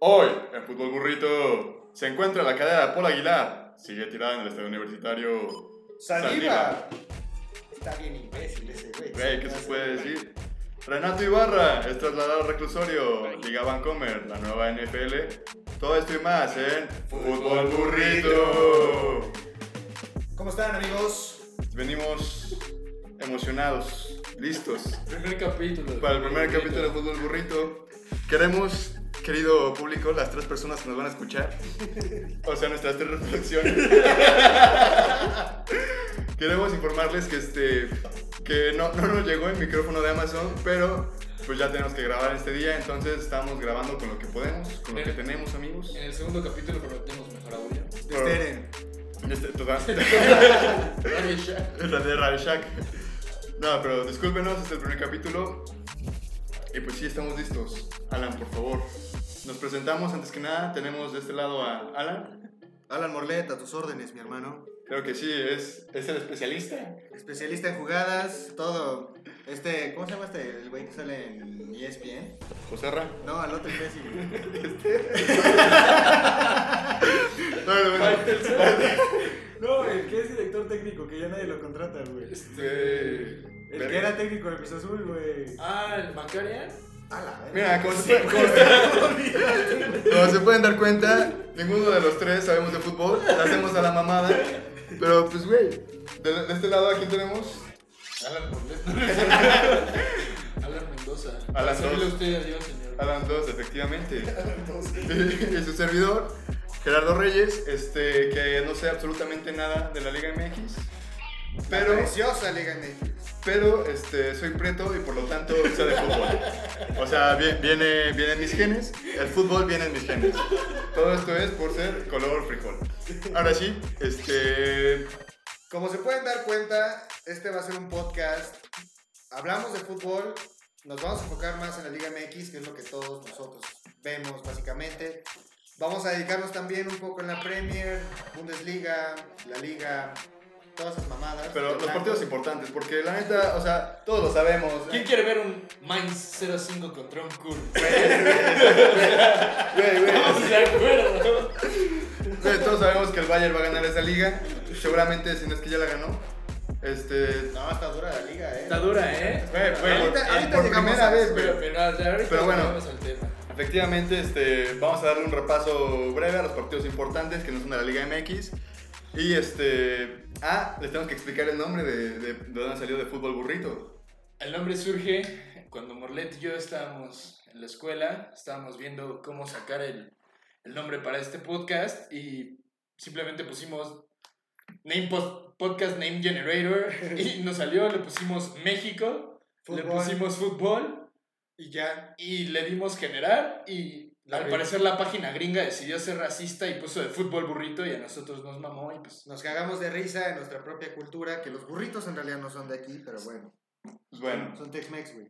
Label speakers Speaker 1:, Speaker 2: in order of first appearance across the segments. Speaker 1: Hoy, en Fútbol Burrito, se encuentra la cadera de Paul Aguilar. Sigue tirada en el estadio universitario.
Speaker 2: Saliva. Está bien imbécil ese güey.
Speaker 1: Güey, ¿qué se puede decir? Renato Ibarra es trasladado al reclusorio. Liga Vancomer, la nueva NFL. Todo esto y más en Fútbol Burrito.
Speaker 2: ¿Cómo están, amigos?
Speaker 1: Venimos emocionados, listos
Speaker 3: Primer capítulo.
Speaker 1: para el primer capítulo de Fútbol Burrito. Queremos, querido público, las tres personas que nos van a escuchar, o sea, nuestras tres reflexiones. Queremos informarles que este que no, no nos llegó el micrófono de Amazon, pero pues ya tenemos que grabar este día, entonces estamos grabando con lo que podemos, con lo que tenemos, amigos.
Speaker 3: En el segundo capítulo prometemos mejor audio.
Speaker 2: Esperen.
Speaker 1: Este, total-
Speaker 3: Ay, ya.
Speaker 1: La de Radio Shack. No, pero discúlpenos, este es el primer capítulo. Y pues sí, estamos listos. Alan, por favor. Nos presentamos antes que nada. Tenemos de este lado a Alan.
Speaker 2: Alan Morlet, a tus órdenes, mi hermano.
Speaker 1: Creo que sí, es, es el especialista.
Speaker 2: Especialista en jugadas, todo. Este, ¿cómo se llama este? El güey que sale en E ESPN.
Speaker 1: Joserra.
Speaker 2: No, al otro imbécil.
Speaker 1: No, no, no.
Speaker 2: No, el que es director técnico, que ya nadie lo contrata, güey.
Speaker 3: Este.
Speaker 1: El que era
Speaker 2: técnico de Cruz Azul, güey.
Speaker 3: Ah, el Macaria.
Speaker 2: Ala,
Speaker 1: Mira, como se, puede- como se- como se pueden dar cuenta, ninguno de los tres sabemos de fútbol. La hacemos a la mamada. Pero pues, güey. De, de este lado, ¿a quién tenemos?
Speaker 3: Alan Morlet. Alan Mendoza.
Speaker 1: Alan
Speaker 3: Servirle
Speaker 1: dos.
Speaker 3: a usted a Dios, señor.
Speaker 1: Alan 2, efectivamente. y su servidor, Gerardo Reyes, este, que no sé absolutamente nada de la Liga MX, pero,
Speaker 2: Preciosa Liga MX.
Speaker 1: pero este, soy preto y por lo tanto sé de fútbol. O sea, vi- viene, vienen mis genes, el fútbol viene en mis genes. Todo esto es por ser color frijol. Ahora sí, este,
Speaker 2: Como se pueden dar cuenta, este va a ser un podcast. Hablamos de fútbol, nos vamos a enfocar más en la Liga MX, que es lo que todos nosotros vemos básicamente. Vamos a dedicarnos también un poco en la Premier, Bundesliga, la Liga, todas esas mamadas.
Speaker 1: pero los
Speaker 2: Blancos.
Speaker 1: partidos importantes, porque la neta, o sea, todos lo sabemos.
Speaker 3: ¿Quién quiere ver un Mainz 05 contra un Kur?
Speaker 1: Güey, güey,
Speaker 3: Estamos de acuerdo.
Speaker 1: Güey, Todos sabemos que el Bayern va a ganar esa liga. Seguramente, si no es que ya la ganó. Este.
Speaker 2: No, está dura la Liga, eh.
Speaker 3: Está dura, ¿eh?
Speaker 1: Güey, güey,
Speaker 2: Ahorita-
Speaker 1: por-
Speaker 2: ahorita
Speaker 1: por
Speaker 2: llegamos
Speaker 1: primera
Speaker 2: a
Speaker 1: vez,
Speaker 2: eso,
Speaker 1: güey.
Speaker 3: Pero, pero, ahorita
Speaker 1: Pero bueno.
Speaker 3: volvemos al tema.
Speaker 1: Efectivamente, este, vamos a darle un repaso breve a los partidos importantes que no son de la Liga MX. Y este. Ah, les tenemos que explicar el nombre de, de, de dónde salió de fútbol burrito.
Speaker 3: El nombre surge cuando Morlet y yo estábamos en la escuela, estábamos viendo cómo sacar el, el nombre para este podcast y simplemente pusimos name Pod- Podcast Name Generator y nos salió, le pusimos México, le
Speaker 2: Fútbol.
Speaker 3: pusimos fútbol
Speaker 2: Y ya.
Speaker 3: y le dimos generar y
Speaker 2: La
Speaker 3: al
Speaker 2: vi.
Speaker 3: parecer la página gringa decidió ser racista y puso de fútbol burrito y a nosotros nos mamó y pues...
Speaker 2: Nos cagamos de risa en nuestra propia cultura, que los burritos en realidad no son de aquí, pero bueno.
Speaker 1: Pues bueno,
Speaker 2: Son Tex-Mex, güey.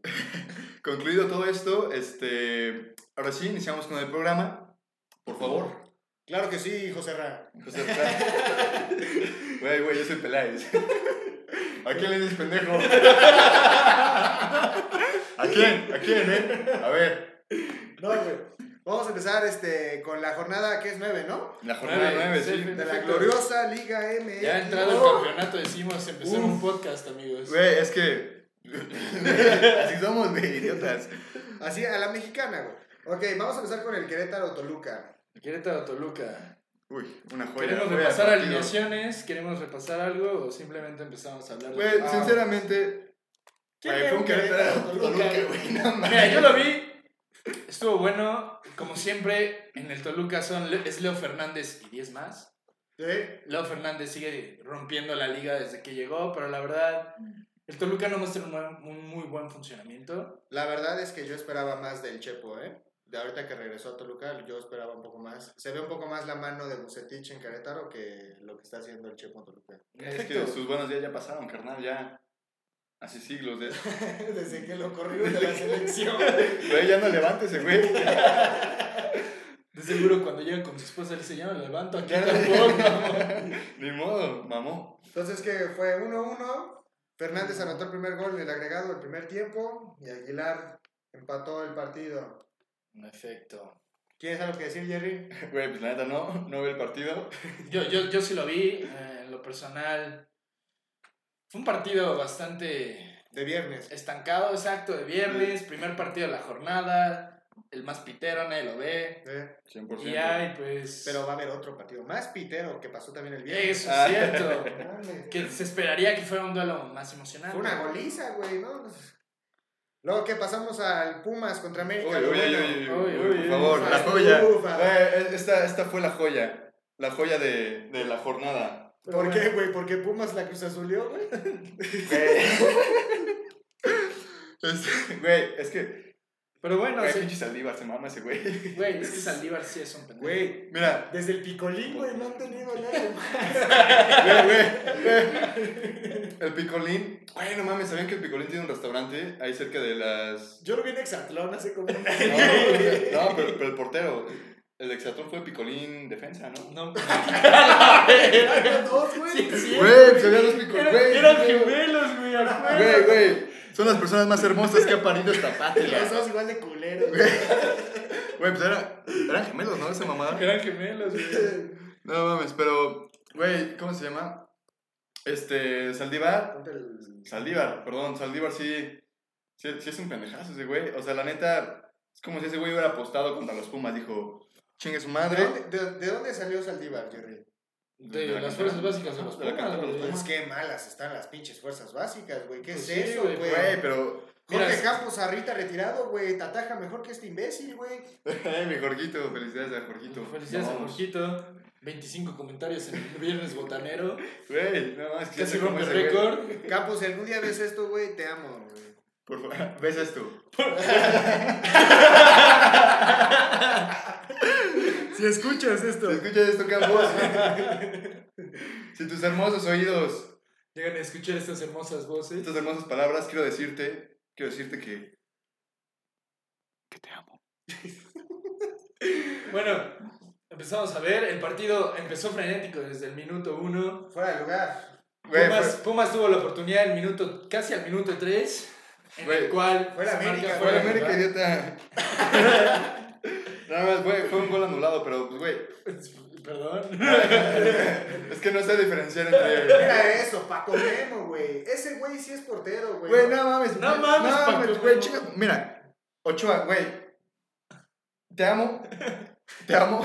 Speaker 1: concluido todo esto, este. Ahora sí, iniciamos con el programa. Por favor.
Speaker 2: Claro que sí, José Ra.
Speaker 1: José Ra- Güey, güey, yo soy Peláez. ¿A quién le dices pendejo? ¿A quién? ¿A quién, eh? A ver,
Speaker 2: No, güey. Vamos a empezar este, con la jornada que es 9, ¿no?
Speaker 1: la jornada 9,
Speaker 3: Nueve, sí.
Speaker 1: sí.
Speaker 2: De la
Speaker 3: Perfecto.
Speaker 2: gloriosa Liga Oh. MX.
Speaker 3: Ya
Speaker 2: Eh,
Speaker 3: entrado el campeonato decimos empezar un podcast amigos.
Speaker 1: Güey, es que. Así somos, güey, idiotas.
Speaker 2: Así, a la mexicana, güey. Ok, vamos a empezar con el Querétaro Toluca.
Speaker 3: Querétaro Toluca.
Speaker 1: Uy, una joya.
Speaker 3: ¿Queremos
Speaker 1: joya de
Speaker 3: repasar
Speaker 1: partido.
Speaker 3: alineaciones? ¿Queremos repasar algo? ¿O simplemente empezamos a hablar de.?
Speaker 1: Güey,
Speaker 2: Ah.
Speaker 1: sinceramente.
Speaker 3: ¿Quién
Speaker 1: güey,
Speaker 3: era
Speaker 1: fue un
Speaker 3: un
Speaker 1: Querétaro
Speaker 3: Querétaro
Speaker 1: Toluca,
Speaker 3: Toluca,
Speaker 1: güey, no mames.
Speaker 3: Mira, yo lo vi. Estuvo bueno. Como siempre, en el Toluca son, es Leo Fernández y 10 más.
Speaker 2: ¿Sí?
Speaker 3: Leo Fernández sigue rompiendo la liga desde que llegó, pero la verdad, el Toluca no muestra un, buen- un muy buen funcionamiento.
Speaker 2: La verdad es que yo esperaba más del Chepo, ¿eh? De ahorita que regresó a Toluca, yo esperaba un poco más. Se ve un poco más la mano de Bucetich en Querétaro que lo que está haciendo el Chepo en Toluca.
Speaker 3: En
Speaker 1: Es que
Speaker 3: efecto,
Speaker 1: sus buenos días ya pasaron, carnal, ya. Hace siglos de eso.
Speaker 2: Desde que lo corrieron de la selección.
Speaker 1: Güey, ya no levántese, güey.
Speaker 3: de seguro cuando llega con su esposa, él se llama, levanto aquí
Speaker 1: Ya.
Speaker 3: tampoco.
Speaker 1: Ni modo, mamó.
Speaker 2: Entonces que fue 1-1. Fernández anotó el primer gol en el agregado del primer tiempo y Aguilar empató el partido.
Speaker 3: En efecto.
Speaker 2: ¿Tienes algo que decir, Jerry?
Speaker 1: Güey, pues la neta no, no ve el partido.
Speaker 3: Yo, yo, yo sí lo vi, eh, en lo personal. Fue un partido bastante
Speaker 2: De viernes.
Speaker 3: Eh, estancado, exacto, de viernes, primer partido de la jornada, el más pitero, nadie lo ve.
Speaker 2: ¿eh?
Speaker 1: 100%.
Speaker 3: Y ay, pues.
Speaker 2: Pero va a haber otro partido más pitero que pasó también el viernes.
Speaker 3: Eso
Speaker 1: Ah.
Speaker 3: es cierto.
Speaker 2: Mames.
Speaker 3: Que se esperaría que fuera un duelo más emocionante.
Speaker 2: Fue una goliza, güey, ¿no? Luego que pasamos al Pumas contra
Speaker 1: Uy,
Speaker 2: América.
Speaker 1: uy,
Speaker 2: lo
Speaker 1: uy,
Speaker 2: bueno.
Speaker 1: uy,
Speaker 3: Uy,
Speaker 1: uy,
Speaker 3: uy,
Speaker 1: por favor,
Speaker 2: ufa,
Speaker 1: la joya.
Speaker 2: ufa.
Speaker 1: Güey, es- esta, esta fue la joya. La joya de, de la jornada.
Speaker 3: Pero
Speaker 2: ¿Por
Speaker 3: bueno.
Speaker 2: qué, güey? ¿Por qué Pumas la Cruz Azulió, güey?
Speaker 1: Este, Güey, es que.
Speaker 3: Pero bueno,
Speaker 1: Güey,
Speaker 3: sí,
Speaker 1: pinche saliva, se mama ese güey.
Speaker 3: güey, es que Saldívar sí es un pendejo.
Speaker 2: Güey,
Speaker 1: Mira,
Speaker 2: desde el picolín, güey, no han tenido nada
Speaker 1: Güey,
Speaker 2: más.
Speaker 1: güey, güey. El picolín. Güey, no mames, ¿sabían que el picolín tiene un restaurante ahí cerca de las.
Speaker 2: Yo lo vi en Exatlón hace como un
Speaker 1: No,
Speaker 2: año.
Speaker 1: no, pero, pero el portero. El exatlón fue picolín defensa, ¿no?
Speaker 3: No,
Speaker 2: Eran dos, güey.
Speaker 3: Sí, sí.
Speaker 1: Güey, se veían los picolín.
Speaker 3: eran,
Speaker 1: Güey,
Speaker 3: eran
Speaker 1: güey.
Speaker 3: gemelos, güey, al juego.
Speaker 1: Güey, güey. Son las personas más hermosas que ha parido esta patria.
Speaker 2: Los dos igual de culeros, güey.
Speaker 1: Güey, pues era, eran gemelos, ¿no? Esa mamada.
Speaker 3: Eran gemelos, güey.
Speaker 1: No mames, pero. Güey, ¿cómo se llama? Este. Saldívar.
Speaker 2: Ponte el-
Speaker 1: Saldívar, perdón, Saldívar sí, sí, sí es un pendejazo ese güey. O sea, la neta, es como si ese güey hubiera apostado contra los Pumas. Dijo, chingue su
Speaker 2: ¿De
Speaker 1: madre.
Speaker 2: dónde, de, de dónde salió Saldívar, Jerry?
Speaker 3: De las fuerzas básicas de los
Speaker 1: De la
Speaker 3: Pumas,
Speaker 1: cantera de los
Speaker 3: güey.
Speaker 2: Pues qué malas están las pinches fuerzas básicas, güey. ¿Qué
Speaker 3: Pues
Speaker 2: es
Speaker 3: sí,
Speaker 2: eso,
Speaker 3: güey,
Speaker 2: güey?
Speaker 1: Güey, pero,
Speaker 2: Jorge
Speaker 3: Mira,
Speaker 2: Campos Arrita retirado, güey. Tataja mejor que este imbécil, güey.
Speaker 1: eh, mi Jorgito, felicidades a Jorgito.
Speaker 3: Felicidades a
Speaker 1: No,
Speaker 3: Jorgito. 25 comentarios en el viernes botanero.
Speaker 1: Güey, no mames, que ya
Speaker 3: Casi
Speaker 1: sé cómo
Speaker 3: rompe
Speaker 1: ese güey-
Speaker 3: récord.
Speaker 2: Campos, si algún día ves esto, güey, te amo, güey.
Speaker 1: Por favor, ves esto.
Speaker 2: Si escuchas esto,
Speaker 1: ¿Te escuchas esto, Campos? si tus hermosos oídos,
Speaker 3: Llegan a escuchar estas hermosas voces.
Speaker 1: estas hermosas palabras, quiero decirte, quiero decirte que. que te amo.
Speaker 3: Bueno, empezamos a ver. El partido empezó frenético desde el minuto 1.
Speaker 2: fuera de lugar.
Speaker 1: Güey,
Speaker 3: Pumas,
Speaker 1: fue-
Speaker 3: Pumas tuvo la oportunidad el minuto, casi al minuto 3. En
Speaker 1: Güey,
Speaker 3: el cual.
Speaker 2: fuera
Speaker 3: se marca
Speaker 2: América,
Speaker 1: Fue
Speaker 3: fuera
Speaker 1: la
Speaker 3: de
Speaker 1: América,
Speaker 3: lugar.
Speaker 1: idiota. Nada más, güey, fue un gol anulado, pero, pues, güey,
Speaker 3: Perdón.
Speaker 1: es que no sé diferenciar entre...
Speaker 2: Mira eso, Paco Memo, güey. Ese güey sí es portero, güey.
Speaker 1: Güey, no mames.
Speaker 3: No
Speaker 1: güey,
Speaker 3: mames, Paco,
Speaker 1: güey,
Speaker 3: no.
Speaker 1: chica. Mira, Ochoa, güey, te amo, te amo,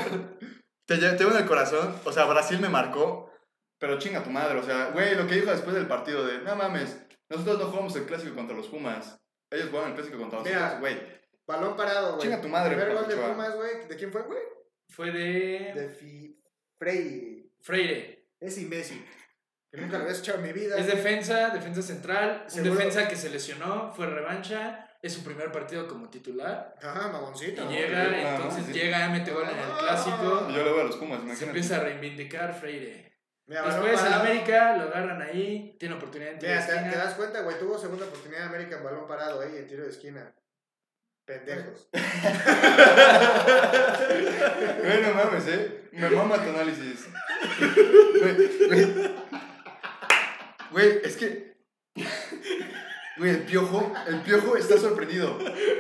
Speaker 1: te lle- te llevo en el corazón, o sea, Brasil me marcó, pero chinga tu madre, o sea, güey, lo que dijo después del partido de, no mames, nosotros no jugamos el clásico contra los Pumas, ellos jugaban el clásico contra los
Speaker 2: Mira,
Speaker 1: Pumas, güey,
Speaker 2: Balón parado, güey.
Speaker 1: Chinga tu madre,
Speaker 2: Primer
Speaker 1: Paco
Speaker 2: gol de
Speaker 1: Ochoa.
Speaker 2: Pumas, güey. ¿De quién fue, güey?
Speaker 3: Fue de.
Speaker 2: De Fi... Frey.
Speaker 3: Freire.
Speaker 2: Ese imbécil. Que nunca lo había escuchado en mi vida.
Speaker 3: Es defensa, defensa central. Un
Speaker 2: Seguro.
Speaker 3: defensa que se lesionó, fue revancha. Es su primer partido como titular.
Speaker 2: Ajá,
Speaker 3: Y
Speaker 2: mamoncito.
Speaker 1: no,
Speaker 3: llega,
Speaker 1: no,
Speaker 3: entonces
Speaker 1: sí.
Speaker 3: llega, mete gol en el
Speaker 2: Ah.
Speaker 1: Y
Speaker 3: clásico.
Speaker 1: yo le voy a los Pumas,
Speaker 3: Se
Speaker 1: imagínate.
Speaker 3: empieza a reivindicar Freire.
Speaker 2: Mira, balón
Speaker 3: Después el
Speaker 2: parado.
Speaker 3: América lo agarran ahí, tiene oportunidad en tiro de
Speaker 2: Mira, te, te
Speaker 3: esquina.
Speaker 2: das cuenta, güey. Tuvo segunda oportunidad de América en balón parado, eh, y en tiro de esquina. Pendejos.
Speaker 1: Güey, no mames, eh. Me mama tu análisis. Güey, güey. Güey, es que. Güey, el piojo, el piojo está sorprendido.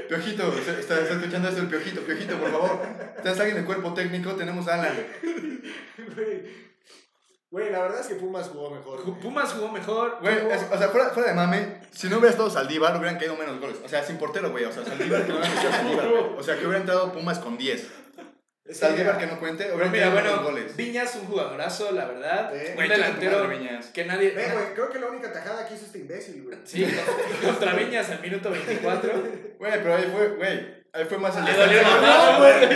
Speaker 1: Piojito, está, está- está escuchando esto el piojito, piojito, por favor. ¿Estás alguien del cuerpo técnico? Tenemos a Alan.
Speaker 2: Güey, la verdad es que Pumas jugó mejor.
Speaker 3: Ju- Pumas jugó mejor.
Speaker 1: Güey,
Speaker 3: tuvo-
Speaker 1: es- o sea, fuera, fuera de mame, si no hubiera estado Saldívar, hubieran caído menos goles. O sea, sin portero, güey. O sea, Saldívar que no hubiera sido Saldívar. güey. O sea, que hubieran entrado Pumas con 10.
Speaker 2: Es que
Speaker 1: Saldívar que
Speaker 2: mira,
Speaker 1: no cuente,
Speaker 3: Pero
Speaker 1: hubieran
Speaker 3: mira,
Speaker 1: caído menos
Speaker 3: bueno,
Speaker 1: goles.
Speaker 3: Viñas un jugadorazo, la verdad.
Speaker 2: Eh,
Speaker 3: un
Speaker 1: Güey, chinga tu
Speaker 3: delantero
Speaker 1: madre, Viñas.
Speaker 3: que nadie.
Speaker 2: Ve, güey, creo que la única tajada que hizo este imbécil, güey.
Speaker 3: Sí, con- contra Viñas al minuto 24.
Speaker 1: Güey, pero ahí fue, güey. Ahí fue más el
Speaker 3: Le dolió la
Speaker 1: descanso.
Speaker 3: mano, güey.
Speaker 1: Desde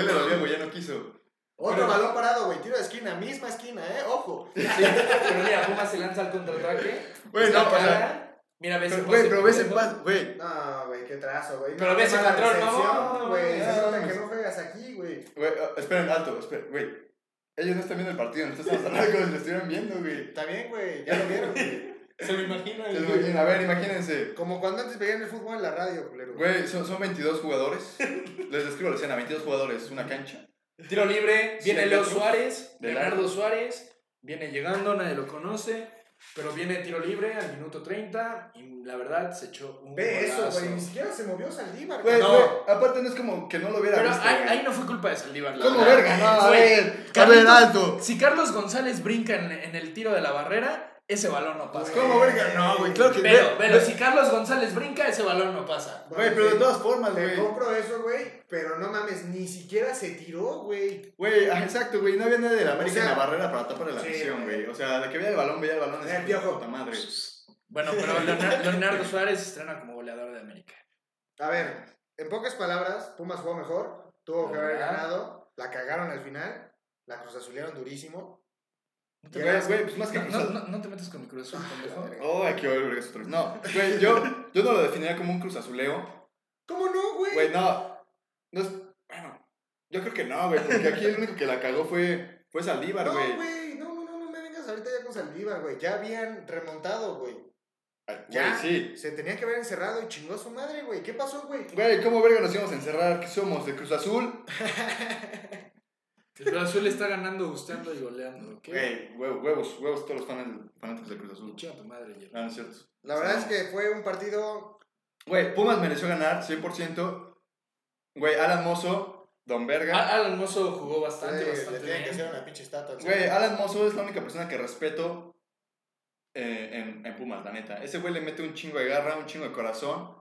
Speaker 1: ahí le dolió, güey, ya no quiso.
Speaker 2: Otro
Speaker 3: Pero-
Speaker 2: balón parado, güey. Tiro de esquina, misma esquina, eh. Ojo.
Speaker 3: Sí, pero mira, Pumas se lanza al contraataque.
Speaker 1: Güey,
Speaker 3: Pues la
Speaker 1: no, o sea,
Speaker 3: cara, Mira, ves
Speaker 1: Pero, güey, pero ves el pase, güey.
Speaker 2: No, güey, qué trazo, güey.
Speaker 3: Pero ves el
Speaker 2: Mala
Speaker 3: control,
Speaker 2: recepción,
Speaker 3: mamón,
Speaker 2: güey. Se
Speaker 1: no,
Speaker 2: nota
Speaker 1: mames.
Speaker 2: que no juegas aquí, güey.
Speaker 1: Güey, ah, esperen, alto, esperen, güey. Ellos no están viendo el partido, nosotros estamos hablando como si lo estuvieran viendo, güey.
Speaker 2: Está bien, güey. Ya lo vieron, güey.
Speaker 3: Se lo imagina.
Speaker 1: Entonces, imaginen, A ver, imagínense.
Speaker 2: Como cuando antes veían el fútbol en la radio, culero.
Speaker 1: Güey, son, son 22 jugadores. Les describo la escena, 22 jugadores, una cancha.
Speaker 3: Tiro libre, viene
Speaker 1: Sí,
Speaker 3: Leo
Speaker 1: ¿no?
Speaker 3: Suárez,
Speaker 1: De
Speaker 3: Leonardo
Speaker 1: largo.
Speaker 3: Suárez, viene llegando, nadie lo conoce. Pero viene tiro libre al minuto 30 y la verdad se echó un
Speaker 2: Ve eso,
Speaker 3: golazo.
Speaker 2: güey. Ni siquiera se movió Saldívar.
Speaker 1: Güey,
Speaker 2: güey.
Speaker 3: No.
Speaker 1: güey, aparte no es como que no lo hubiera
Speaker 3: Pero
Speaker 1: visto.
Speaker 3: ahí,
Speaker 1: güey.
Speaker 3: ahí no fue culpa de Saldívar, la
Speaker 1: ¿Cómo
Speaker 3: verdad.
Speaker 1: verga? No, a
Speaker 3: Güey,
Speaker 1: ver, a
Speaker 3: Carlitos-
Speaker 1: ver, alto.
Speaker 3: Si Carlos González brinca en, en el tiro de la barrera, ese balón no pasa.
Speaker 1: ¿Cómo verga? No, güey, Pues, claro que
Speaker 3: Pero,
Speaker 1: ve-
Speaker 3: pero
Speaker 1: ve-
Speaker 3: si Carlos González brinca, ese balón no pasa.
Speaker 1: Güey, pero de todas formas,
Speaker 2: Te
Speaker 1: güey.
Speaker 2: compro eso, güey. Pero no mames, ni siquiera se tiró, güey.
Speaker 1: Güey, ah, exacto, güey. No había nadie de la América
Speaker 2: sea,
Speaker 1: en la barrera para tapar la
Speaker 2: sí,
Speaker 1: acción,
Speaker 2: güey.
Speaker 1: güey. O sea, de que veía el balón, veía el balón.
Speaker 2: Era el
Speaker 1: así,
Speaker 2: Piojo.
Speaker 1: Puta madre.
Speaker 3: Bueno, pero Leonardo, Leonardo Suárez se estrena como goleador de América.
Speaker 2: A ver, en pocas palabras, Pumas jugó mejor. Tuvo que haber
Speaker 3: ¿Verdad?
Speaker 2: ganado. La cagaron al final. La cruzazulearon durísimo.
Speaker 3: No te,
Speaker 1: Güey,
Speaker 3: metas,
Speaker 1: güey, pues más que
Speaker 3: no,
Speaker 1: cruzado.
Speaker 3: no- no- no te metas con mi Cruz Azul, pendejo.
Speaker 1: Oh, aquí voy a volver a otra vez. No, güey, yo, yo no lo definiría como un cruzazuleo.
Speaker 2: ¿Cómo no, güey?
Speaker 1: Güey, no. No es. Bueno, yo creo que no, güey, porque aquí el único que la cagó fue, fue Saldívar,
Speaker 2: No,
Speaker 1: güey.
Speaker 2: güey, no, no, no, no me vengas ahorita ya con Saldívar, güey. Ya habían remontado, güey.
Speaker 1: Ay, güey,
Speaker 2: Ya.
Speaker 1: sí.
Speaker 2: Se tenía que haber encerrado y chingó a su madre, güey. ¿Qué pasó, güey?
Speaker 1: Güey, ¿cómo verga nos íbamos a encerrar? ¿Qué somos? ¿De Cruz Azul?
Speaker 3: El Cruz Azul está ganando, gustando y goleando, ¿ok?
Speaker 1: Güey, huevo- huevos, huevos todos los fanan- fanáticos de Cruz Azul.
Speaker 3: Chinga tu madre, Jerry.
Speaker 1: No, no es cierto.
Speaker 2: La verdad es que fue un partido.
Speaker 1: Güey, Pumas mereció ganar 100%. Güey, Alan Mozo, Don Verga.
Speaker 3: Al- Alan Mozo jugó bastante,
Speaker 2: eh, le
Speaker 3: bastante
Speaker 2: tienen que hacer
Speaker 3: bien.
Speaker 2: una pinche estatua. al
Speaker 1: Güey,
Speaker 2: señor.
Speaker 1: Alan Mozo es la única persona que respeto eh, en, en Pumas, la neta. Ese güey le mete un chingo de garra, un chingo de corazón.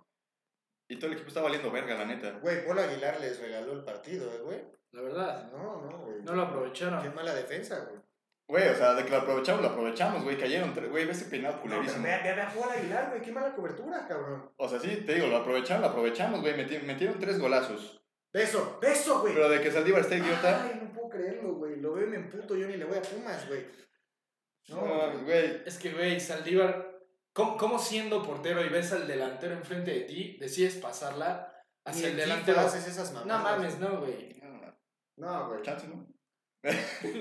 Speaker 1: Y todo el equipo está valiendo verga, la neta.
Speaker 2: Güey, Polo Aguilar les regaló el partido, eh, güey.
Speaker 3: La verdad,
Speaker 2: No, no, güey.
Speaker 3: no lo
Speaker 2: Qué
Speaker 3: aprovecharon.
Speaker 2: mala defensa, güey.
Speaker 1: Güey, o sea, de que lo aprovechamos, lo aprovechamos, güey. Cayeron, tres- güey, ve ese peinado culerísimo.
Speaker 2: a Polo Aguilar, güey. Qué mala cobertura, cabrón.
Speaker 1: O sea, sí, te digo, lo aprovechamos, lo aprovechamos, güey. meti- metieron tres golazos.
Speaker 2: Beso, beso, güey.
Speaker 1: Pero de que Saldívar está idiota.
Speaker 2: Ay, no puedo creerlo, güey. Lo veo y me emputo. Yo ni le voy a Pumas, güey.
Speaker 1: No, güey.
Speaker 3: Es que, güey, Saldívar, ¿cómo, cómo siendo portero y ves al delantero enfrente de ti, decides pasarla
Speaker 2: Ni
Speaker 3: hacia el
Speaker 2: en FIFA
Speaker 3: delantero?
Speaker 2: haces esas
Speaker 3: No
Speaker 2: mamadas.
Speaker 3: mames, no, güey.
Speaker 2: No, güey.
Speaker 1: Chance, ¿no?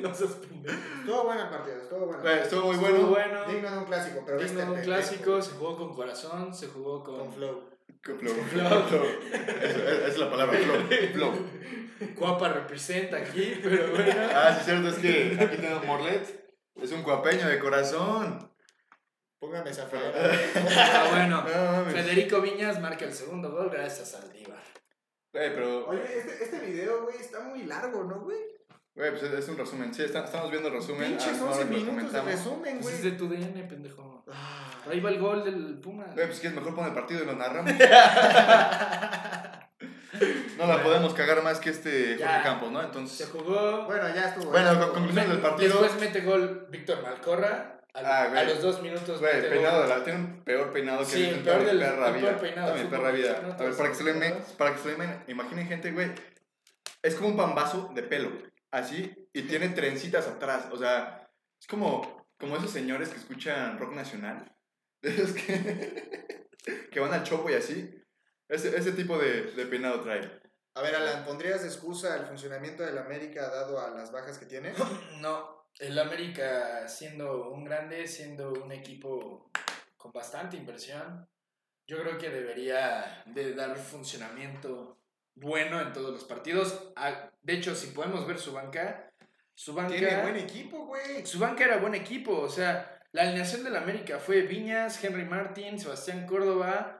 Speaker 3: No seas pendejo.
Speaker 2: Estuvo buena el partido, estuvo buena.
Speaker 1: Güey, estuvo muy
Speaker 3: Estuvo
Speaker 1: bueno.
Speaker 3: bueno.
Speaker 2: Digno de un clásico, pero
Speaker 3: Digno
Speaker 2: viste.
Speaker 3: de un
Speaker 2: pendejo.
Speaker 3: clásico, se jugó con corazón, se jugó con,
Speaker 2: Con flow.
Speaker 1: Que Flow.
Speaker 3: Flow.
Speaker 1: Flow. Eso, es, es la palabra, flow. flow.
Speaker 3: Guapa representa aquí, pero bueno.
Speaker 1: Ah, sí, cierto, es que aquí tenemos Morlet. Es un cuapeño de corazón.
Speaker 2: Póngame esa flor.
Speaker 1: eh.
Speaker 3: Ah, bueno.
Speaker 1: No mames.
Speaker 3: Federico Viñas marca el segundo gol gracias a Saldívar.
Speaker 1: Güey, pero.
Speaker 2: Oye, este, este video, güey, está muy largo, ¿no, güey?
Speaker 1: Güey, pues es- es un resumen. Sí, está- estamos viendo el resumen. ah,
Speaker 2: Pinches
Speaker 1: ahora
Speaker 2: 11
Speaker 1: que lo
Speaker 2: minutos de
Speaker 1: comentamos.
Speaker 2: resumen,
Speaker 3: Pues
Speaker 2: güey.
Speaker 3: es de tu DN, pendejo.
Speaker 2: Ah,
Speaker 3: Ahí va el gol del Puma.
Speaker 1: Güey, pues si quieres mejor pon el partido y lo narramos. no la podemos cagar más que este
Speaker 3: Ya.
Speaker 1: Jorge Campos, ¿no?
Speaker 3: Se
Speaker 1: Entonces.
Speaker 3: jugó.
Speaker 2: Bueno, ya estuvo.
Speaker 1: Bueno,
Speaker 2: ya estuvo.
Speaker 1: con- conclusión del partido.
Speaker 3: Después mete gol Víctor Malcorra. Al-
Speaker 1: Ah, güey.
Speaker 3: a los dos minutos.
Speaker 1: Güey,
Speaker 3: mete
Speaker 1: peinado
Speaker 3: gol.
Speaker 1: de la. Tiene un peor peinado que he
Speaker 3: Sí,
Speaker 1: visto
Speaker 3: el
Speaker 1: en
Speaker 3: peor
Speaker 1: toda mi
Speaker 3: del-
Speaker 1: perra
Speaker 3: el peor
Speaker 1: vida.
Speaker 3: peinado,
Speaker 1: Toda mi
Speaker 3: súper
Speaker 1: perra vida.
Speaker 3: bonito,
Speaker 1: A ver, para que se lo,
Speaker 3: súper
Speaker 1: ime- para que se lo ime- imaginen, gente, güey. Es como un pambazo de pelo. Así. Y tiene trencitas atrás. O sea, es como, como esos señores que escuchan rock nacional. De esos que, que van al chopo y así. Ese, ese tipo de, de peinado trae.
Speaker 2: A ver, Alan, ¿pondrías de excusa el funcionamiento del América dado a las bajas que tiene?
Speaker 3: No, el América siendo un grande, siendo un equipo con bastante inversión, yo creo que debería de dar funcionamiento bueno en todos los partidos. Ah, De hecho, si podemos ver su banca, su banca,
Speaker 2: Tiene buen equipo, güey.
Speaker 3: su banca era buen equipo, o sea, la alineación del América fue Viñas, Henry Martín, Sebastián Córdoba,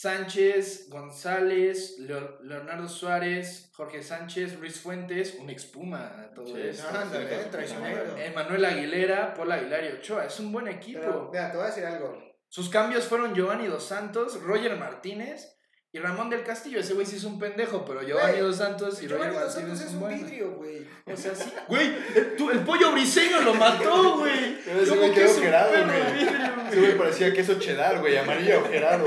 Speaker 3: Sánchez, González, Leo- Leonardo Suárez, Jorge Sánchez, Luis Fuentes, un expuma a todo
Speaker 1: Sí,
Speaker 3: esto.
Speaker 1: no,
Speaker 2: Ándale,
Speaker 1: sí, sí,
Speaker 2: traicionero.
Speaker 3: Emanuel Aguilera, Paul Aguilar y Ochoa. Es un buen equipo.
Speaker 2: Pero, mira, te voy a decir algo.
Speaker 3: Sus cambios fueron Giovanni Dos Santos, Roger Martínez y Ramón del Castillo. Ese güey sí es un pendejo, pero Giovanni
Speaker 2: Güey,
Speaker 3: Dos Santos y
Speaker 2: Giovanni
Speaker 3: Roger
Speaker 2: Dos
Speaker 3: Martínez
Speaker 2: Santos es
Speaker 3: son
Speaker 2: un
Speaker 3: buenos.
Speaker 2: vidrio, güey.
Speaker 3: O sea, sí. Güey, el, tu- el pollo briseño lo mató, güey.
Speaker 1: Pero ese
Speaker 3: ¿Cómo
Speaker 1: güey
Speaker 3: que
Speaker 1: quedó
Speaker 3: es un
Speaker 1: ojerado,
Speaker 3: perro
Speaker 1: güey.
Speaker 3: vidrio,
Speaker 1: Ese güey parecía queso cheddar, güey. Amarillo, ojerado.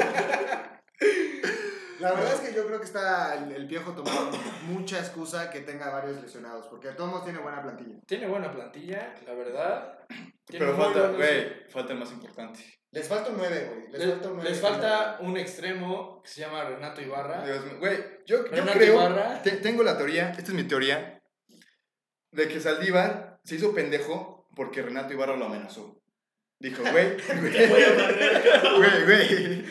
Speaker 2: La verdad es que yo creo que está el, el viejo tomando mucha excusa que tenga varios lesionados, porque todos tiene buena plantilla.
Speaker 3: Tiene buena plantilla, la verdad. Tiene
Speaker 1: Pero
Speaker 3: muy
Speaker 1: falta,
Speaker 3: buenos-
Speaker 1: güey, falta el más importante.
Speaker 2: Les falta un 9, güey. Les, falta un
Speaker 3: Les,
Speaker 2: nueve.
Speaker 3: les falta un extremo que se llama Renato Ibarra.
Speaker 1: Dios mío. Güey, yo, yo
Speaker 3: Renato
Speaker 1: creo.
Speaker 3: Ibarra.
Speaker 1: Te- tengo la teoría, esta es mi teoría, de que Saldívar se hizo pendejo porque Renato Ibarra lo amenazó. Dijo, güey, güey, güey, güey,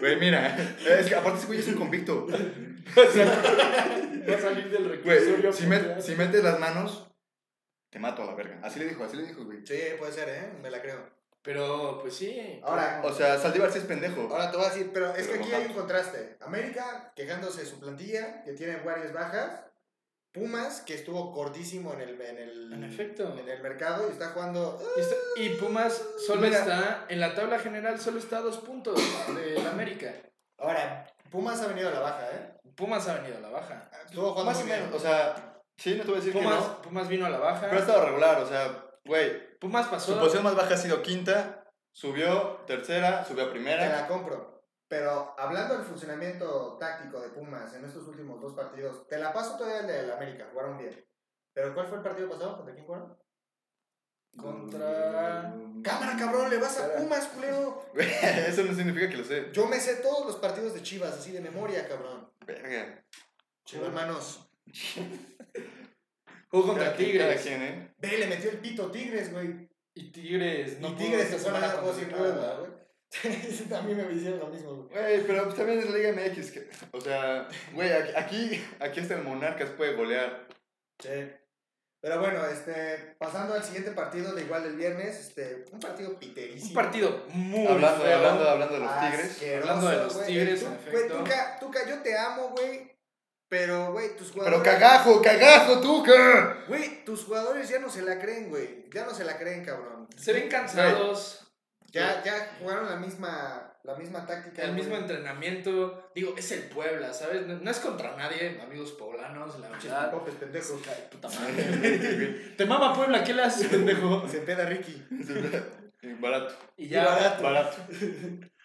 Speaker 1: güey, mira, es que aparte ese güey es un convicto.
Speaker 3: Va a salir del reclusorio
Speaker 1: Güey, si,
Speaker 3: a
Speaker 1: met-
Speaker 3: putear.
Speaker 1: si metes las manos, te mato a la verga. Así le dijo, así le dijo, güey.
Speaker 2: Sí, puede ser, ¿eh? Me la creo.
Speaker 3: Pero, pues sí.
Speaker 2: Ahora,
Speaker 1: O sea, Saldívar sí es pendejo.
Speaker 2: ahora te voy a decir, pero es que
Speaker 1: Pero
Speaker 2: aquí hay un contraste. América quejándose de su plantilla, que tiene varias bajas. Pumas, que estuvo cortísimo en el, en el,
Speaker 3: En efecto.
Speaker 2: en el mercado y está jugando eh.
Speaker 3: Y está- Y Pumas solo
Speaker 2: Mira.
Speaker 3: está, en la tabla general solo está a dos puntos del América.
Speaker 2: Ahora, Pumas ha venido a la baja, ¿eh?
Speaker 3: Pumas ha venido a la baja.
Speaker 2: Estuvo jugando
Speaker 1: Más o
Speaker 2: Ah, muy bien.
Speaker 1: menos, o sea, sí, no te voy a decir
Speaker 3: Pumas,
Speaker 1: que no.
Speaker 3: Pumas vino a la
Speaker 1: Pero ha
Speaker 3: baja.
Speaker 1: estado regular, o sea, güey.
Speaker 3: Pumas pasó.
Speaker 2: Ah.
Speaker 1: Su posición más baja ha sido quinta, subió tercera, subió a
Speaker 2: Te
Speaker 1: primera.
Speaker 2: la compro. Pero hablando del funcionamiento táctico de Pumas en estos últimos dos partidos, te la paso todavía el del América, jugaron bien. Pero ¿cuál fue el partido pasado? ¿Contra quién jugaron?
Speaker 3: Contra-
Speaker 2: Cámara, cabrón, le vas a Pumas, culero.
Speaker 1: Eso no significa que lo sé.
Speaker 2: Yo me sé todos los partidos de Chivas, así de memoria, cabrón.
Speaker 1: Verga.
Speaker 2: Chivas, hermanos.
Speaker 3: Jugó contra
Speaker 1: Cada quien, cada
Speaker 3: Tigres.
Speaker 1: quien, ¿eh?
Speaker 2: Ve, le metió el pito Tigres, güey.
Speaker 3: Y Tigres.
Speaker 2: y
Speaker 3: No
Speaker 2: Tigres se
Speaker 3: pudo
Speaker 2: fue a
Speaker 3: esta
Speaker 2: la
Speaker 3: semana
Speaker 2: cosa y
Speaker 3: contra-
Speaker 2: prueba, güey. También me hicieron lo mismo, güey.
Speaker 1: Güey, pero pues también es Liga MX. que- o sea, güey, aquí- aquí, aquí hasta el Monarcas puede golear.
Speaker 2: Sí. Pero bueno, este, pasando al siguiente partido, de igual del viernes, este, un partido piterísimo.
Speaker 3: Un partido muy
Speaker 1: Hablando,
Speaker 3: feo.
Speaker 1: hablando, hablando de los
Speaker 2: Ah,
Speaker 1: Tigres.
Speaker 2: Asqueroso,
Speaker 3: Hablando de los
Speaker 2: güey.
Speaker 3: Tigres,
Speaker 2: Tú-
Speaker 3: en
Speaker 2: güey,
Speaker 3: efecto.
Speaker 2: Tuca, Tuca, yo te amo, güey. Pero, güey, tus
Speaker 1: Pero
Speaker 2: jugadores.
Speaker 1: cagajo, cagajo, tú, que.
Speaker 2: Güey, tus jugadores ya no se la creen, güey. Ya no se la creen, cabrón.
Speaker 3: Se ven cansados.
Speaker 2: Ya, ya jugaron la misma, la misma táctica.
Speaker 3: El
Speaker 2: güey.
Speaker 3: mismo entrenamiento. Digo, es el Puebla, ¿sabes? No, no es contra nadie, amigos poblanos, la
Speaker 2: Pinches
Speaker 3: verdad.
Speaker 2: popes, pendejos.
Speaker 3: Ay, puta madre. Te mama Puebla, ¿qué le haces, pendejo?
Speaker 2: Se peda Ricky.
Speaker 1: Y Barato,
Speaker 3: Y
Speaker 2: Y
Speaker 3: ya.
Speaker 2: barato.
Speaker 1: barato.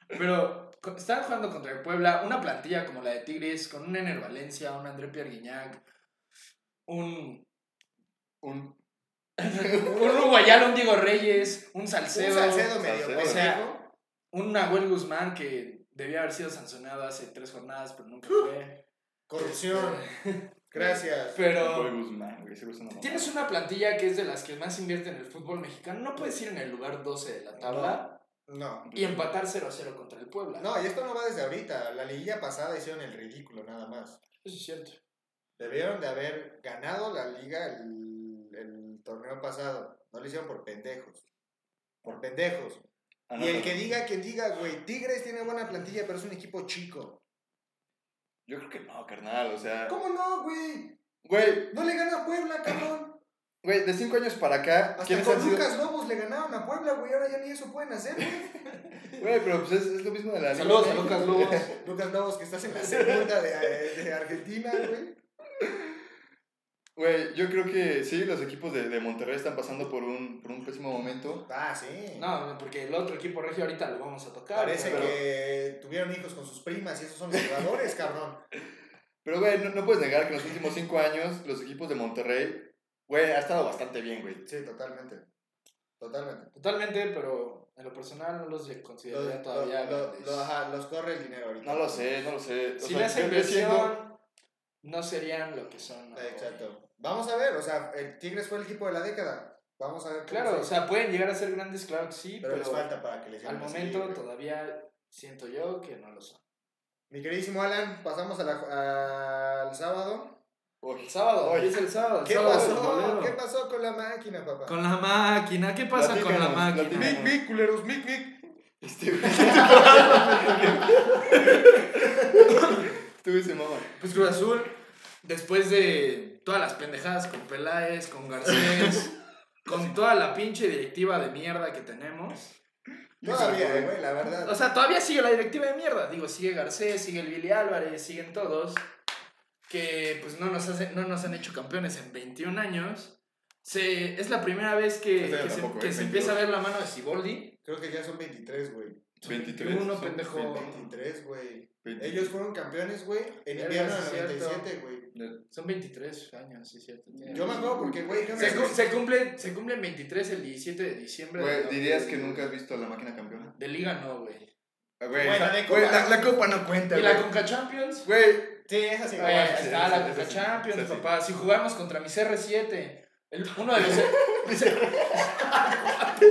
Speaker 3: Pero co- estaban jugando contra el Puebla, una plantilla como la de Tigres, con un Ener Valencia, un André Pierre Guignac, un,
Speaker 1: Un
Speaker 3: un Uruguayal, un Diego Reyes, un Salcedo,
Speaker 2: Un Salcedo medio
Speaker 1: Salcedo.
Speaker 2: pendejo.
Speaker 3: O sea, un Nahuel Guzmán que debía haber sido sancionado hace tres jornadas, pero nunca
Speaker 2: ¡Ah!
Speaker 3: fue.
Speaker 2: Corrupción. Gracias.
Speaker 1: Boy
Speaker 3: Pero
Speaker 1: Guzmán, güey, ese güey es una mamada.
Speaker 3: tienes una plantilla que es de las que más invierte en el fútbol mexicano. No puedes ir en el lugar 12 de la tabla
Speaker 1: Ah,
Speaker 2: No.
Speaker 3: y empatar 0-0 contra el Puebla.
Speaker 2: No, y esto no va desde ahorita. La liguilla pasada hicieron el ridículo, nada más.
Speaker 3: Eso es cierto.
Speaker 2: Debieron de haber ganado la liga el, el torneo pasado. No lo hicieron por pendejos. Por pendejos.
Speaker 1: Anota.
Speaker 2: Y el que diga, quien diga, güey, Tigres tiene buena plantilla, pero es un equipo chico.
Speaker 1: Yo creo que no, carnal, o sea.
Speaker 2: ¿Cómo no, güey?
Speaker 1: Güey,
Speaker 2: No le gana a Puebla, cabrón.
Speaker 1: güey, de 5 años para acá,
Speaker 2: Hasta
Speaker 1: ¿quiénes
Speaker 2: con
Speaker 1: han sido?
Speaker 2: Lucas Lobos le ganaron a Puebla, güey. Ahora ya ni eso pueden hacer, güey.
Speaker 1: Güey, pero pues es, es lo mismo de la Liga
Speaker 3: Saludos a
Speaker 1: MX.
Speaker 3: Lucas Lobos.
Speaker 2: Lucas Lobos, que estás en la segunda de, eh, de Argentina, güey.
Speaker 1: Güey, yo creo que sí, los equipos de, de Monterrey están pasando por un, por un pésimo momento.
Speaker 2: Ah, sí.
Speaker 3: No, porque el otro equipo regio ahorita lo vamos a tocar.
Speaker 2: Parece
Speaker 3: pero-
Speaker 2: que tuvieron hijos con sus primas y esos son los jugadores, cabrón.
Speaker 1: Pero, güey, no, no puedes negar que en los últimos 5 años los equipos de Monterrey, güey, ha estado bastante bien, güey.
Speaker 2: Sí, totalmente. Totalmente.
Speaker 3: Totalmente, pero en lo personal no los consideraría
Speaker 2: Lo-
Speaker 3: todavía.
Speaker 2: lo-
Speaker 3: grandes.
Speaker 2: lo- ajá, los corre el dinero ahorita.
Speaker 1: No lo sé, no lo sé. O
Speaker 3: si
Speaker 1: sea,
Speaker 3: le hacen
Speaker 1: yo- yo siento-
Speaker 3: inversión, no serían lo que son. ahora.
Speaker 2: Exacto. Vamos a ver, o sea, el Tigres fue el equipo de la década. Vamos a ver. cómo
Speaker 3: Claro,
Speaker 2: se-
Speaker 3: o sea, pueden llegar a ser grandes, claro que sí,
Speaker 2: pero,
Speaker 3: pero,
Speaker 2: les falta para que les
Speaker 3: al
Speaker 2: ganen así,
Speaker 3: momento
Speaker 2: güey.
Speaker 3: todavía siento yo que no lo son.
Speaker 2: Mi queridísimo Alan, pasamos a la- al sábado.
Speaker 1: Uy,
Speaker 3: El sábado,
Speaker 1: Oye.
Speaker 3: es el sábado. el
Speaker 2: ¿Qué
Speaker 3: sábado es el
Speaker 2: pasó?
Speaker 3: bolero.
Speaker 2: ¿Qué pasó con la máquina, papá?
Speaker 3: Con la máquina, ¿qué pasa con la
Speaker 1: Platícanos,
Speaker 3: máquina?
Speaker 1: platícanos.
Speaker 2: Mic, mic, culeros, mic, mic.
Speaker 1: Este güey. Tú dices, mamá.
Speaker 3: Pues Cruz Azul, después de todas las pendejadas con Peláez, con Garcés, con toda la pinche directiva de mierda que tenemos.
Speaker 2: Todavía, güey, la verdad.
Speaker 3: O sea, todavía sigue la directiva de mierda. Digo, sigue Garcés, sigue el Billy Álvarez, siguen todos. Que pues no nos, hacen, no nos han hecho campeones en 21 años. Se, es la primera vez que,
Speaker 1: Este año
Speaker 3: que se,
Speaker 1: tampoco,
Speaker 3: que
Speaker 1: ¿eh?
Speaker 3: se empieza a
Speaker 1: 22.
Speaker 3: ver la mano de Siboldi.
Speaker 2: Creo que ya son 23, güey.
Speaker 1: 23,
Speaker 3: 21,
Speaker 1: son
Speaker 3: pendejo.
Speaker 2: 23, güey.
Speaker 1: 20.
Speaker 2: Ellos fueron campeones, güey, en
Speaker 3: Verga,
Speaker 2: invierno
Speaker 3: sí es
Speaker 2: del
Speaker 3: cierto.
Speaker 2: 97, güey.
Speaker 3: Son 23 años, sí, cierto. tiene
Speaker 2: Yo me
Speaker 3: razón.
Speaker 2: acuerdo porque, güey, yo me
Speaker 3: Se, cu- se cumple, se cumplen 23 el 17 de diciembre.
Speaker 1: Güey,
Speaker 3: de-
Speaker 1: dirías que nunca has visto a la máquina campeona.
Speaker 3: De Liga no, güey.
Speaker 1: Ah, Güey,
Speaker 2: Bueno,
Speaker 1: o sea,
Speaker 2: de
Speaker 1: güey,
Speaker 2: copa.
Speaker 1: la, la copa no cuenta,
Speaker 3: ¿Y la
Speaker 1: güey.
Speaker 3: Conca Champions?
Speaker 1: Güey,
Speaker 2: Sí, es así,
Speaker 3: Ahí
Speaker 2: güey.
Speaker 1: Ah, sí,
Speaker 3: está
Speaker 1: sí,
Speaker 3: la
Speaker 1: sí,
Speaker 3: Conca
Speaker 1: sí,
Speaker 3: Champions,
Speaker 1: sí, sí.
Speaker 3: papá. Si jugamos contra mis R7, el- uno de los.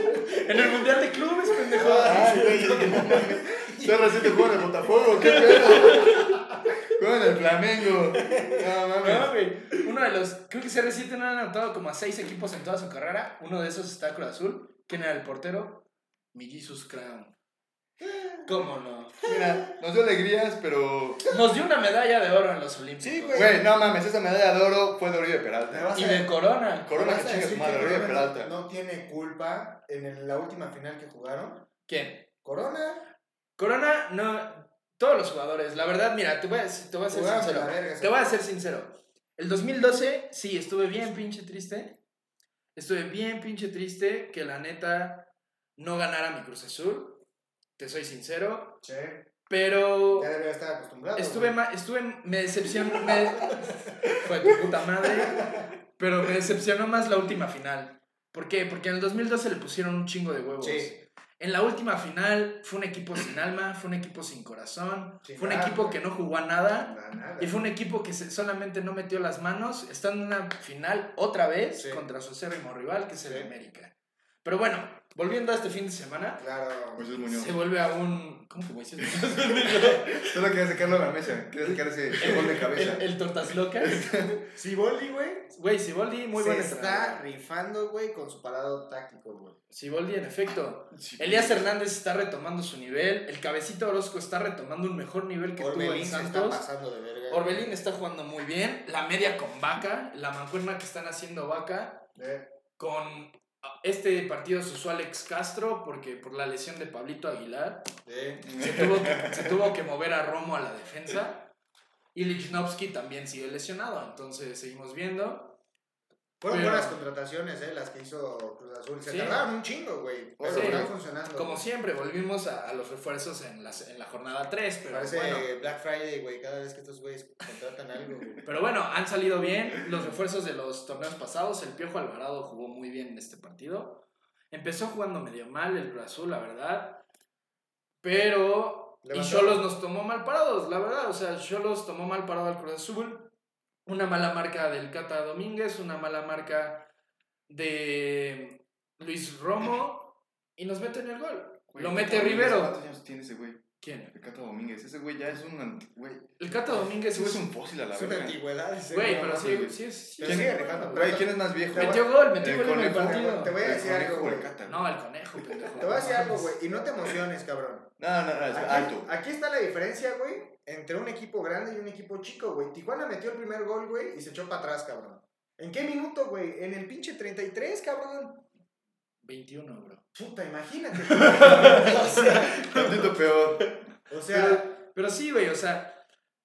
Speaker 3: en el Mundial de Clubes, pendejo.
Speaker 1: Ay, güey, yo dije, no mames. CR7 juega en el Botafogo, qué pedo. Juega en el Flamengo. No
Speaker 3: No,
Speaker 1: mames.
Speaker 3: güey. Uno de los. Creo que CR7 no han anotado como a seis equipos en toda su carrera. Uno de esos está Cruz Azul. ¿Quién era el portero? Mi Jesus Crown. ¿Cómo no?
Speaker 1: Mira, nos dio alegrías, pero.
Speaker 3: Nos dio una medalla de oro en los Olímpicos.
Speaker 2: Sí, güey.
Speaker 1: Güey, no mames, esa medalla de oro fue de Oribe Peralta.
Speaker 2: Me vas
Speaker 3: Y
Speaker 2: a-
Speaker 3: de corona.
Speaker 1: Corona
Speaker 2: ¿Vas
Speaker 1: que
Speaker 2: a
Speaker 1: chinga su
Speaker 2: decir
Speaker 1: madre,
Speaker 2: que
Speaker 1: Oribe
Speaker 2: Corona
Speaker 1: Peralta.
Speaker 2: No tiene culpa en el- la última final que jugaron.
Speaker 3: ¿Quién?
Speaker 2: Corona
Speaker 3: Corona, no. Todos los jugadores. La verdad, mira, te voy a, te voy a ser
Speaker 2: jugaron de la
Speaker 3: sincero.
Speaker 2: verga.
Speaker 3: Te voy a ser sincero. El 2012, sí, estuve bien pinche triste. Estuve bien pinche triste que la neta no ganara mi Cruz Azul. Te soy sincero.
Speaker 2: Che,
Speaker 3: Pero
Speaker 2: ya debería estar acostumbrado.
Speaker 3: estuve,
Speaker 2: güey.
Speaker 3: ma- estuve me decepcionó. Me... Fue tu puta madre. Pero me decepcionó más la última final. ¿Por qué? Porque en el 2012 le pusieron un chingo de huevos.
Speaker 2: Sí.
Speaker 3: En la última final fue un equipo sin alma, fue un equipo sin corazón,
Speaker 2: Sin
Speaker 3: fue un
Speaker 2: nada.
Speaker 3: equipo que no jugó a nada.
Speaker 2: Nada, nada.
Speaker 3: Y fue un equipo que se- solamente no metió las manos, está en una final otra vez
Speaker 2: Sí.
Speaker 3: contra su acérrimo rival, que es el
Speaker 2: Sí.
Speaker 3: América. Pero bueno, volviendo a este fin de semana,
Speaker 2: Claro.
Speaker 1: Moisés Pues Muñoz.
Speaker 3: se vuelve a un... ¿Cómo que Moisés?
Speaker 1: Solo quería sacarlo a la mesa. Quería sacar ese fútbol de
Speaker 3: el,
Speaker 1: cabeza.
Speaker 3: el Tortas Locas.
Speaker 2: Si Boldi, güey.
Speaker 3: Güey, Siboldi, muy
Speaker 2: se
Speaker 3: buen
Speaker 2: está
Speaker 3: entrenador.
Speaker 2: rifando, güey, con su parado táctico, güey.
Speaker 3: Siboldi, en efecto. Elías Hernández está retomando su nivel, el Cabecita Orozco está retomando un mejor nivel que tuvo
Speaker 2: Orbelín
Speaker 3: en
Speaker 2: se está
Speaker 3: Santos.
Speaker 2: pasando de verga.
Speaker 3: Orbelín está jugando muy bien, la media con Vaca, la mancuerna que están haciendo Vaca,
Speaker 2: Eh,
Speaker 3: con este partido se usó Alex Castro porque por la lesión de Pablito Aguilar
Speaker 2: eh.
Speaker 3: se tuvo que, se tuvo que mover a Romo a la defensa y Lichnowsky también sigue lesionado, entonces seguimos viendo.
Speaker 2: Fueron
Speaker 3: Pero-
Speaker 2: buenas contrataciones, eh, las que hizo Cruz Azul. Se
Speaker 3: Sí.
Speaker 2: tardaron un chingo, güey. Pero
Speaker 3: Sí.
Speaker 2: están funcionando.
Speaker 3: Como siempre, volvimos a, a los refuerzos en la, en la jornada 3, pero
Speaker 2: Parece
Speaker 3: bueno,
Speaker 2: Black Friday, güey, cada vez que estos güeyes contratan algo, güey.
Speaker 3: pero bueno, han salido bien los refuerzos de los torneos pasados. El Piojo Alvarado jugó muy bien en este partido. Empezó jugando medio mal el Cruz Azul, la verdad. Pero. Y
Speaker 2: Levantó.
Speaker 3: Cholos nos tomó mal parados, la verdad. O sea, Cholos tomó mal parado al Cruz Azul. Una mala marca del Cata Domínguez, una mala marca de Luis Romo. Y nos meten el gol. Lo mete Rivero.
Speaker 1: ¿Cuántos años tiene ese güey?
Speaker 3: ¿Quién?
Speaker 1: El Cato Domínguez. Ese güey ya es un. anti- Güey,
Speaker 3: El Cata Domínguez
Speaker 1: ese güey
Speaker 3: es
Speaker 1: es
Speaker 3: un.
Speaker 1: un fósil a la
Speaker 2: Es una
Speaker 1: verga.
Speaker 2: antigüedad ese
Speaker 3: Güey,
Speaker 2: no
Speaker 3: pero
Speaker 2: mames,
Speaker 3: sí,
Speaker 2: güey.
Speaker 3: sí, sí.
Speaker 2: Pero
Speaker 3: sí,
Speaker 2: sigue
Speaker 3: es un-
Speaker 2: rifando,
Speaker 1: Güey, ¿quién es más viejo? Eh,
Speaker 3: Metió gol, metió
Speaker 1: El
Speaker 3: gol en el
Speaker 1: conejo,
Speaker 3: partido.
Speaker 2: Te voy a
Speaker 1: El
Speaker 2: decir
Speaker 1: conejo
Speaker 2: algo,
Speaker 1: o el
Speaker 2: güey.
Speaker 1: Cata,
Speaker 3: No, el conejo, pendejo.
Speaker 2: Te voy a decir algo, güey, y no te emociones, cabrón.
Speaker 1: No, no, no, es
Speaker 2: Aquí,
Speaker 1: alto.
Speaker 2: aquí está la diferencia, güey, entre un equipo grande y un equipo chico, güey. Tijuana metió el primer gol, güey, y se echó para atrás, cabrón. ¿En qué minuto, güey? En el pinche 33, cabrón.
Speaker 3: 21, bro.
Speaker 2: Puta, imagínate. güey. o sea,
Speaker 1: Tantito peor.
Speaker 2: o sea,
Speaker 3: Pero, pero sí, güey, o sea,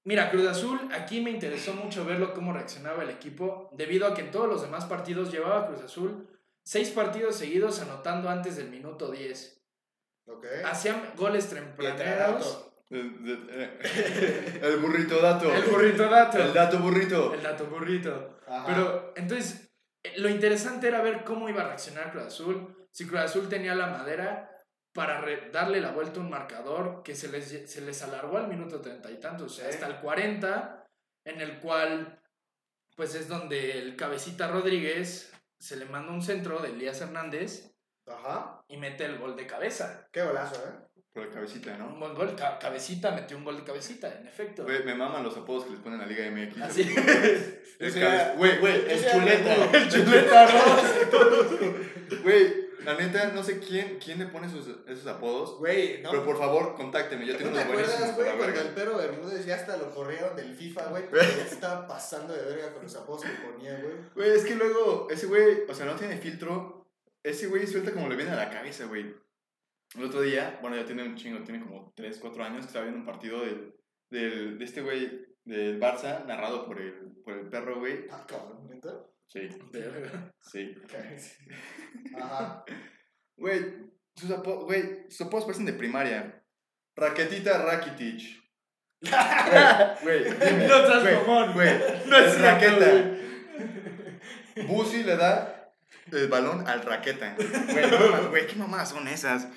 Speaker 3: mira, Cruz Azul, aquí me interesó mucho verlo cómo reaccionaba el equipo, debido a que en todos los demás partidos llevaba Cruz Azul seis partidos seguidos anotando antes del minuto 10.
Speaker 2: ok.
Speaker 3: Hacían goles tempraneros.
Speaker 2: dato.
Speaker 1: El- El eh, el burrito dato.
Speaker 3: El burrito dato.
Speaker 1: El dato burrito.
Speaker 3: El dato burrito.
Speaker 2: Ajá.
Speaker 3: Pero entonces, eh, lo interesante era ver cómo iba a reaccionar Cruz Azul. Si Cruz Azul tenía la madera para re- darle la vuelta a un marcador que se les, lle- se les alargó al minuto treinta y tantos, o sea,
Speaker 2: Sí.
Speaker 3: hasta el 40, en el cual, pues es donde el cabecita Rodríguez se le manda un centro de Elías Hernández
Speaker 2: Ajá.
Speaker 3: y mete el gol de cabeza.
Speaker 2: Qué golazo, ¿eh?
Speaker 1: Por la cabecita,
Speaker 3: Un
Speaker 1: ¿no?
Speaker 3: buen gol, ca- cabecita metió un gol de cabecita, en efecto.
Speaker 1: Güey, me maman los apodos que les ponen a Liga MX.
Speaker 2: Ah,
Speaker 3: Así
Speaker 1: El
Speaker 2: Yo
Speaker 1: cabe-
Speaker 2: sea-
Speaker 1: Güey, güey,
Speaker 2: yo
Speaker 1: el
Speaker 2: sea
Speaker 1: chuleta.
Speaker 2: Rebudo.
Speaker 1: El chuleta, ¿no? Güey, la neta, no sé quién, quién le pone esos, esos apodos.
Speaker 2: Güey, no.
Speaker 1: Pero por favor, contácteme. Yo tengo
Speaker 2: ¿No te
Speaker 1: unos buenísimos
Speaker 2: acuerdas,
Speaker 1: por la
Speaker 2: güey, cuando
Speaker 1: verga.
Speaker 2: el perro Bermúdez ya hasta lo corrieron del FIFA, güey? Porque se estaba pasando de verga con los apodos que ponía, güey.
Speaker 1: Güey, es que luego, ese güey, o sea, no tiene filtro. Ese güey suelta como le viene a la cabeza, güey. El otro día, bueno, ya tiene un chingo, tiene como 3, 4 años que estaba viendo un partido del, del, de este güey del Barça, narrado por el, por el perro, güey.
Speaker 2: Ah, cabrón, ¿neta?
Speaker 1: Sí,
Speaker 3: Verga.
Speaker 1: sí.
Speaker 2: Ajá.
Speaker 1: Güey, sus apodos, güey, sus apodos parecen de primaria. Raquetita Rakitic. Güey, güey, dime,
Speaker 3: No seas
Speaker 1: güey,
Speaker 3: mamón.
Speaker 1: Güey,
Speaker 3: No es
Speaker 1: el
Speaker 3: cierto,
Speaker 1: raqueta. Busi le da el balón al raqueta. Güey, no mames, güey, qué mamadas son esas.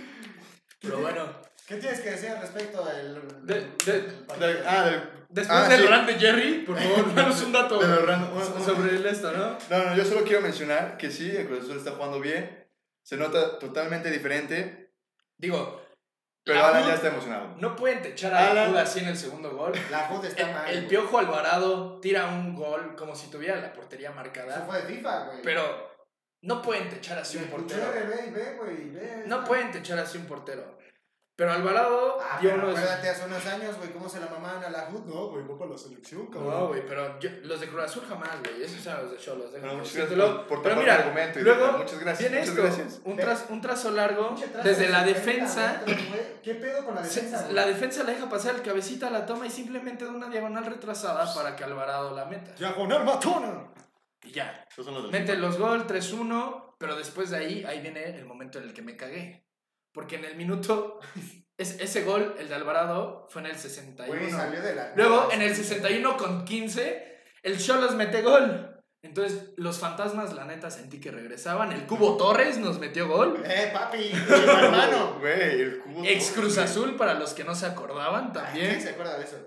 Speaker 3: Pero bueno.
Speaker 2: ¿Qué tienes que decir al respecto del.
Speaker 3: De- de-
Speaker 2: del partido?
Speaker 1: De- ah, de-
Speaker 3: Después
Speaker 1: Ah,
Speaker 3: del
Speaker 1: sí.
Speaker 3: rant de Jerry, por favor, danos un dato
Speaker 1: de lo random. Un-
Speaker 3: so-
Speaker 1: un-
Speaker 3: sobre el esto, ¿no?
Speaker 1: No, no, yo solo quiero mencionar que sí, el Cruz Azul está jugando bien. Se nota totalmente diferente,
Speaker 3: Digo,
Speaker 1: pero
Speaker 3: Ajá.
Speaker 1: Alan ya está emocionado.
Speaker 3: Ah, no pueden techar a
Speaker 1: Alan.
Speaker 3: Alan así en el segundo gol.
Speaker 2: La Jud
Speaker 3: El,
Speaker 2: está mal.
Speaker 3: el
Speaker 2: güey.
Speaker 3: Piojo Alvarado tira un gol como si tuviera la portería
Speaker 2: Eso
Speaker 3: marcada,
Speaker 2: fue de FIFA, güey.
Speaker 3: pero No pueden techar así un portero.
Speaker 2: Escuché, Ve, ve, güey, ve.
Speaker 3: No pueden techar así un portero. Pero Alvarado
Speaker 2: Ah,
Speaker 3: dio
Speaker 2: pero
Speaker 3: uno de sus-
Speaker 2: acuérdate hace unos años, güey, cómo se la mamaban a la HUD. No, güey, no para la selección, cabrón.
Speaker 3: No, güey, pero yo- los de Cruz Azul jamás, güey. Esos eran los de Cholos.
Speaker 1: Bueno, Ah, muchas gracias
Speaker 3: Pero,
Speaker 1: por- por
Speaker 3: pero
Speaker 1: tapar
Speaker 3: mira,
Speaker 1: el argumento y
Speaker 3: luego
Speaker 1: demás. muchas gracias.
Speaker 3: viene
Speaker 1: Muchas
Speaker 3: esto,
Speaker 1: gracias. Eh,
Speaker 3: Un, tras- un trazo largo
Speaker 2: Pinche trazo
Speaker 3: desde
Speaker 2: de
Speaker 3: la
Speaker 2: 70
Speaker 3: defensa.
Speaker 2: metros, güey. ¿Qué pedo con la
Speaker 3: se-
Speaker 2: defensa? güey?
Speaker 3: la defensa la deja pasar el cabecita, la toma y simplemente da una diagonal retrasada para que Alvarado la meta.
Speaker 2: Diagonal matona.
Speaker 3: Y ya.
Speaker 1: Esos son los del
Speaker 3: Mete los gol 3-1, pero después de ahí, ahí viene el momento en el que me cagué. Porque en el minuto, es- ese gol, el de Alvarado, fue en el 61.
Speaker 2: Güey, salió de la.
Speaker 3: Luego, en el 61 con 15, el Cholos mete gol. Entonces, los fantasmas, la neta, sentí que regresaban. El Cubo Torres nos metió gol.
Speaker 2: Eh, papi,
Speaker 1: fútbol.
Speaker 2: hermano.
Speaker 1: Güey, el cubo.
Speaker 3: Ex Cruz Azul, para los que no se acordaban
Speaker 2: ¿Quién
Speaker 3: también.
Speaker 2: se acuerda de eso?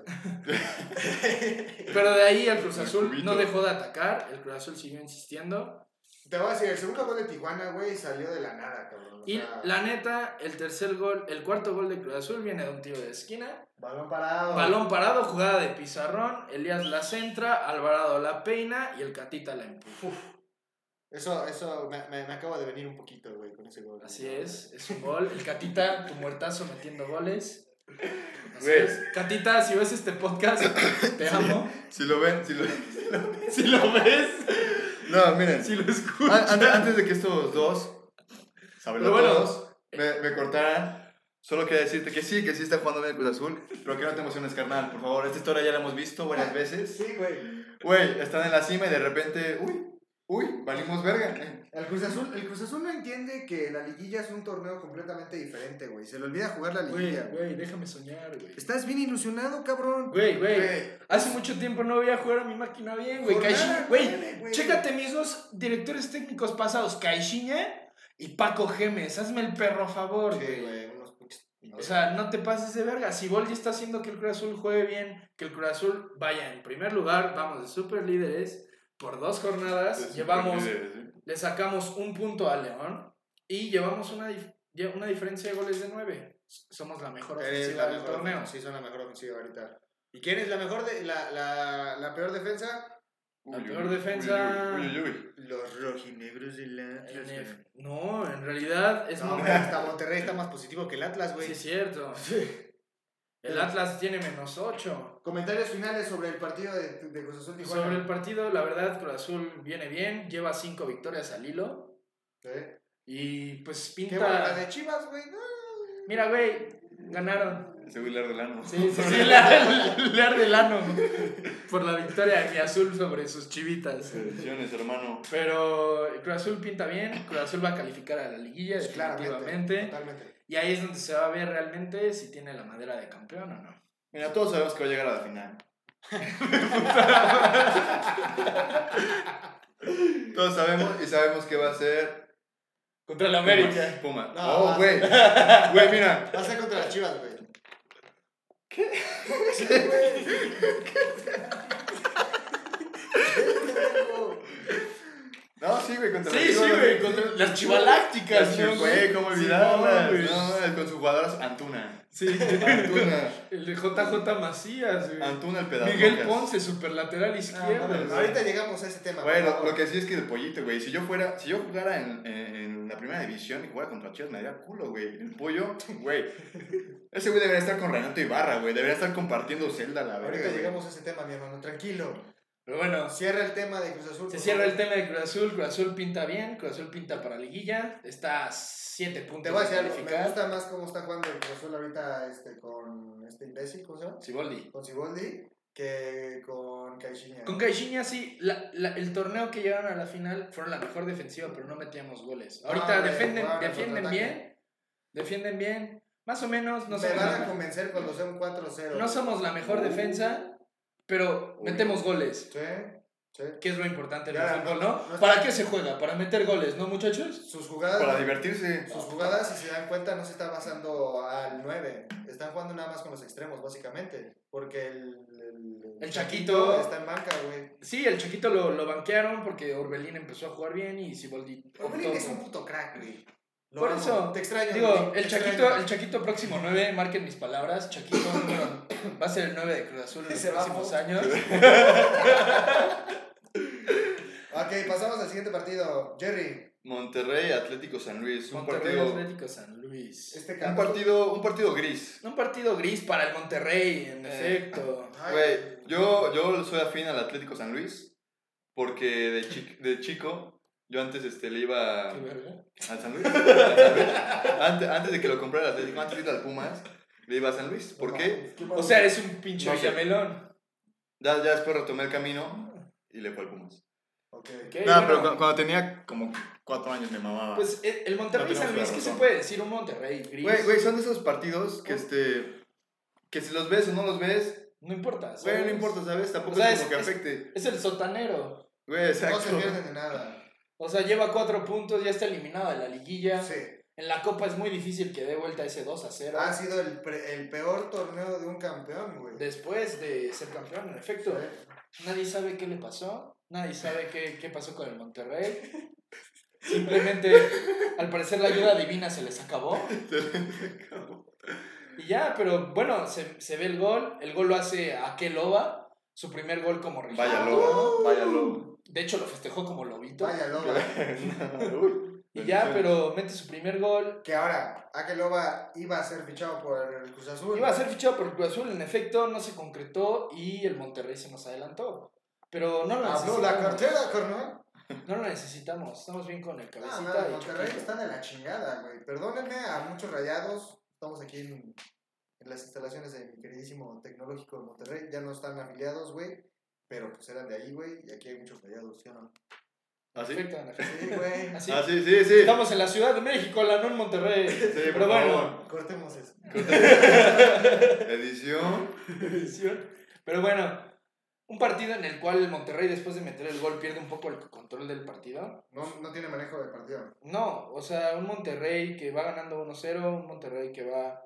Speaker 3: Pero de ahí el Cruz
Speaker 1: El
Speaker 3: Azul
Speaker 1: cubito.
Speaker 3: no dejó de atacar. El Cruz Azul siguió insistiendo.
Speaker 2: Te voy a decir, el segundo gol de Tijuana, güey, salió de la nada, cabrón. O
Speaker 3: Y
Speaker 2: sea,
Speaker 3: la neta, el tercer gol, el cuarto gol de Cruz Azul viene de un tiro de esquina.
Speaker 2: Balón parado.
Speaker 3: Balón parado, jugada de pizarrón. Elías la centra, Alvarado la peina y el Catita la empuja.
Speaker 2: Eso, eso me, me, me acabo de venir un poquito, güey, con ese gol.
Speaker 3: Así es, es un gol. El Catita, tu muertazo metiendo goles. Así
Speaker 1: Güey.
Speaker 3: es. Catita, si ves este podcast, te amo.
Speaker 1: Si lo ven, si lo
Speaker 3: Si lo ves,
Speaker 1: No, miren.
Speaker 3: si lo escuchas.
Speaker 1: An- ante- Antes de que estos dos, sabelotodos,
Speaker 3: Pero bueno.
Speaker 1: me, me cortaran, solo quería decirte que sí, que sí está jugando bien el Cruz Azul, pero que no te emociones, carnal, por favor. Esta historia ya la hemos visto varias veces.
Speaker 2: Sí, güey.
Speaker 1: Güey, están en la cima y de repente, uy, uy, valimos verga.
Speaker 2: El Cruz, Azul, el Cruz Azul no entiende que la liguilla es un torneo completamente diferente, güey. Se le olvida jugar la
Speaker 3: Güey,
Speaker 2: liguilla.
Speaker 3: güey, déjame soñar, güey.
Speaker 2: Estás bien ilusionado, cabrón.
Speaker 3: Güey, güey.
Speaker 1: Güey,
Speaker 3: Hace mucho tiempo no voy a jugar a mi máquina bien, güey.
Speaker 2: Jornada
Speaker 3: Caixinha,
Speaker 2: nueve,
Speaker 3: güey.
Speaker 2: güey.
Speaker 3: Chécate mis dos directores técnicos pasados, Caixinha y Paco Gemes. Hazme el perro favor,
Speaker 2: Sí,
Speaker 3: güey.
Speaker 2: güey, unos pinches-
Speaker 3: O sea, no te pases de verga. Si Boldi está haciendo que el Cruz Azul juegue bien, que el Cruz Azul vaya en primer lugar, vamos de super líderes por dos jornadas. llevamos, le sacamos un punto a León y llevamos una, dif- lle- una diferencia de goles de nueve. S- Somos eh, la mejor
Speaker 2: Eres
Speaker 3: ofensiva
Speaker 2: la
Speaker 3: del
Speaker 2: mejor
Speaker 3: torneo.
Speaker 2: Sí, son la mejor ofensiva ahorita. ¿Y quién es la mejor de la, la, la peor defensa?
Speaker 3: La peor defensa-
Speaker 1: Uy, uy, uy.
Speaker 2: Los rojinegros del Atlas.
Speaker 3: En
Speaker 2: güey.
Speaker 3: el- no, en realidad es
Speaker 2: No,
Speaker 3: Mon-
Speaker 2: güey, hasta Monterrey está más positivo que el Atlas,
Speaker 3: Sí,
Speaker 2: güey.
Speaker 3: es cierto. El Atlas tiene menos ocho.
Speaker 2: Comentarios finales sobre el partido de, de Cruz Azul Tijuana.
Speaker 3: Sobre el partido, la verdad, Cruz Azul viene bien, lleva cinco victorias al hilo.
Speaker 2: ¿Eh?
Speaker 3: Y pues pinta.
Speaker 2: Qué buena la de Chivas, güey. No.
Speaker 3: Mira, güey, ganaron.
Speaker 1: Ese güey largo lano.
Speaker 3: Sí, sí, sí, le arde- le arde el ano por la victoria de mi azul sobre sus chivitas.
Speaker 1: Bendiciones, hermano.
Speaker 3: Pero el Cruz Azul pinta bien, Cruz Azul va a calificar a la liguilla
Speaker 2: Pues Claramente.
Speaker 3: definitivamente.
Speaker 2: Totalmente.
Speaker 3: Y ahí es donde se va a ver realmente si tiene la madera de campeón o no.
Speaker 1: Mira, todos sabemos que va a llegar a la final. todos sabemos y sabemos que va a ser
Speaker 3: Contra la
Speaker 1: América. Puma.
Speaker 2: No,
Speaker 1: Oh,
Speaker 2: va.
Speaker 1: güey. Güey, mira.
Speaker 2: Va a ser contra las Chivas, güey.
Speaker 1: No, sí, güey, contra
Speaker 3: Sí,
Speaker 1: las
Speaker 3: sí,
Speaker 1: Chivas,
Speaker 3: güey, contra las chivalácticas, ¿no,
Speaker 1: Güey, cómo olvidarlas.
Speaker 3: Sí,
Speaker 1: No,
Speaker 3: no, güey.
Speaker 1: mames, con sus jugadoras Antuna.
Speaker 3: Sí,
Speaker 1: Antuna.
Speaker 3: el de JJ Macías, güey.
Speaker 1: Antuna el pedazo.
Speaker 3: Miguel Ponce, superlateral izquierdo.
Speaker 1: mames,
Speaker 3: güey.
Speaker 2: Ah, Ahorita llegamos a ese tema. güey.
Speaker 1: Bueno, lo, lo que sí es que el pollito, güey, si yo fuera, si yo jugara en, en- en la primera división y jugara contra Chivas, me daría culo, güey. El pollo, güey. Ese güey debería estar con Renato Ibarra, güey. Debería estar compartiendo celda, la verga.
Speaker 2: Ahorita
Speaker 1: güey.
Speaker 2: llegamos a ese tema, mi hermano. Tranquilo.
Speaker 3: Pero bueno,
Speaker 2: Cierra el tema de Cruz Azul.
Speaker 3: Se
Speaker 2: por
Speaker 3: cierra el
Speaker 2: favor.
Speaker 3: tema de Cruz Azul, Cruz Azul pinta bien, Cruz Azul pinta para liguilla, está a 7 puntos
Speaker 2: Te voy a decir
Speaker 3: de
Speaker 2: algo. Me
Speaker 3: calificar.
Speaker 2: gusta más cómo está jugando el Cruz Azul ahorita este, con este imbécil, ¿cómo se llama?
Speaker 3: Siboldi.
Speaker 2: Con Siboldi que con Caixinha.
Speaker 3: Con Caixinha sí, la- la- el torneo que llegaron a la final fueron la mejor defensiva, pero no metíamos goles. Ahorita
Speaker 2: Ah, güey,
Speaker 3: defienden,
Speaker 2: jugaron al
Speaker 3: defienden
Speaker 2: contraataque.
Speaker 3: bien, defienden bien, más o menos, no
Speaker 2: Me
Speaker 3: somos,
Speaker 2: van a
Speaker 3: la,
Speaker 2: convencer cuando sea un 4-0.
Speaker 3: no somos la mejor
Speaker 1: Uy.
Speaker 3: defensa, pero
Speaker 1: Uy.
Speaker 3: metemos goles,
Speaker 2: Sí, sí.
Speaker 3: que es lo importante del
Speaker 2: Ya,
Speaker 3: fútbol,
Speaker 2: no-
Speaker 3: ¿no?
Speaker 2: no-
Speaker 3: ¿Para qué se juega? Para meter goles, ¿no, muchachos?
Speaker 2: Sus jugadas.
Speaker 1: Para divertirse.
Speaker 3: Ah.
Speaker 2: Sus jugadas, si se dan cuenta, no se están basando al 9. Están jugando nada más con los extremos, básicamente. Porque el. El,
Speaker 3: El Chaquito.
Speaker 2: Está en banca, güey.
Speaker 3: Sí, el chiquito lo, lo banquearon porque Orbelín empezó a jugar bien y Siboldi
Speaker 2: Oblin
Speaker 3: optó
Speaker 2: es
Speaker 3: por-
Speaker 2: un puto crack, güey. Lo
Speaker 3: Por
Speaker 2: amo.
Speaker 3: eso,
Speaker 2: Te extraño.
Speaker 3: Digo,
Speaker 2: Oblin,
Speaker 3: el
Speaker 2: te extraño.
Speaker 3: Chaquito, el Chaquito próximo 9, marquen mis palabras, Chaquito número- va a ser el 9 de Cruz Azul en los
Speaker 2: Se va,
Speaker 3: próximos
Speaker 2: ¿no?
Speaker 3: años.
Speaker 2: Ok, Ok, pasamos al siguiente partido. Jerry,
Speaker 1: Monterrey Atlético San Luis. Un
Speaker 3: Monterrey
Speaker 1: partido,
Speaker 3: Atlético San Luis.
Speaker 2: este
Speaker 1: un,
Speaker 2: campo.
Speaker 1: partido, un partido gris.
Speaker 3: Un partido gris para el Monterrey, en
Speaker 1: Eh,
Speaker 3: efecto.
Speaker 2: Ay,
Speaker 1: Güey, yo, yo soy afín al Atlético San Luis porque de, chi- de chico yo antes este, le iba
Speaker 3: Qué verga.
Speaker 1: al San Luis. al San Luis. Antes, antes de que lo comprara el Atlético, antes de ir al Pumas, le iba a San Luis. ¿Por qué?
Speaker 3: O sea, eres un pinche
Speaker 1: No sé.
Speaker 3: villamelón.
Speaker 1: Ya, ya después retomé el camino y le fue al Pumas.
Speaker 2: Ok.
Speaker 3: Ok,
Speaker 1: No,
Speaker 3: bueno.
Speaker 1: pero cu- cuando tenía como cuatro años me mamaba.
Speaker 3: Pues eh, el Monterrey
Speaker 1: No
Speaker 3: San
Speaker 1: tenemos
Speaker 3: Luis,
Speaker 1: la
Speaker 3: ¿qué se
Speaker 1: razón.
Speaker 3: puede decir? Un Monterrey gris.
Speaker 1: Güey, güey, son de esos partidos
Speaker 3: Oh.
Speaker 1: que este. Que si los ves o no los ves,
Speaker 3: No importa. ¿sabes?
Speaker 1: güey, no importa, ¿sabes? Tampoco
Speaker 3: O sea,
Speaker 1: es como
Speaker 3: es-
Speaker 1: que
Speaker 3: es-
Speaker 1: afecte.
Speaker 3: Es el sotanero.
Speaker 1: Güey,
Speaker 2: No
Speaker 1: exacto.
Speaker 2: se pierden de nada.
Speaker 3: O sea, lleva cuatro puntos, ya está eliminado de la liguilla.
Speaker 2: Sí. Ah,
Speaker 3: En la Copa es muy difícil que dé vuelta ese 2 a 0.
Speaker 2: Ha sido el, pre- el peor torneo de un campeón, güey.
Speaker 3: Después de ser campeón, en efecto. Nadie sabe qué le pasó. Nadie sabe qué, qué pasó con el Monterrey. Simplemente, al parecer, la ayuda divina se les acabó. Y ya, pero bueno, se, se ve el gol. El gol lo hace Akeloba. Su primer gol como Ricardo.
Speaker 1: Vaya lobo, vaya lobo.
Speaker 3: De hecho, lo festejó como lobito.
Speaker 2: Vaya loba.
Speaker 1: Uy,
Speaker 3: Y ya,
Speaker 1: bendiciones.
Speaker 3: pero mete su primer gol.
Speaker 2: Que ahora, Akeloba iba a ser fichado por el Cruz Azul.
Speaker 3: Iba a ser fichado por Cruz Azul, en efecto, no se concretó y el Monterrey se nos adelantó. Pero no lo
Speaker 2: Habló
Speaker 3: necesitamos.
Speaker 2: la cartera, carnal.
Speaker 3: No lo necesitamos. Estamos bien con el
Speaker 2: Ah,
Speaker 3: cabecita.
Speaker 2: madre,
Speaker 3: y
Speaker 2: Monterrey
Speaker 3: Chuquito.
Speaker 2: está de la chingada, güey. Perdónenme a muchos rayados. Estamos aquí en, en las instalaciones de mi queridísimo tecnológico de Monterrey. Ya no están afiliados, güey. Pero pues eran de ahí, güey. Y aquí hay muchos rayados, ¿sí o no?
Speaker 1: ¿Ah, sí?
Speaker 3: Perfecto, en efecto.
Speaker 2: Sí, güey.
Speaker 3: Así.
Speaker 1: Ah, sí, sí, sí.
Speaker 3: Estamos en la Ciudad de México, la no en Monterrey.
Speaker 1: Sí, por
Speaker 3: Pero bueno,
Speaker 1: favor.
Speaker 2: Cortemos eso.
Speaker 1: Edición.
Speaker 3: edición. pero bueno, un partido en el cual el Monterrey después de meter el gol pierde un poco el control del partido.
Speaker 2: No, no tiene manejo del partido.
Speaker 3: No, o sea, un Monterrey que va ganando 1-0, un Monterrey que va...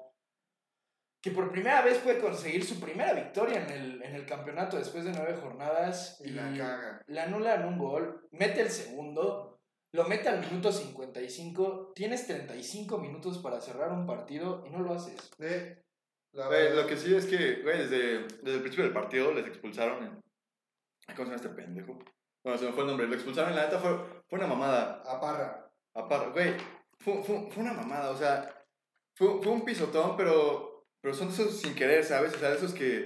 Speaker 3: Que por primera vez puede conseguir su primera victoria en el, en el campeonato después de nueve jornadas.
Speaker 2: Y la caga.
Speaker 3: le anulan un gol, mete el segundo, lo mete al minuto 55, tienes 35 minutos para cerrar un partido y no lo haces.
Speaker 2: De la
Speaker 1: Güey, lo que sí es que, güey, desde, desde el principio del partido les expulsaron. en- Ay, ¿Cómo se llama este pendejo? Bueno, se me fue el nombre. Lo expulsaron, la neta fue, fue una mamada.
Speaker 2: A Parra.
Speaker 1: Aparte, güey, fue, fue, fue una mamada, o sea, fue, fue un pisotón, pero, pero son de esos sin querer, ¿sabes? O sea, de esos que,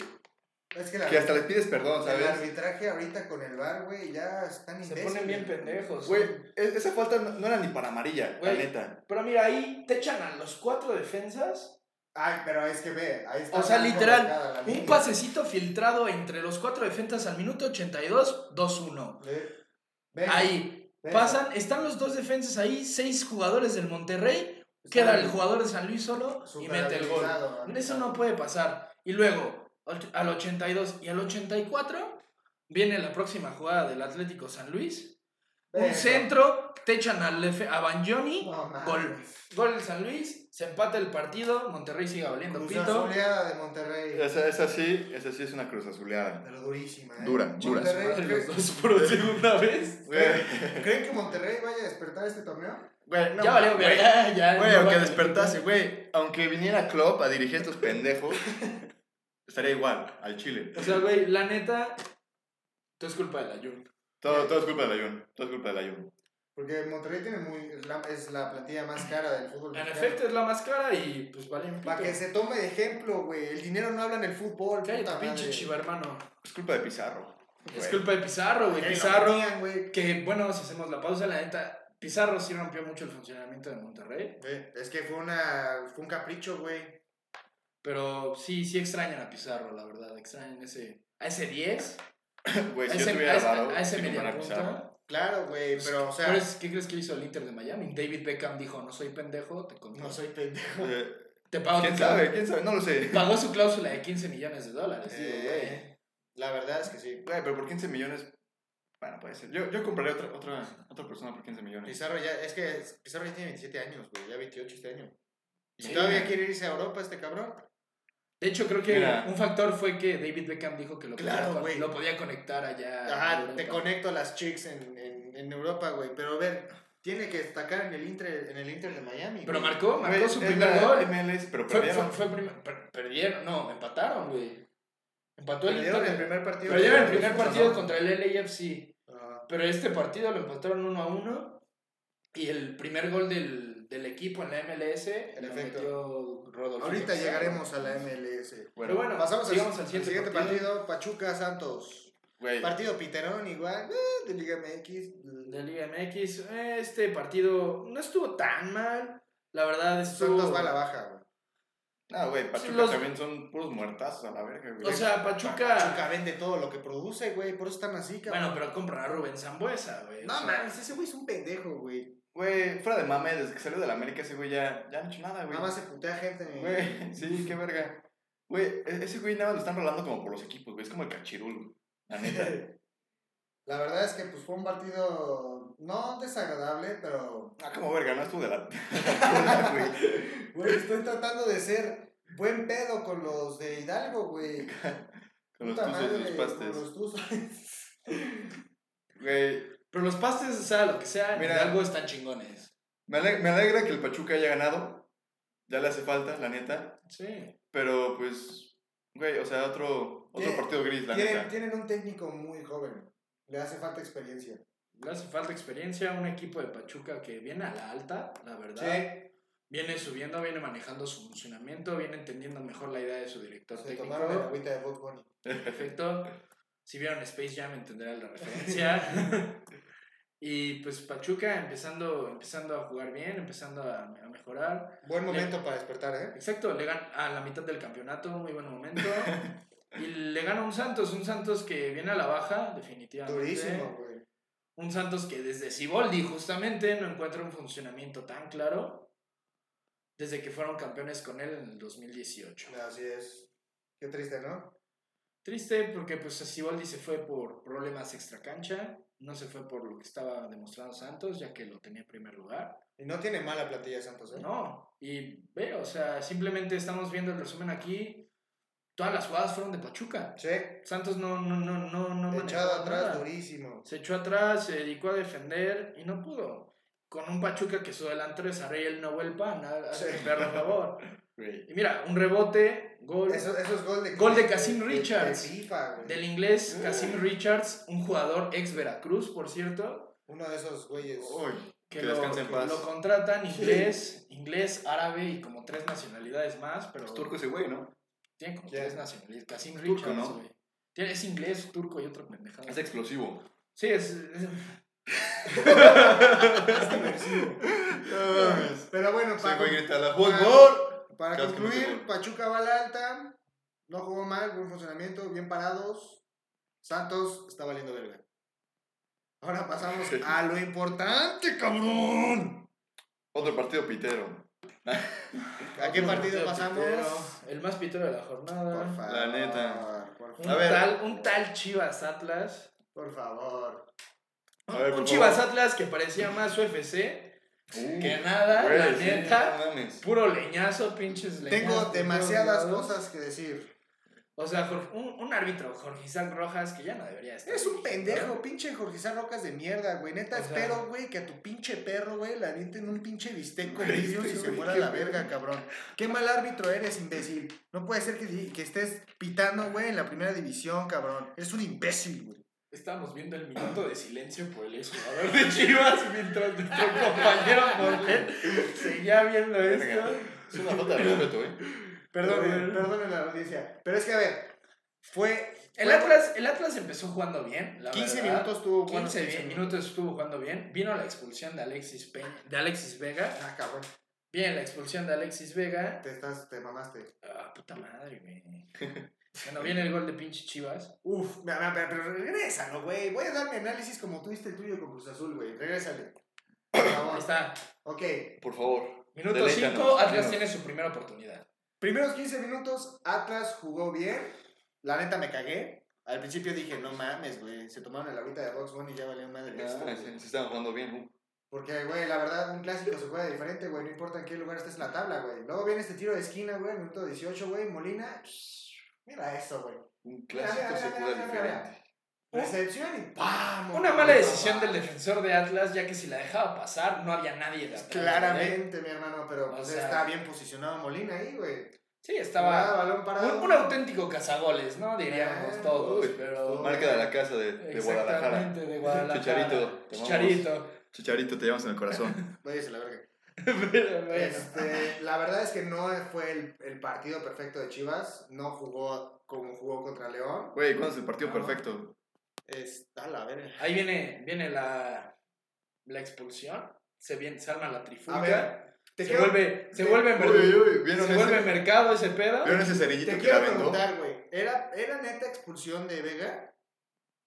Speaker 2: Es que, la,
Speaker 1: que hasta les pides perdón,
Speaker 2: el
Speaker 1: ¿sabes?
Speaker 2: arbitraje ahorita con el bar, güey, ya están
Speaker 3: Se
Speaker 2: imbéciles.
Speaker 3: ponen bien pendejos.
Speaker 1: Güey, e- esa falta no, no era ni para amarilla,
Speaker 3: Güey.
Speaker 1: la neta.
Speaker 3: Pero mira, ahí te echan a los cuatro defensas.
Speaker 2: Ay, pero es que ve, ahí está.
Speaker 3: O sea,
Speaker 2: bien
Speaker 3: literal,
Speaker 2: colocada la
Speaker 3: Un
Speaker 2: línea.
Speaker 3: pasecito filtrado entre los cuatro defensas al minuto 82, 2-1.
Speaker 2: Ve, ve,
Speaker 3: Ahí
Speaker 2: ve.
Speaker 3: pasan, están los dos defensas ahí, seis jugadores del Monterrey,
Speaker 2: Está
Speaker 3: queda
Speaker 2: bien.
Speaker 3: el jugador de San Luis solo y
Speaker 2: Súper
Speaker 3: mete el gol.
Speaker 2: habilitado, ¿no?
Speaker 3: Eso no puede pasar. Y luego, och- al 82 y al 84, viene la próxima jugada del Atlético San Luis. Un
Speaker 2: Venga.
Speaker 3: centro, te echan al F- a Banjoni.
Speaker 2: No, mames.
Speaker 3: Gol. Gol del San Luis, se empata el partido, Monterrey sigue valiendo
Speaker 2: Cruz
Speaker 3: pito.
Speaker 2: Azuleada de Monterrey.
Speaker 1: Esa, esa sí, esa sí es una cruz azuleada.
Speaker 2: Pero durísima, ¿eh?
Speaker 1: Dura, dura.
Speaker 2: Monterrey,
Speaker 3: Madre,
Speaker 2: ¿creen-
Speaker 3: los dos por segunda vez.
Speaker 1: Güey,
Speaker 2: ¿Creen que Monterrey vaya a despertar este torneo?
Speaker 1: güey, no,
Speaker 3: ya valió,
Speaker 1: güey.
Speaker 3: verga, ya.
Speaker 1: Güey,
Speaker 3: no
Speaker 1: aunque
Speaker 3: vale.
Speaker 1: despertase, güey, aunque viniera Klopp a dirigir a estos pendejos, estaría igual, al Chile.
Speaker 3: O sea, güey, la neta, todo es culpa de la Jun.
Speaker 1: Todo, todo es culpa del ayun, todo es culpa del ayun.
Speaker 2: Porque Monterrey tiene muy, es la- es la plantilla más cara del fútbol.
Speaker 3: En
Speaker 2: mexicano.
Speaker 3: efecto, es la más cara y pues vale un
Speaker 2: Para que
Speaker 3: pito.
Speaker 2: se tome de ejemplo, güey. El dinero no habla en el fútbol.
Speaker 3: Cállate,
Speaker 2: puta
Speaker 3: pinche
Speaker 2: madre.
Speaker 3: chiva, hermano.
Speaker 1: Es culpa de Pizarro.
Speaker 3: Es
Speaker 1: güey.
Speaker 3: culpa de Pizarro, güey.
Speaker 2: Ya ni lo
Speaker 3: Pizarro.
Speaker 2: metían, güey.
Speaker 3: Que bueno, si hacemos la pausa, la neta, Pizarro sí rompió mucho el funcionamiento de Monterrey.
Speaker 2: Ve, Es que fue, una, fue un capricho, güey.
Speaker 3: Pero sí, sí extrañan a Pizarro, la verdad. Extrañan ese, a ese 10,
Speaker 1: Güey,
Speaker 3: a
Speaker 1: Pues si
Speaker 3: ese,
Speaker 1: yo tuviera
Speaker 3: a ese-
Speaker 1: varo,
Speaker 3: a ese
Speaker 1: sí
Speaker 3: media
Speaker 1: comprara
Speaker 3: punta.
Speaker 1: Pizarro.
Speaker 2: Claro, güey. Pero, o sea,
Speaker 3: Pero es- ¿Qué crees que hizo el Inter de Miami? David Beckham dijo, no soy pendejo, te conto".
Speaker 2: no soy pendejo.
Speaker 1: Eh,
Speaker 3: Te pago
Speaker 1: ¿Quién
Speaker 3: tu
Speaker 1: sabe?
Speaker 3: cláusula".
Speaker 1: ¿Quién sabe? No lo sé.
Speaker 3: Pagó su cláusula de 15 millones de dólares.
Speaker 2: Eh,
Speaker 3: digo, güey.
Speaker 2: La verdad es que sí.
Speaker 1: Güey, pero por 15 millones, bueno, puede ser. Yo, yo compraría otra, otra, otra persona por 15 millones.
Speaker 2: Pizarro ya, es que Pizarro ya tiene 27 años, güey, ya 28 este año. Y
Speaker 3: Sí.
Speaker 2: todavía quiere irse a Europa este cabrón.
Speaker 3: De hecho, creo que
Speaker 1: Mira.
Speaker 3: un factor fue que David Beckham dijo que lo,
Speaker 2: Claro,
Speaker 3: podía,
Speaker 2: güey.
Speaker 3: con- lo podía conectar allá. a
Speaker 2: Ajá,
Speaker 3: Europa.
Speaker 2: te conecto a las chicks en, en, en Europa, güey. Pero a ver, tiene que destacar en el Inter, en el Inter de Miami.
Speaker 3: Pero
Speaker 2: güey.
Speaker 3: marcó, marcó
Speaker 1: Güey,
Speaker 3: su
Speaker 1: es
Speaker 3: primer
Speaker 1: la
Speaker 3: gol.
Speaker 1: MLS, pero
Speaker 3: Fue, fue,
Speaker 1: perdieron.
Speaker 3: fue primer- per- perdieron, no, empataron, güey. Empató el
Speaker 2: Perdieron
Speaker 3: Inter.
Speaker 2: el primer partido.
Speaker 3: Perdieron el
Speaker 2: Pero
Speaker 3: primer
Speaker 2: eso
Speaker 3: partido
Speaker 2: pasó.
Speaker 3: contra el LAFC.
Speaker 2: Ajá.
Speaker 3: pero este partido lo empataron 1 a 1 y el primer gol del, del equipo en la MLS
Speaker 2: En
Speaker 3: lo
Speaker 2: efecto.
Speaker 3: metió Rodolfo.
Speaker 2: Ahorita
Speaker 3: Pizarro.
Speaker 2: llegaremos a la MLS.
Speaker 3: Pero bueno,
Speaker 2: Pasamos al,
Speaker 3: sigamos
Speaker 2: al siguiente partido. Pachuca Santos.
Speaker 1: Güey,
Speaker 2: Partido Piterón igual, eh, de Liga MX.
Speaker 3: de Liga MX. Este partido no estuvo tan mal. La verdad estuvo...
Speaker 2: Santos va a la baja, güey.
Speaker 1: ah, güey, Pachuca
Speaker 3: Los-
Speaker 1: también son puros muertazos a la verga, güey.
Speaker 3: O sea, Pachuca...
Speaker 2: Pachuca vende todo lo que produce, güey. Por eso están así, cabrón.
Speaker 3: Bueno, pero compran a Rubén Zambuesa, güey. O
Speaker 2: no
Speaker 3: sea,
Speaker 2: mames, ese güey es un pendejo, güey.
Speaker 1: Güey, fuera de mame, desde que salió de la América ese güey ya, ya no ha hecho nada, güey.
Speaker 2: Nada más se putea gente.
Speaker 1: Güey, sí, qué verga. Güey, e- ese güey nada más lo están rolando como por los equipos, güey. Es como el cachirul, güey. La neta.
Speaker 2: La verdad es que pues fue un partido no desagradable, pero
Speaker 1: Ah, como verga, no estuvo de la... Puta, güey.
Speaker 2: güey, estoy tratando de ser buen pedo con los de Hidalgo, güey.
Speaker 1: Con los
Speaker 2: Puta
Speaker 1: tuzos y
Speaker 2: madre,
Speaker 1: los pastes.
Speaker 2: con los tuzos.
Speaker 1: Güey,
Speaker 3: Pero los pastes, o sea, lo que sea,
Speaker 1: Mira.
Speaker 3: de algo están chingones.
Speaker 1: me, ale- me alegra que el Pachuca haya ganado. Ya le hace falta, la neta.
Speaker 3: Sí.
Speaker 1: Pero, pues, güey, o sea, otro, otro
Speaker 2: Tiene-
Speaker 1: partido gris, la
Speaker 2: tienen,
Speaker 1: neta.
Speaker 2: tienen un técnico muy joven. Le hace falta experiencia.
Speaker 3: Le hace falta experiencia a un equipo de Pachuca que viene a la alta, la verdad.
Speaker 2: Sí,
Speaker 3: Viene subiendo, viene manejando su funcionamiento, viene entendiendo mejor la idea de su director
Speaker 2: se
Speaker 3: técnico.
Speaker 2: tomaron la agüita de Bot Bunny.
Speaker 3: Perfecto. Si vieron Space Jam entenderán la referencia. y pues Pachuca empezando, empezando a jugar bien, empezando a, a mejorar.
Speaker 2: Buen momento para despertar, ¿eh?
Speaker 3: Exacto, le gana a la mitad del campeonato, muy buen momento. Y le gana un Santos, un Santos que viene a la baja, definitivamente.
Speaker 2: Durísimo, güey.
Speaker 3: Un Santos que desde Siboldi justamente no encuentra un funcionamiento tan claro desde que fueron campeones con él en el 2018.
Speaker 2: Así es. Qué triste, ¿no?
Speaker 3: Triste porque pues Siboldi se fue por problemas extracancha, no se fue por lo que estaba demostrando Santos, ya que lo tenía en primer lugar.
Speaker 2: Y no tiene mala plantilla Santos, ¿eh?
Speaker 3: No, y ve, o sea, simplemente estamos viendo el resumen aquí. Todas las jugadas fueron de Pachuca.
Speaker 2: Che,
Speaker 3: Santos no, no, no, no, no manejó
Speaker 2: echado atrás,
Speaker 3: nada.
Speaker 2: durísimo.
Speaker 3: Se echó atrás, se dedicó a defender y no pudo. Con un Pachuca que su delantero es Ariel Noel Pan, hazme
Speaker 2: Sí.
Speaker 3: perro favor.
Speaker 1: Güey.
Speaker 3: Y mira, un rebote, gol
Speaker 2: Eso, eso es gol de...
Speaker 3: Gol de Casim Richards.
Speaker 2: De FIFA, güey.
Speaker 3: del inglés
Speaker 2: Mm.
Speaker 3: Casim Richards, un jugador ex Veracruz, por cierto,
Speaker 2: Uno de esos güeyes.
Speaker 1: Uy,
Speaker 3: que,
Speaker 1: Que
Speaker 3: lo,
Speaker 1: descanse en
Speaker 3: que
Speaker 1: paz.
Speaker 3: lo contratan inglés, inglés, árabe y como tres nacionalidades más, pero
Speaker 1: es turco ese güey, ¿no?
Speaker 3: tiene como
Speaker 2: ¿Quién?
Speaker 3: tres nacionalidades. Casim
Speaker 1: turco,
Speaker 3: Richards,
Speaker 1: ¿no?
Speaker 3: güey. Tiene- Es inglés, turco y otra pendejada.
Speaker 1: Es explosivo.
Speaker 3: Sí, es, es-
Speaker 2: Es diversivo.
Speaker 1: Ese
Speaker 2: Pero bueno, Paco,
Speaker 1: güey grita, la
Speaker 2: Paco,
Speaker 1: fútbol.
Speaker 2: para
Speaker 1: Cada vez que mete
Speaker 2: concluir,
Speaker 1: gol.
Speaker 2: Pachuca va a la alta. No jugó mal, buen funcionamiento, bien parados. Santos está valiendo verga. Ahora pasamos
Speaker 1: Sí.
Speaker 2: a lo importante, cabrón.
Speaker 1: Otro partido pitero.
Speaker 2: ¿A qué
Speaker 3: otro
Speaker 2: partido pasamos?
Speaker 3: pitero, el más pitero de la jornada.
Speaker 2: Por favor.
Speaker 1: La neta.
Speaker 2: Por,
Speaker 3: Un,
Speaker 1: A
Speaker 2: favor.
Speaker 1: ver.
Speaker 3: Tal, un tal Chivas Atlas.
Speaker 2: por favor.
Speaker 1: A ver,
Speaker 3: un
Speaker 1: por
Speaker 3: Chivas
Speaker 1: favor.
Speaker 3: Atlas que parecía más UFC que
Speaker 1: Uh,
Speaker 3: nada,
Speaker 1: güey,
Speaker 3: la
Speaker 1: sí,
Speaker 3: neta.
Speaker 1: no mames.
Speaker 3: Puro leñazo, pinches leñazos.
Speaker 2: Tengo
Speaker 3: de
Speaker 2: demasiadas
Speaker 3: todos lados.
Speaker 2: cosas que decir.
Speaker 3: O sea, Jorge- un, un árbitro, Jorge Isaac Rojas, que ya no debería estar.
Speaker 2: Eres un
Speaker 3: dirigiendo.
Speaker 2: pendejo, pinche Jorge Isaac Rocas de mierda, güey. Neta,
Speaker 3: O sea-
Speaker 2: espero, güey, que a tu pinche perro, güey, la avienten un pinche bistec con
Speaker 1: Güey,
Speaker 2: vidrios y
Speaker 1: este
Speaker 2: se
Speaker 1: güey,
Speaker 2: muera
Speaker 1: qué
Speaker 2: la
Speaker 1: pedo.
Speaker 2: verga, cabrón. Qué mal árbitro eres, imbécil. No puede ser que, di- que estés pitando, güey, en la primera división, cabrón. Eres un imbécil, güey.
Speaker 3: Estábamos viendo el minuto de silencio por el exjugador de Chivas mientras nuestro compañero Morlet seguía viendo esto.
Speaker 1: Verga. Es una falta de respeto, eh.
Speaker 2: Perdón, perdón la audiencia. Pero es que, a ver, fue.
Speaker 3: El
Speaker 2: fue-
Speaker 3: Atlas, el Atlas empezó jugando bien. La
Speaker 2: 15
Speaker 3: verdad.
Speaker 2: minutos tuvo
Speaker 3: 15
Speaker 2: buenos
Speaker 3: bien- minutos estuvo jugando bien. Vino la expulsión de Alexis, Peña- de Alexis Vega.
Speaker 2: Ah, cabrón,
Speaker 3: Bien, la expulsión de Alexis Vega.
Speaker 2: te, estás, te mamaste.
Speaker 3: Ah, puta madre, güey. Bueno, viene el gol de pinche Chivas.
Speaker 2: Uf, me- me- pero regrésalo, güey. Voy a dar mi análisis como tuviste el tuyo con Cruz Azul, güey. Regrésale. Por
Speaker 3: Ahí
Speaker 2: favor.
Speaker 3: está.
Speaker 2: Ok,
Speaker 1: Por favor.
Speaker 3: Minuto
Speaker 1: Deleítanos,
Speaker 3: 5, Atlas
Speaker 1: dinos.
Speaker 3: tiene su primera oportunidad.
Speaker 2: Primeros 15 minutos, Atlas jugó bien. La neta me cagué. Al principio dije, no mames, güey. Se tomaron el agüita de Box Bunny y ya valió madre. esto,
Speaker 1: Ah,
Speaker 2: güey".
Speaker 1: sí, sí estaban jugando bien, uh.
Speaker 2: Porque, güey, la verdad, un clásico se juega diferente, güey. No importa en qué lugar estés en la tabla, güey. Luego viene este tiro de esquina, güey. Minuto 18, güey. Molina. Mira eso, güey.
Speaker 1: Un clásico se juega diferente.
Speaker 2: Recepción y ¡pam!
Speaker 3: Una mala decisión del defensor de Atlas, ya que si la dejaba pasar, no había nadie de atrás,
Speaker 2: Claramente, mi hermano, pero
Speaker 3: O
Speaker 2: pues
Speaker 3: sea-
Speaker 2: está bien posicionado Molina ahí, güey.
Speaker 3: Sí, estaba
Speaker 2: Ah, balón parado.
Speaker 3: un, un auténtico cazagoles, ¿no? Diríamos
Speaker 2: Ah,
Speaker 3: todos,
Speaker 1: uy,
Speaker 3: pero...
Speaker 1: Marca de la casa de, de Guadalajara.
Speaker 3: Exactamente, de Guadalajara.
Speaker 1: Chicharito, te
Speaker 3: Chicharito.
Speaker 1: Chicharito, te llevamos en el corazón.
Speaker 2: Váyase a la verga.
Speaker 3: Pero bueno.
Speaker 2: Este, la verdad es que no fue el, el partido perfecto de Chivas. No jugó como jugó contra León.
Speaker 1: Güey, ¿cuándo es el partido
Speaker 2: Ah.
Speaker 1: perfecto?
Speaker 2: Está la verga.
Speaker 3: Ahí viene, viene la, la expulsión. Se, viene, se arma la trifulca.
Speaker 2: A ver, Te
Speaker 3: se
Speaker 2: quiero-
Speaker 3: vuelve, se
Speaker 2: te-
Speaker 3: vuelve,
Speaker 1: Uy,
Speaker 3: merdu-
Speaker 1: uy, uy, ¿vieron
Speaker 3: se vuelve
Speaker 1: ese,
Speaker 3: mercado ese pedo.
Speaker 1: ¿vieron ese cerillito
Speaker 2: Te
Speaker 1: que la
Speaker 2: quiero
Speaker 1: vendó?
Speaker 2: preguntar, güey. ¿era, ¿Era neta expulsión de Vega?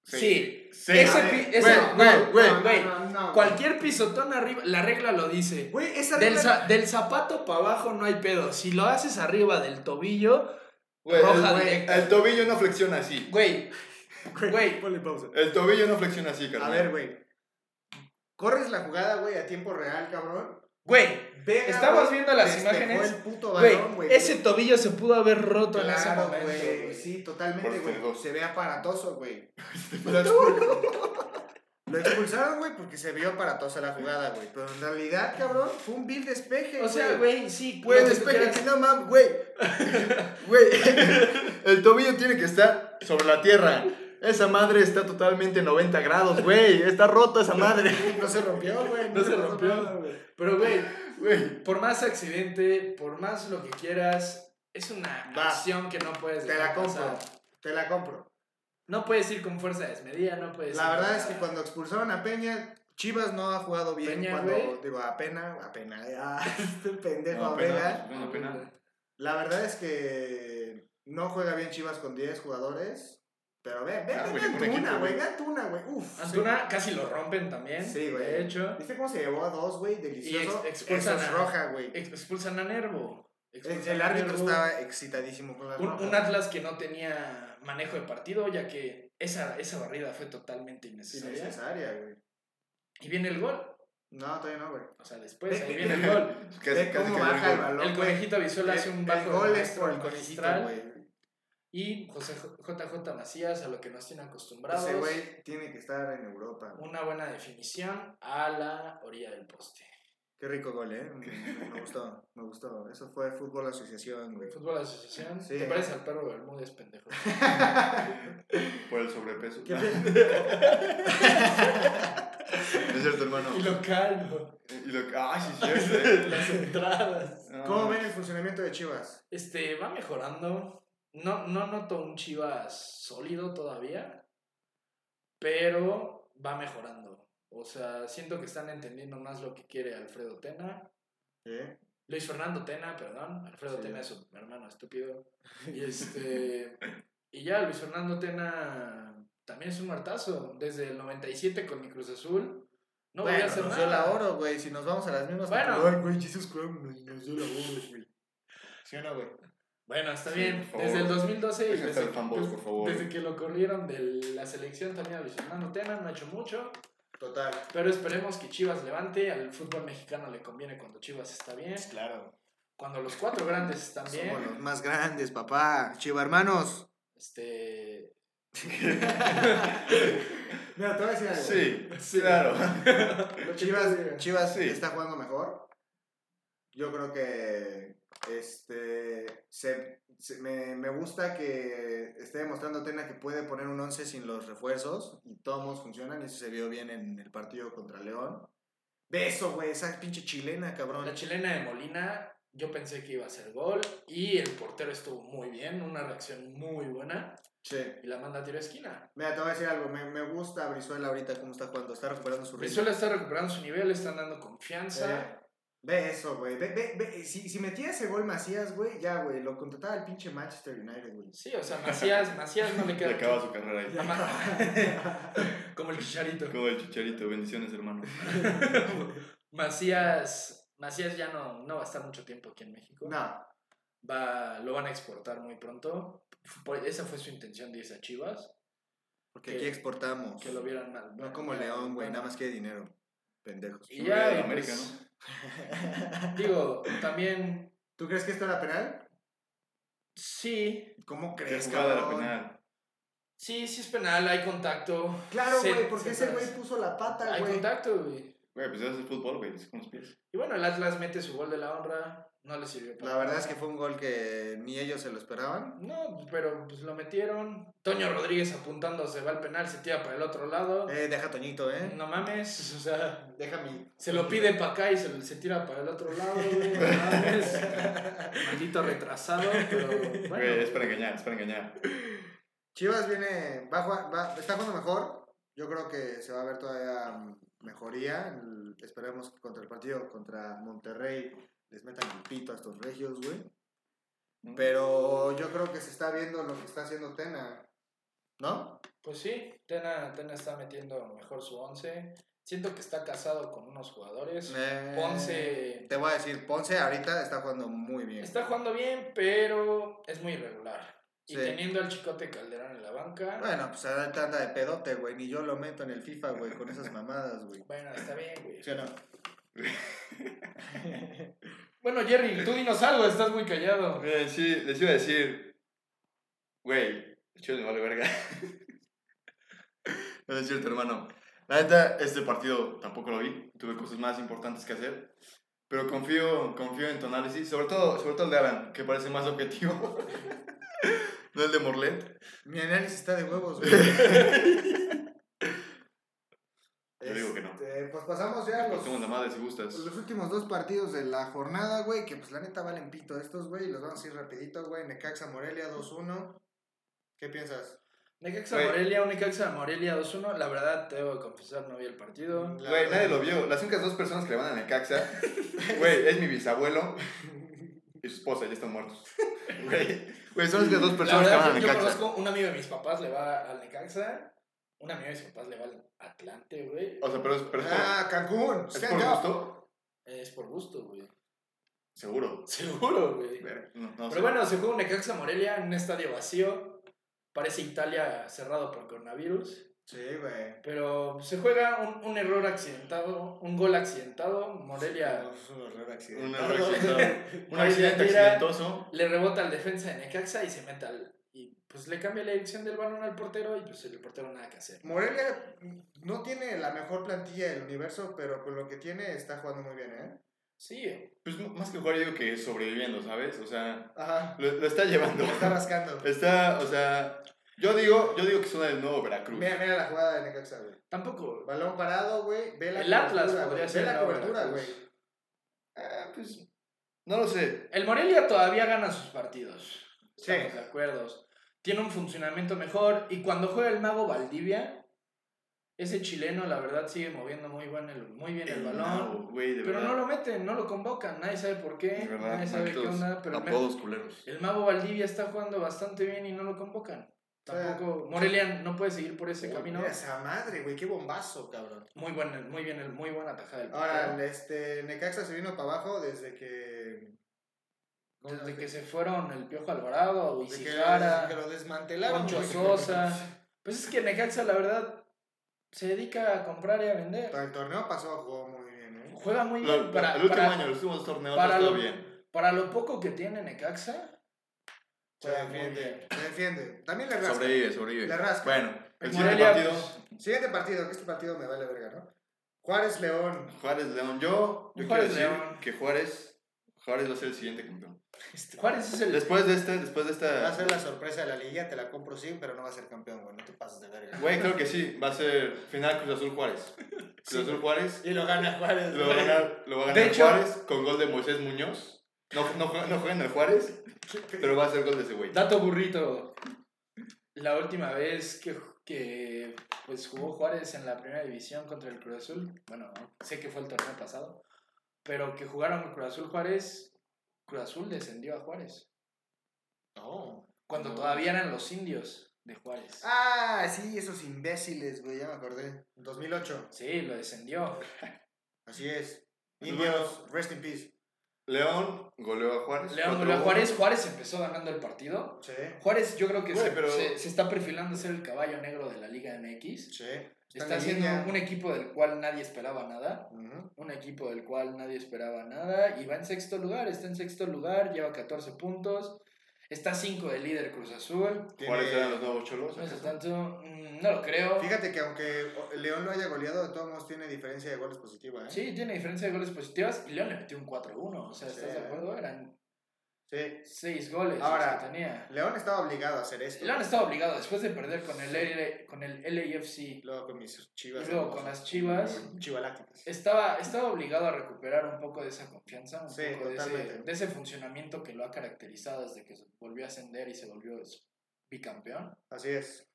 Speaker 3: Sí.
Speaker 1: Sí.
Speaker 3: Ese
Speaker 1: Ah,
Speaker 3: pi-
Speaker 1: güey,
Speaker 3: ese-
Speaker 1: güey,
Speaker 3: no,
Speaker 1: güey.
Speaker 3: no, güey.
Speaker 2: no, no, güey.
Speaker 3: Cualquier pisotón arriba, la regla lo dice.
Speaker 2: Güey, esa
Speaker 3: Del,
Speaker 2: regla-
Speaker 3: za- del zapato para abajo no hay pedo. Si lo haces arriba del tobillo,
Speaker 1: Güey,
Speaker 3: roja
Speaker 1: el-
Speaker 3: directa.
Speaker 1: El tobillo no flexiona así.
Speaker 3: Güey, güey,
Speaker 2: Ponle pausa.
Speaker 1: El tobillo no flexiona así, carnal.
Speaker 2: A ver, güey. Corres la jugada, güey, a tiempo real, cabrón.
Speaker 3: güey,
Speaker 2: Vega,
Speaker 3: Estabas
Speaker 2: güey,
Speaker 3: viendo las
Speaker 2: despejó
Speaker 3: imágenes.
Speaker 2: el puto balón,
Speaker 3: güey. Ese tobillo se pudo haber roto en ese
Speaker 2: Claro,
Speaker 3: momento.
Speaker 2: güey.
Speaker 3: güey.
Speaker 2: Sí,
Speaker 1: Por
Speaker 2: totalmente, güey.
Speaker 1: pendejo.
Speaker 2: Se ve aparatoso, güey. Lo, expul- Lo expulsaron, güey, porque se vio aparatosa la jugada, güey. Pero en realidad, cabrón, fue un vil despeje,
Speaker 3: O sea, güey, sí.
Speaker 1: Güey,
Speaker 3: lo que tú
Speaker 1: despeje,
Speaker 3: quieras.
Speaker 1: que no mames, güey. Güey, el tobillo tiene que estar sobre la tierra. Esa madre está totalmente 90 grados, güey. Está rota esa madre.
Speaker 2: No se rompió, güey.
Speaker 3: No se
Speaker 2: pasó
Speaker 3: rompió.
Speaker 2: nada, güey.
Speaker 3: Pero, güey,
Speaker 1: Güey.
Speaker 3: por más accidente, por más lo que quieras, es una
Speaker 2: Va.
Speaker 3: acción que no puedes
Speaker 2: Te la
Speaker 3: dejar
Speaker 2: compro.
Speaker 3: pasar.
Speaker 2: Te la compro.
Speaker 3: No puedes ir con fuerza desmedida, no puedes
Speaker 2: La
Speaker 3: ir
Speaker 2: verdad
Speaker 3: con-
Speaker 2: es que cuando expulsaron a Peña, Chivas no ha jugado bien.
Speaker 3: Peña,
Speaker 2: cuando,
Speaker 3: güey.
Speaker 2: digo, a Pena, a Pena, a este pendejo,
Speaker 1: No,
Speaker 2: a
Speaker 1: Pena.
Speaker 2: Vega.
Speaker 1: Bueno, penal.
Speaker 2: La verdad es que no juega bien Chivas con 10 jugadores. Pero ve, ve,
Speaker 1: Ah,
Speaker 2: ve,
Speaker 1: güey,
Speaker 2: ve
Speaker 1: ningún
Speaker 2: Antuna,
Speaker 1: equipo,
Speaker 2: güey.
Speaker 1: güey.
Speaker 2: Ve Antuna, güey. Uf.
Speaker 3: Antuna casi lo rompen también.
Speaker 2: Sí, güey.
Speaker 3: De hecho,
Speaker 2: ¿Viste cómo Este se llevó a dos, güey? Delicioso.
Speaker 3: Y ex- expulsan
Speaker 2: Eso es
Speaker 3: a-
Speaker 2: roja, güey.
Speaker 3: ex- expulsan a Nervo.
Speaker 2: El,
Speaker 3: expulsan
Speaker 2: el
Speaker 3: a
Speaker 2: árbitro
Speaker 3: Nervo.
Speaker 2: estaba excitadísimo con la
Speaker 3: Un,
Speaker 2: roja.
Speaker 3: un Atlas que no tenía manejo de partido, ya que esa, esa barrida fue totalmente innecesaria.
Speaker 2: Innecesaria, güey.
Speaker 3: Y viene el gol.
Speaker 2: No, todavía no, güey.
Speaker 3: O sea, después
Speaker 2: Ve-
Speaker 3: ahí viene el gol.
Speaker 2: Ve cómo baja el balón,
Speaker 3: El
Speaker 2: güey.
Speaker 3: conejito visual hace un
Speaker 2: El-
Speaker 3: bajo
Speaker 2: El
Speaker 3: de
Speaker 2: gol es
Speaker 3: maestro
Speaker 2: por el conejito,
Speaker 3: magistral.
Speaker 2: güey.
Speaker 3: Y José J- JJ Macías, a lo que nos tiene acostumbrados.
Speaker 2: Ese güey tiene que estar en Europa. güey.
Speaker 3: Una buena definición a la orilla del poste.
Speaker 2: Qué rico gol, ¿eh? Me, me gustó, me gustó. Eso fue Fútbol Asociación, güey.
Speaker 3: Fútbol Asociación.
Speaker 2: Sí.
Speaker 3: Te parece al perro Bermúdez, pendejo.
Speaker 1: Por el sobrepeso.
Speaker 2: ¿Qué
Speaker 1: es cierto, hermano.
Speaker 3: y lo calvo.
Speaker 1: Y lo... Ah, sí, sí, es cierto.
Speaker 3: Las entradas.
Speaker 1: No,
Speaker 2: ¿Cómo ven el funcionamiento de Chivas?
Speaker 3: Este, va mejorando. No, no noto un Chivas sólido todavía. Pero va mejorando. O sea, siento que están entendiendo más lo que quiere Alfredo Tena.
Speaker 2: ¿Eh?
Speaker 3: Luis Fernando Tena, perdón, Alfredo
Speaker 2: Sí.
Speaker 3: Tena es su hermano estúpido. Y este y ya Luis Fernando Tena también es un martazo desde el 97 con mi Cruz Azul. No voy a
Speaker 2: bueno,
Speaker 3: hacer
Speaker 2: nos dio
Speaker 3: nada.
Speaker 2: la oro, güey. Si nos vamos a las mismas.
Speaker 3: Bueno.
Speaker 2: temporadas, güey, Jesus Christ, nos, nos dio la oro, güey. ¿Sí o no, güey?
Speaker 3: Bueno, está
Speaker 1: Sí,
Speaker 3: bien.
Speaker 1: por favor.
Speaker 3: Desde el 2012 y
Speaker 1: Dejen
Speaker 3: desde, pues,
Speaker 1: ser fanboys, por favor.
Speaker 3: desde que lo corrieron de la selección también a Luis Fernando Tena no ha hecho mucho,
Speaker 2: Total.
Speaker 3: pero esperemos que Chivas levante, al fútbol mexicano le conviene cuando Chivas está bien,
Speaker 2: Claro.
Speaker 3: cuando los cuatro grandes están
Speaker 2: Somos
Speaker 3: bien.
Speaker 2: los más grandes, papá. Chiva, hermanos.
Speaker 3: Este,
Speaker 2: Mira, te voy a decir algo.
Speaker 1: Sí, claro.
Speaker 3: lo que tú
Speaker 2: Chivas,
Speaker 3: digas.
Speaker 2: Chivas
Speaker 1: Sí.
Speaker 2: está jugando mejor. Yo creo que este se, se- me, me gusta que esté demostrando Tena que puede poner un 11 sin los refuerzos y todos funcionan y eso se vio bien en el partido contra León. De eso, güey, esa pinche chilena, cabrón.
Speaker 3: La chilena de Molina, yo pensé que iba a ser gol y el portero estuvo muy bien, una reacción muy buena
Speaker 2: Sí.
Speaker 3: y la manda a tiro de esquina.
Speaker 2: Mira, te voy a decir algo, me, me gusta Brizuela ahorita cómo está jugando, está recuperando su ritmo.
Speaker 3: Brizuela está recuperando su nivel, le están dando
Speaker 2: Eh.
Speaker 3: confianza.
Speaker 2: Ve eso, güey. Ve, ve, ve. Si, si metía ese gol Macías, güey, ya, güey, lo contrataba el pinche Manchester United, güey.
Speaker 3: Sí, o sea, Macías, Macías no le
Speaker 1: Se
Speaker 3: queda.
Speaker 1: acaba su carrera ahí.
Speaker 3: A Ma- Como el chicharito.
Speaker 1: Todo el chicharito. Bendiciones, hermano.
Speaker 3: Macías, Macías ya no, no va a estar mucho tiempo aquí en México.
Speaker 2: No,
Speaker 3: Va, lo van a exportar muy pronto. Por- Esa fue su intención de irse a Chivas.
Speaker 2: porque
Speaker 3: Que-
Speaker 2: aquí exportamos.
Speaker 3: Que lo vieran mal.
Speaker 2: No como León, güey, nada más que dinero. Pendejos.
Speaker 3: Y ya,
Speaker 1: de
Speaker 3: y
Speaker 1: América,
Speaker 3: pues, Digo, también,
Speaker 2: ¿Tú crees que esto era penal?
Speaker 3: sí,
Speaker 2: ¿Cómo
Speaker 1: Qué
Speaker 2: crees,
Speaker 1: jugada la
Speaker 2: cabrón?
Speaker 1: penal.
Speaker 3: Sí, sí es penal, hay contacto.
Speaker 2: Claro,
Speaker 3: Se-
Speaker 2: güey, porque
Speaker 3: se-
Speaker 2: ese güey puso la pata,
Speaker 3: Hay
Speaker 2: güey.
Speaker 3: contacto, güey.
Speaker 1: Güey, pues eso es fútbol, güey, es con los pies.
Speaker 3: Y bueno, el Atlas mete su gol de la honra, no le sirvió para
Speaker 2: La verdad
Speaker 3: nada.
Speaker 2: es que fue un gol que ni ellos se lo esperaban.
Speaker 3: No, pero pues lo metieron. Toño Rodríguez apuntando se va al penal, se tira para el otro lado.
Speaker 2: Eh, deja Toñito, ¿eh?
Speaker 3: No mames, o sea,
Speaker 2: Deja mi.
Speaker 3: se lo pide para acá y se, se tira para el otro lado. güey, No mames. Maldito retrasado, pero
Speaker 1: Güey,
Speaker 3: bueno.
Speaker 1: es para engañar, es para engañar.
Speaker 2: Chivas viene, va, a jugar- va- está jugando mejor. Yo creo que se va a ver todavía mm, mejoría. El- esperemos que contra el partido contra Monterrey les metan el pito a estos regios, güey. Pero yo creo que se está viendo lo que está haciendo Tena, ¿no?
Speaker 3: Pues sí, Tena, Tena está metiendo mejor su once. Siento que está casado con unos jugadores.
Speaker 2: Eh,
Speaker 3: Ponce
Speaker 2: Te voy a decir, Ponce ahorita está jugando muy bien.
Speaker 3: está jugando bien, pero es muy irregular. Y
Speaker 2: Sí.
Speaker 3: teniendo al chicote Calderón en la banca.
Speaker 2: Bueno, pues ahora te anda de pedote, güey. Ni yo lo meto en el FIFA, güey, con esas mamadas, güey.
Speaker 3: Bueno, está bien, güey.
Speaker 2: ¿Sí o no?
Speaker 3: Bueno, Jerry, tú dinos algo, estás muy callado.
Speaker 1: Miren, sí, les iba a decir, güey, chido me vale verga. no es cierto, hermano. La neta, este partido tampoco lo vi. Tuve cosas más importantes que hacer. Pero confío, confío en tu análisis, sobre todo, sobre todo el de Alan, que parece más objetivo. no el de Morlet.
Speaker 2: Mi análisis está de huevos, güey.
Speaker 1: Yo digo que no.
Speaker 2: Este, Pues pasamos ya a los,
Speaker 1: Cortemos la madre si gustas.
Speaker 2: los últimos dos partidos de la jornada, güey, que pues la neta valen pito estos, güey. Los vamos a ir rapidito, güey. Necaxa Morelia 2-1. ¿Qué piensas?
Speaker 3: Necaxa
Speaker 1: Güey.
Speaker 3: Morelia, Unicaxa Morelia 2-1. La verdad, te debo confesar, no vi el partido.
Speaker 2: La
Speaker 1: Güey,
Speaker 2: verdad-
Speaker 1: nadie lo vio. Las únicas dos personas que le van a Necaxa, güey, es mi bisabuelo y su esposa, ya están muertos. Güey, güey, son las dos
Speaker 3: La
Speaker 1: personas que van a
Speaker 3: verdad, yo, yo
Speaker 1: Necaxa.
Speaker 3: conozco un amigo de mis papás le va al Necaxa. Un amigo de mis papás le va al Atlante, güey.
Speaker 1: O sea, pero es, pero es por-
Speaker 2: Ah, Cancún.
Speaker 1: ¿Es
Speaker 2: Stand
Speaker 1: por
Speaker 2: up.
Speaker 1: gusto?
Speaker 3: Es por gusto, güey.
Speaker 1: Seguro.
Speaker 3: Seguro, güey.
Speaker 1: No, no sé.
Speaker 3: Pero bueno, se juega un Necaxa Morelia en un estadio vacío. Parece Italia cerrado por coronavirus.
Speaker 2: Sí, güey.
Speaker 3: Pero se juega un, un error accidentado, un gol accidentado. Morelia
Speaker 2: Es un horror accidente.
Speaker 1: Un error accidentado. Un accidente
Speaker 3: Oye, mira.
Speaker 1: accidentoso.
Speaker 3: le rebota al defensa de Necaxa y se mete al. Y pues le cambia la dirección del balón al portero y pues el portero nada que hacer.
Speaker 2: Morelia no tiene la mejor plantilla del universo, pero con lo que tiene está jugando muy bien, ¿eh?
Speaker 3: Sí,
Speaker 1: Pues m- más que jugar, yo digo que sobreviviendo, ¿sabes? O sea,
Speaker 2: Ajá.
Speaker 1: lo, lo está llevando.
Speaker 2: Está rascando.
Speaker 1: Está, o sea, yo digo, yo digo que suena el nuevo Veracruz.
Speaker 2: Mira, mira la jugada de Necaxa, güey.
Speaker 3: tampoco.
Speaker 2: Balón parado, güey. Ve la
Speaker 3: El Atlas
Speaker 2: cobertura,
Speaker 3: podría
Speaker 2: güey.
Speaker 3: ser pues,
Speaker 2: Ve la
Speaker 3: la
Speaker 2: cobertura, güey.
Speaker 3: Veracruz.
Speaker 1: Ah, pues, no lo sé.
Speaker 3: El Morelia todavía gana sus partidos.
Speaker 2: Sí.
Speaker 3: Estamos de acuerdo. Tiene un funcionamiento mejor. Y cuando juega el mago Valdivia, ese chileno, la verdad, sigue moviendo muy, buen el- muy bien el, balón.
Speaker 1: Nabo, güey, de
Speaker 3: Pero
Speaker 1: verdad.
Speaker 3: no lo meten, no lo convocan. Nadie sabe por
Speaker 1: De
Speaker 3: qué.
Speaker 1: verdad,
Speaker 3: nadie sabe qué
Speaker 1: malditos
Speaker 3: onda. Pero el,
Speaker 1: apodos culeros.
Speaker 3: el mago Valdivia está jugando bastante bien y no lo convocan.
Speaker 2: sea,
Speaker 3: Tampoco. Morelia no puede seguir por ese
Speaker 2: Uy,
Speaker 3: camino.
Speaker 2: mira esa madre, güey. Qué bombazo, cabrón.
Speaker 3: Muy buena, muy bien, el- muy buena tajada del
Speaker 2: Ahora,
Speaker 3: portero.
Speaker 2: este, Necaxa se vino para abajo desde que. ¿cómo
Speaker 3: Desde
Speaker 2: se
Speaker 3: que
Speaker 2: dice?
Speaker 3: se fueron el Piojo Alvarado,
Speaker 2: Desde que,
Speaker 3: Isijara,
Speaker 2: desde que lo desmantelaron.
Speaker 3: Poncho
Speaker 2: güey.
Speaker 3: Sosa. Pues es que Necaxa, la verdad, se dedica a comprar y a vender.
Speaker 2: Pero El torneo pasado jugó muy bien, ¿eh?
Speaker 3: Juega muy
Speaker 1: Lo-
Speaker 3: bien.
Speaker 1: lo-
Speaker 3: Para,
Speaker 1: el último
Speaker 3: para-
Speaker 1: año, los últimos torneos,
Speaker 3: para
Speaker 1: no
Speaker 3: lo-
Speaker 1: estuvo bien.
Speaker 3: para lo poco que tiene Necaxa,
Speaker 2: Se
Speaker 3: juega muy bien.
Speaker 2: defiende. Se defiende. También le rasca.
Speaker 1: Sobrevive, sobrevive.
Speaker 2: Le rasca.
Speaker 1: Bueno,
Speaker 3: El
Speaker 1: el siguiente
Speaker 3: Morelia, pues.
Speaker 1: partido,
Speaker 2: Siguiente partido, que este partido me vale verga, ¿no? Juárez León.
Speaker 1: Juárez León. Yo, yo quiero
Speaker 3: Juárez,
Speaker 1: decir
Speaker 3: León.
Speaker 1: que Juárez, Juárez va a ser el siguiente campeón.
Speaker 3: este, Juárez es el.
Speaker 1: Después de este, después de
Speaker 2: Va a
Speaker 1: esta.
Speaker 2: ser la sorpresa de la liguilla, te la compro sí, pero no va a ser campeón, güey. No te pases de verga.
Speaker 1: Güey, creo que sí, va a ser final Cruz Azul Juárez. Cruz Azul Juárez.
Speaker 2: Y lo gana Juárez.
Speaker 1: Lo va a ganar, lo va a
Speaker 3: De
Speaker 1: ganar
Speaker 3: hecho-
Speaker 1: Juárez con gol de Moisés Muñoz. No, no, juega- no juega en el Juárez, pero va a ser gol de ese güey.
Speaker 3: Dato burrito. La última vez que, que pues, jugó Juárez en la primera división contra el Cruz Azul, bueno, sé que fue el torneo pasado, pero que jugaron Cruz Azul Juárez, Cruz Azul descendió a Juárez,
Speaker 2: No.
Speaker 3: cuando
Speaker 2: No.
Speaker 3: todavía eran los indios de Juárez.
Speaker 2: Ah, sí, esos imbéciles, güey, ya me acordé. 2008.
Speaker 3: Sí, lo descendió.
Speaker 2: Así es.
Speaker 1: Pues
Speaker 2: Indios, rest in peace.
Speaker 1: León goleó a Juárez.
Speaker 3: León
Speaker 1: cuatro
Speaker 3: goleó a
Speaker 1: uno.
Speaker 3: Juárez, Juárez empezó ganando el partido.
Speaker 2: Sí,
Speaker 3: Juárez yo creo que
Speaker 1: Güey,
Speaker 3: se,
Speaker 1: pero-
Speaker 3: se- se está perfilando a ser el caballo negro de la Liga MX.
Speaker 2: sí.
Speaker 3: Está siendo un equipo del cual nadie esperaba nada.
Speaker 2: un...
Speaker 3: Un equipo del cual nadie esperaba nada y va en sexto lugar, está en sexto lugar, lleva 14 puntos. Está a 5 del líder Cruz Azul.
Speaker 1: ¿Cuáles
Speaker 2: Tiene-
Speaker 1: eran los nuevos cholos?
Speaker 3: No es tanto. mm, No lo creo.
Speaker 2: Fíjate que aunque León lo haya goleado, de todos modos tiene diferencia de goles positiva, ¿eh?
Speaker 3: Sí, tiene diferencia de goles positivas. Y León le metió un 4-1. O sea, ¿estás
Speaker 2: Sí.
Speaker 3: de acuerdo? Eran
Speaker 2: Sí.
Speaker 3: 6 goles
Speaker 2: Ahora,
Speaker 3: los que tenía.
Speaker 2: León estaba obligado a hacer esto.
Speaker 3: León estaba obligado después de perder con el, L- con el LAFC y
Speaker 2: Luego con mis chivas.
Speaker 3: luego con las Chivas.
Speaker 2: Chivalácticas.
Speaker 3: Estaba, estaba obligado a recuperar un poco de esa confianza, un
Speaker 2: Sí,
Speaker 3: poco de ese,
Speaker 2: totalmente.
Speaker 3: de ese funcionamiento que lo ha caracterizado desde que volvió a ascender y se volvió bicampeón.
Speaker 2: Así es.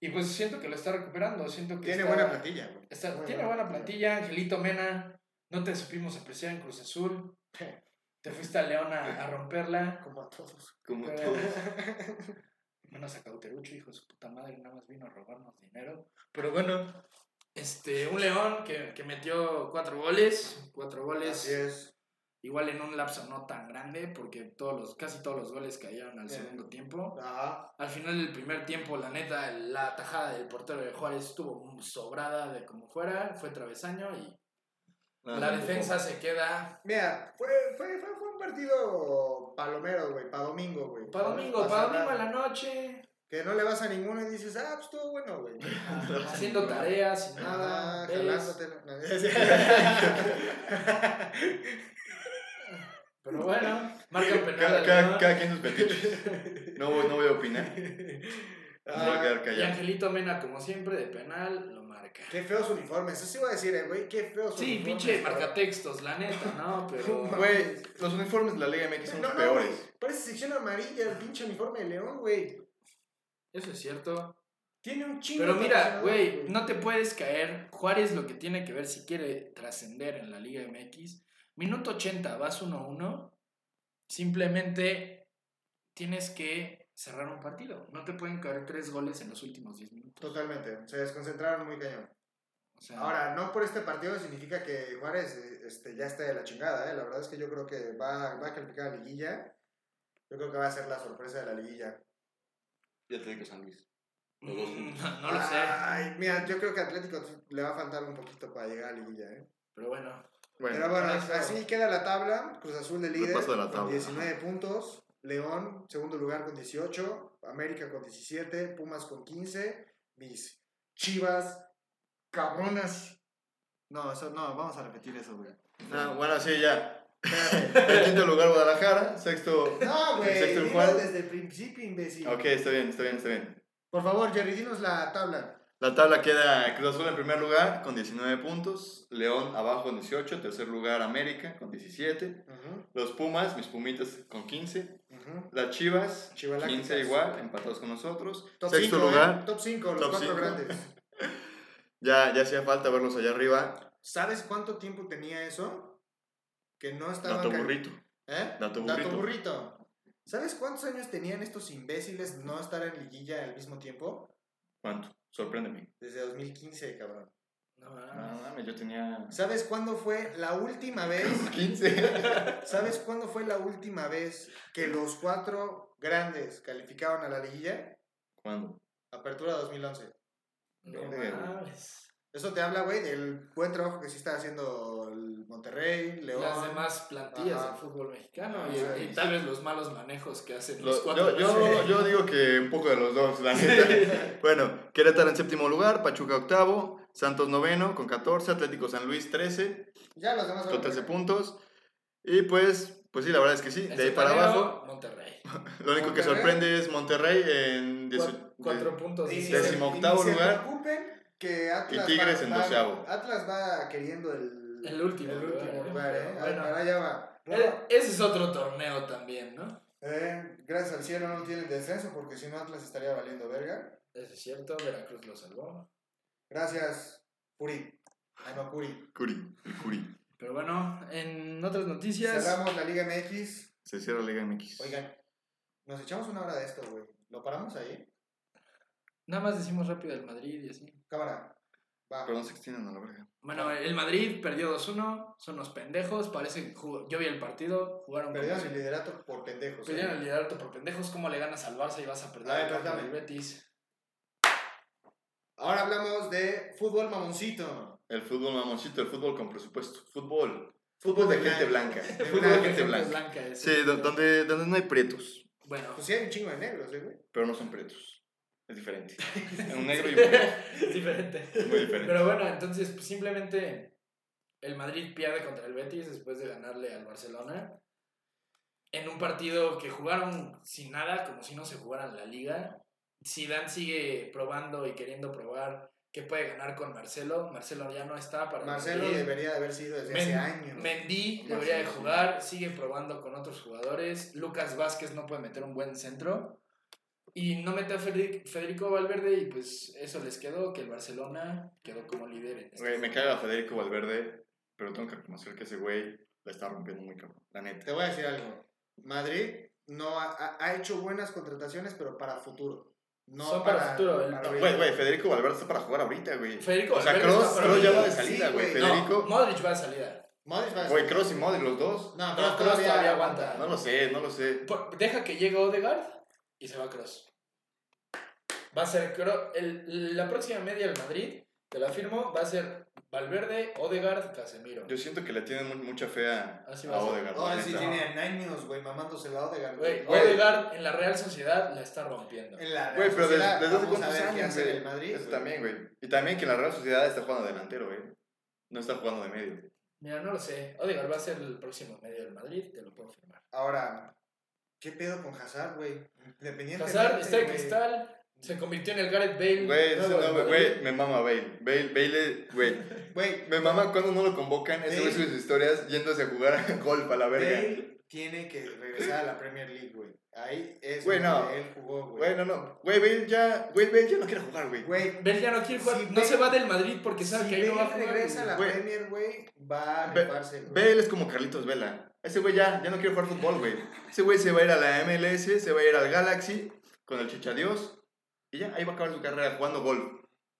Speaker 3: Y pues siento que lo está recuperando, siento que
Speaker 2: Tiene
Speaker 3: está-
Speaker 2: buena plantilla, güey.
Speaker 3: está-
Speaker 2: Muy
Speaker 3: tiene buena plantilla, Angelito Mena, no te supimos apreciar en Cruz Azul, te fuiste a León a, a romperla,
Speaker 2: Como a todos.
Speaker 1: Como
Speaker 3: Pero-
Speaker 1: todos.
Speaker 3: menos a Cauterucho, hijo de su puta madre, nada más vino a robarnos dinero. Pero bueno, este, un León que, que metió cuatro goles, cuatro goles.
Speaker 2: Así es.
Speaker 3: Igual en un lapso no tan grande, porque todos los, casi todos los goles cayeron al
Speaker 2: Sí.
Speaker 3: segundo tiempo.
Speaker 2: Ajá.
Speaker 3: Al final del primer tiempo, la neta, la tajada del portero de Juárez estuvo sobrada de como fuera, fue travesaño y
Speaker 1: No,
Speaker 3: la
Speaker 1: Ah, no,
Speaker 3: defensa se queda
Speaker 2: Mira, fue, fue, fue, fue un partido palomero, güey. Para domingo, güey.
Speaker 3: para domingo, para
Speaker 2: pasar
Speaker 3: domingo en
Speaker 2: nada.
Speaker 3: la noche,
Speaker 2: Que no le vas a ninguno y dices, ah, pues estuvo bueno, güey.
Speaker 3: haciendo tareas, sin
Speaker 2: Nada,
Speaker 3: nada. ¿ves?
Speaker 2: jalándote. No, es-
Speaker 3: Pero bueno, marca el penal.
Speaker 1: Cada,
Speaker 3: al
Speaker 1: cada-
Speaker 3: León.
Speaker 1: cada quien sus petiches. No voy, no voy a opinar. Me voy a
Speaker 2: Ah,
Speaker 1: quedar
Speaker 3: y
Speaker 1: callado.
Speaker 3: Angelito Mena, como siempre, de penal, lo marca.
Speaker 2: Qué feos uniformes. Eso sí iba a decir, eh, güey. Qué feos
Speaker 3: Sí,
Speaker 2: uniformes.
Speaker 3: pinche marcatextos, la neta, ¿no? Pero.
Speaker 1: Güey, los uniformes de la Liga MX son
Speaker 2: No,
Speaker 1: los
Speaker 2: no,
Speaker 1: peores.
Speaker 2: Parece sección amarilla el pinche uniforme de León, güey.
Speaker 3: Eso es cierto.
Speaker 2: Tiene un chingo.
Speaker 3: Pero
Speaker 2: de
Speaker 3: mira,
Speaker 2: patrocinadores,
Speaker 3: güey, no te puedes caer. Juárez lo que tiene que ver si quiere trascender en la Liga MX. Minuto 80, vas 1-1. Simplemente tienes que cerrar un partido. No te pueden caer tres goles en los últimos 10 minutos.
Speaker 2: Totalmente. Se desconcentraron muy cañón.
Speaker 3: O sea,
Speaker 2: Ahora, no por este partido significa que Juárez eh, este, ya esté de la chingada, ¿eh? La verdad es que yo creo que va, va a calificar a liguilla. Yo creo que va a ser la sorpresa de la liguilla.
Speaker 1: Ya te digo San Luis. los dos
Speaker 3: mm,
Speaker 1: juntos.
Speaker 3: no, no lo sé.
Speaker 2: Ay, mira, yo creo que a Atlético le va a faltar un poquito para llegar a liguilla, ¿eh?
Speaker 3: Pero bueno,
Speaker 2: Pero bueno,
Speaker 3: con eso-
Speaker 2: así queda la tabla. Cruz Azul de líder
Speaker 1: Repaso de la
Speaker 2: con
Speaker 1: tabla.
Speaker 2: 19 puntos. León, segundo lugar con 18. América con 17. Pumas con 15. Mis chivas cabronas. No, eso no, vamos a repetir eso, güey.
Speaker 1: Ah, bueno, sí, ya.
Speaker 2: Espérate.
Speaker 1: En quinto lugar Guadalajara, sexto...
Speaker 2: No, güey.
Speaker 1: Exacto,
Speaker 2: dilo
Speaker 1: Juan.
Speaker 2: desde el principio, imbécil.
Speaker 1: Ok, está bien, está bien, está bien.
Speaker 2: Por favor, Jerry, dinos la tabla.
Speaker 1: La tabla queda Cruz Azul en primer lugar con 19 puntos, León abajo con 18, tercer lugar América con 17, los Pumas, mis Pumitas con 15, las Chivas 15 igual, empatados con nosotros, sexto
Speaker 2: cinco,
Speaker 1: lugar,
Speaker 2: ¿eh? Top 5, los
Speaker 1: Top
Speaker 2: cuatro
Speaker 1: cinco.
Speaker 2: grandes.
Speaker 1: ya, ya hacía falta verlos allá arriba,
Speaker 2: ¿Sabes cuánto tiempo tenía eso? Que no estaba.
Speaker 1: dato burrito,
Speaker 2: ¿Eh?
Speaker 1: dato
Speaker 2: Dato
Speaker 1: burrito.
Speaker 2: burrito. ¿Sabes cuántos años tenían estos imbéciles no estar en liguilla al mismo tiempo?
Speaker 1: ¿Cuánto? Sorpréndeme.
Speaker 2: Desde 2015, cabrón.
Speaker 3: no
Speaker 1: No
Speaker 3: Ah, mames.
Speaker 1: mames, yo tenía
Speaker 2: ¿Sabes cuándo fue la última vez?
Speaker 1: 15.
Speaker 2: ¿Sabes cuándo fue la última vez que los cuatro grandes calificaron a la liguilla?
Speaker 1: ¿Cuándo?
Speaker 2: Apertura 2011.
Speaker 3: No
Speaker 1: Verga, güey.
Speaker 3: mames.
Speaker 2: Eso te habla, güey, del buen trabajo que sí está haciendo el Monterrey, León.
Speaker 3: Las demás plantillas
Speaker 2: Ajá.
Speaker 3: del fútbol mexicano y,
Speaker 2: Sí.
Speaker 3: y tal vez los malos manejos que hacen los
Speaker 1: Lo-
Speaker 3: cuatro.
Speaker 1: yo, yo, yo digo que un poco de los dos, la neta. Bueno, Querétaro en séptimo lugar, Pachuca octavo, Santos noveno con 14, Atlético San Luis 13,
Speaker 2: Ya los demás.
Speaker 1: con 13 puntos. Y pues, pues sí, la verdad es que sí, de ahí para abajo.
Speaker 3: Monterrey.
Speaker 1: Lo único que
Speaker 2: Monterrey.
Speaker 1: sorprende es Monterrey en diecio-
Speaker 3: Cuatro, cuatro puntos.
Speaker 2: Y ni
Speaker 1: Décimo
Speaker 2: se- y ni
Speaker 1: octavo
Speaker 2: se
Speaker 1: lugar.
Speaker 2: preocupen que Atlas
Speaker 1: Y Tigres
Speaker 2: va-
Speaker 1: en
Speaker 2: va-
Speaker 1: doceavo.
Speaker 2: Atlas va queriendo el,
Speaker 3: El último
Speaker 2: el
Speaker 3: lugar,
Speaker 2: último
Speaker 3: ¿eh?
Speaker 2: lugar, ¿eh?
Speaker 3: Pero
Speaker 2: Ahora-
Speaker 3: bueno.
Speaker 2: ahora ya va. No,
Speaker 3: Eh, Ese es otro torneo también, ¿no?
Speaker 2: eh, gracias al cielo no tienen descenso porque si no Atlas estaría valiendo verga.
Speaker 3: Eso es cierto, Veracruz lo salvó.
Speaker 2: Gracias, Curi. Ay, no, Curi.
Speaker 1: Curi, el Curi.
Speaker 3: Pero bueno, en otras noticias.
Speaker 2: Cerramos la Liga MX.
Speaker 1: Se cierra la Liga MX.
Speaker 2: Oigan, nos echamos una hora de esto, güey. ¿Lo paramos ahí?
Speaker 3: Nada más decimos rápido el Madrid y así.
Speaker 2: Cámara. Va.
Speaker 1: Perdón, se extienden a la verga.
Speaker 3: Bueno, el Madrid perdió 2-1. Son los pendejos. Parece que jugó- yo vi el partido. Jugaron como
Speaker 2: Perdieron
Speaker 3: si-
Speaker 2: el liderato por pendejos.
Speaker 3: Perdieron
Speaker 2: ¿eh?
Speaker 3: el liderato por pendejos. ¿Cómo le ganas al Barça y vas a perder
Speaker 2: A ver,
Speaker 3: contra
Speaker 2: perdóname.
Speaker 3: el Betis?
Speaker 2: Ahora hablamos de fútbol mamoncito.
Speaker 1: El fútbol mamoncito, el fútbol con presupuesto. Fútbol. Fútbol de gente blanca.
Speaker 2: De
Speaker 1: Fútbol
Speaker 2: blanco.
Speaker 1: de gente
Speaker 3: Ah, Gente
Speaker 1: blanca.
Speaker 3: blanca, ese.
Speaker 1: Sí, do- donde, donde no hay prietos.
Speaker 3: Bueno,
Speaker 2: Pues sí, hay un chingo de negros, ¿eh, güey.
Speaker 1: pero no son pretos. Es diferente. Un negro y un preto.
Speaker 3: es diferente.
Speaker 1: Es muy diferente.
Speaker 3: Pero bueno, entonces pues, simplemente el Madrid pierde contra el Betis después de ganarle al Barcelona. En un partido que jugaron sin nada, como si no se jugaran la liga. Zidane sigue probando y queriendo probar que puede ganar con Marcelo. Marcelo ya no está para el
Speaker 2: Marcelo
Speaker 3: Madrid.
Speaker 2: debería de haber sido desde hace
Speaker 3: Men-
Speaker 2: años.
Speaker 3: Mendy
Speaker 1: Ya
Speaker 3: debería
Speaker 1: sé,
Speaker 3: de
Speaker 1: sí.
Speaker 3: jugar, sigue probando con otros jugadores. Lucas Vázquez no puede meter un buen centro. Y no mete a Federic- Federico Valverde y pues eso les quedó, que el Barcelona quedó como líder. En este
Speaker 1: Güey, me
Speaker 3: juego.
Speaker 1: caga Federico Valverde, pero tengo que reconocer que ese güey la está rompiendo muy cabrón. La neta.
Speaker 2: Te voy a decir algo. Madrid no ha, ha- ha hecho buenas contrataciones, pero para futuro. No
Speaker 3: Son para futuro, el-
Speaker 2: para
Speaker 3: no,
Speaker 2: ahorita.
Speaker 1: Güey, güey, Federico Valverde está para jugar ahorita, güey.
Speaker 3: Federico
Speaker 1: O sea,
Speaker 3: Valverde
Speaker 1: Cross,
Speaker 3: está para
Speaker 1: ya
Speaker 3: mí-
Speaker 1: va de
Speaker 2: Sí,
Speaker 1: salida, güey.
Speaker 2: güey.
Speaker 3: No,
Speaker 1: Federico,
Speaker 3: Modric va de salida.
Speaker 2: Modric va a-
Speaker 1: güey, Cross y Modric, los dos.
Speaker 2: No,
Speaker 3: No,
Speaker 2: Kroos
Speaker 3: Kroos
Speaker 2: todavía,
Speaker 3: todavía
Speaker 2: aguanta.
Speaker 3: aguanta.
Speaker 1: No lo sé, no lo sé.
Speaker 3: Por- deja que llegue Odegaard y se va Cross. Va a ser Kroos- el- la próxima media del Madrid, te la firmo, va a ser Valverde, Odegaard, Casemiro.
Speaker 1: Yo siento que le tienen mu- mucha fe a,
Speaker 3: Así va a
Speaker 1: a
Speaker 3: ser.
Speaker 1: Odegaard. la
Speaker 2: Ahora sí
Speaker 1: neta.
Speaker 2: tienen años, güey, mamándose la Odegaard.
Speaker 3: Güey,
Speaker 1: Güey.
Speaker 3: Odegaard en la Real Sociedad la está rompiendo.
Speaker 2: En la
Speaker 1: Güey, pero desde,
Speaker 2: Sociedad,
Speaker 1: desde hace
Speaker 2: vamos a
Speaker 1: cuántos
Speaker 2: ver qué
Speaker 1: años,
Speaker 2: hace
Speaker 1: güey.
Speaker 2: el Madrid,
Speaker 1: Eso
Speaker 2: güey.
Speaker 1: también, güey. Y también que la Real Sociedad está jugando delantero, güey. No está jugando de medio.
Speaker 3: Mira, no lo sé. Odegaard va a ser el próximo medio del Madrid, te lo puedo firmar.
Speaker 2: Ahora, ¿qué pedo con Hazard, güey? Independiente.
Speaker 3: Hazard está en cristal, se convirtió en el Gareth Bale.
Speaker 1: Güey, ese
Speaker 3: nuevo del
Speaker 1: no, güey,
Speaker 3: Madrid.
Speaker 1: güey, me mama Bale. Bale, Bale, güey.
Speaker 2: Güey,
Speaker 1: Me mama cuando no lo convocan, ese güey
Speaker 2: Bale.
Speaker 1: sube sus historias yéndose a jugar a golf a la verga.
Speaker 2: Bale tiene que regresar a la Premier League, güey. Ahí es
Speaker 1: Güey,
Speaker 2: donde
Speaker 1: no.
Speaker 2: él jugó, güey.
Speaker 1: Güey, no, no. Güey, Bale ya, güey, Bale ya no quiere jugar, güey.
Speaker 2: Güey,
Speaker 3: Bale ya no quiere jugar,
Speaker 2: Si
Speaker 3: no
Speaker 2: Bale-
Speaker 3: se va del Madrid porque sabe
Speaker 2: si
Speaker 3: que ahí no va a
Speaker 2: Bale
Speaker 3: jugar.
Speaker 2: regresa a la
Speaker 1: güey.
Speaker 2: Premier, güey, va a
Speaker 1: Ve-
Speaker 2: rifarse, güey.
Speaker 1: Bale es como Carlitos Vela. Ese güey ya, ya no quiere jugar fútbol, güey. Ese güey se va a ir a la MLS, se va a ir al Galaxy con el Chichadios. Y ya, ahí va a acabar su carrera jugando golf.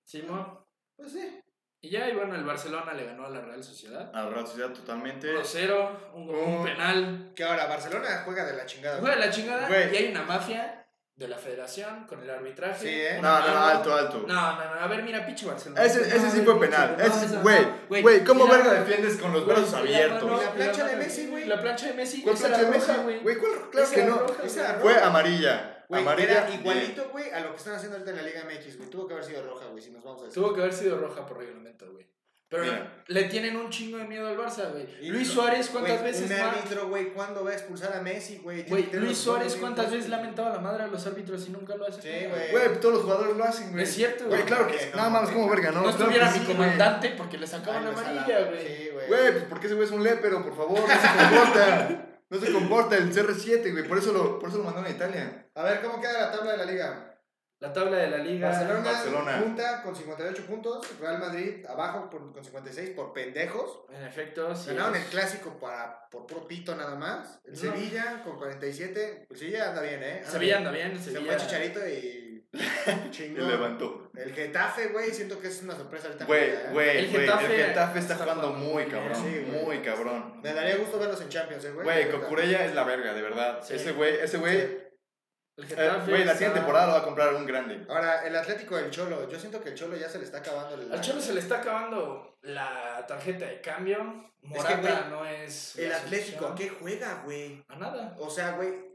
Speaker 3: Sí, ¿no?
Speaker 2: Pues sí.
Speaker 3: Y ya, y bueno, el Barcelona le ganó a la Real Sociedad.
Speaker 1: A la Real Sociedad totalmente.
Speaker 3: 1-0, un, un
Speaker 1: Oh.
Speaker 3: penal.
Speaker 2: Que ahora, Barcelona juega de la chingada,
Speaker 3: Juega la chingada
Speaker 1: Güey.
Speaker 3: y hay una mafia de la federación con el arbitraje.
Speaker 2: Sí, ¿eh?
Speaker 1: No,
Speaker 3: una
Speaker 1: no, no,
Speaker 3: mano.
Speaker 1: alto, alto.
Speaker 3: No, no, no, a ver, mira, pinche Barcelona.
Speaker 1: Ese, ese sí fue penal.
Speaker 3: No,
Speaker 1: Ese sí-
Speaker 3: esa-
Speaker 1: güey,
Speaker 3: no,
Speaker 1: güey, ¿cómo
Speaker 3: y la-
Speaker 1: verga defiendes con los
Speaker 3: güey,
Speaker 1: brazos
Speaker 3: y la
Speaker 1: abiertos?
Speaker 3: mano-
Speaker 2: La plancha
Speaker 3: y
Speaker 2: de
Speaker 3: mano-
Speaker 2: Messi, güey.
Speaker 3: La plancha de Messi.
Speaker 1: ¿Cuál
Speaker 3: esa
Speaker 1: plancha
Speaker 3: era
Speaker 1: de Messi?
Speaker 3: roja,
Speaker 1: Güey, ¿cuál? Claro
Speaker 3: Esa
Speaker 1: que
Speaker 3: era
Speaker 1: no.
Speaker 3: roja,
Speaker 2: esa era
Speaker 3: güey.
Speaker 1: Fue amarilla.
Speaker 2: Güey,
Speaker 1: amarilla.
Speaker 2: era igualito, güey, a lo que están haciendo ahorita en la Liga MX, güey. Tuvo que haber sido roja, güey, si nos vamos a decir.
Speaker 3: Tuvo que haber sido roja por reglamento, güey. Pero
Speaker 1: Mira.
Speaker 3: le tienen un chingo de miedo al Barça, güey.
Speaker 2: Y
Speaker 3: Luis
Speaker 2: no-
Speaker 3: Suárez, ¿cuántas
Speaker 2: Güey,
Speaker 3: veces
Speaker 2: Un
Speaker 3: más?
Speaker 2: árbitro, güey, ¿cuándo va a expulsar a Messi, güey? Tiene
Speaker 3: Güey,
Speaker 2: que tener
Speaker 3: Luis
Speaker 2: los
Speaker 3: Suárez,
Speaker 2: huevos
Speaker 3: ¿cuántas
Speaker 2: bien
Speaker 3: veces le ha
Speaker 2: puestos.
Speaker 3: mentado la madre a los árbitros y nunca lo hace?
Speaker 2: Sí, güey.
Speaker 1: Güey, pues todos los jugadores lo hacen, güey.
Speaker 3: Es cierto,
Speaker 1: Güey, claro que
Speaker 2: Sí,
Speaker 1: Nada
Speaker 2: no,
Speaker 1: más, ¿cómo
Speaker 2: güey.
Speaker 1: verga? No,
Speaker 3: No
Speaker 1: Claro
Speaker 3: estuviera
Speaker 1: que sí,
Speaker 3: mi
Speaker 1: güey.
Speaker 3: comandante porque le sacaban
Speaker 2: Ay, la
Speaker 3: amarilla,
Speaker 2: sala.
Speaker 3: güey.
Speaker 2: Sí,
Speaker 1: Güey, pues porque ese güey es un lépero, por favor, no se comporta. No se comporta el CR7, güey, por eso lo, por eso lo mandaron a Italia.
Speaker 2: A ver, ¿cómo queda la tabla de la liga?
Speaker 3: La tabla de la liga.
Speaker 2: Barcelona,
Speaker 1: Barcelona.
Speaker 2: punta con 58 puntos, Real Madrid abajo por- con 56 por pendejos.
Speaker 3: En efecto, sí.
Speaker 2: Ganaron el clásico para, por puro pito nada más. El
Speaker 3: No.
Speaker 2: Sevilla con 47. El Sevilla anda bien, ¿eh? Anda
Speaker 3: Sevilla
Speaker 2: bien.
Speaker 3: anda bien,
Speaker 2: Se
Speaker 3: Sevilla.
Speaker 2: fue Chicharito y...
Speaker 1: Y
Speaker 2: Chingón.
Speaker 1: levantó.
Speaker 2: El Getafe, güey, siento que es una sorpresa ahorita.
Speaker 1: Güey,
Speaker 3: El
Speaker 1: güey, güey, el
Speaker 3: Getafe
Speaker 1: Getafe está
Speaker 3: está
Speaker 1: jugando
Speaker 3: jugando
Speaker 1: muy
Speaker 3: bien.
Speaker 1: cabrón,
Speaker 2: Sí, güey.
Speaker 1: muy cabrón.
Speaker 2: Me daría gusto verlos en Champions, eh, güey.
Speaker 1: Güey,
Speaker 2: Ahorita.
Speaker 1: Cocurella es la verga, de verdad.
Speaker 3: Sí.
Speaker 1: Ese güey, ese güey, eh,
Speaker 3: El Getafe
Speaker 1: güey, la
Speaker 3: está-
Speaker 1: siguiente temporada lo va a comprar un grande.
Speaker 2: Ahora, el Atlético del Cholo. Yo siento que el Cholo ya se le está acabando el...
Speaker 3: Al Cholo se le está acabando la tarjeta de cambio.
Speaker 2: Es que,
Speaker 3: Morata
Speaker 2: güey,
Speaker 3: no es.
Speaker 2: El
Speaker 3: la
Speaker 2: Atlético, ¿a
Speaker 3: solución.
Speaker 2: qué juega, güey?
Speaker 3: A nada.
Speaker 2: O sea, güey.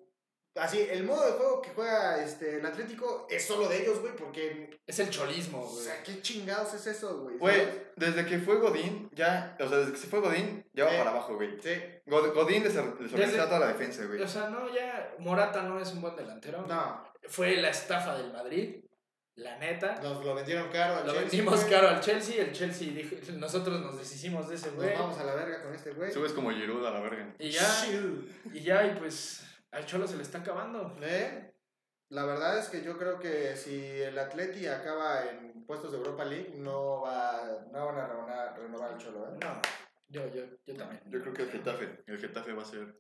Speaker 2: Así, el modo de juego que juega este, el Atlético es solo de ellos, güey, porque.
Speaker 3: Es el cholismo,
Speaker 2: O
Speaker 3: güey.
Speaker 2: sea, ¿qué chingados es eso, güey?
Speaker 1: Güey,
Speaker 2: ¿Sabes?
Speaker 1: desde que fue Godín, ya, o sea, desde que se fue Godín, ya va
Speaker 2: Sí.
Speaker 1: para abajo, güey.
Speaker 2: Sí.
Speaker 1: God- Godín les organiza
Speaker 3: Desde-
Speaker 1: toda la defensa, güey.
Speaker 3: O sea, no, ya Morata no es un buen delantero.
Speaker 2: No,
Speaker 3: Fue la estafa del Madrid, la neta.
Speaker 2: nos lo vendieron caro al
Speaker 3: Lo
Speaker 2: Chelsea,
Speaker 3: vendimos
Speaker 2: güey.
Speaker 3: caro al Chelsea. El Chelsea dijo, nosotros nos deshicimos de ese
Speaker 2: Nos
Speaker 3: güey.
Speaker 2: vamos a la verga con este, güey.
Speaker 1: Subes como Giroud a la verga.
Speaker 3: Y ya, y ya, y pues al Cholo se le está acabando.
Speaker 2: ¿Eh? La verdad es que yo creo que si el Atleti acaba en puestos de Europa League, no, va, no van a renovar, renovar el Cholo, ¿eh?
Speaker 3: No, yo, yo, yo también.
Speaker 1: Yo creo que el Getafe, el Getafe va a ser.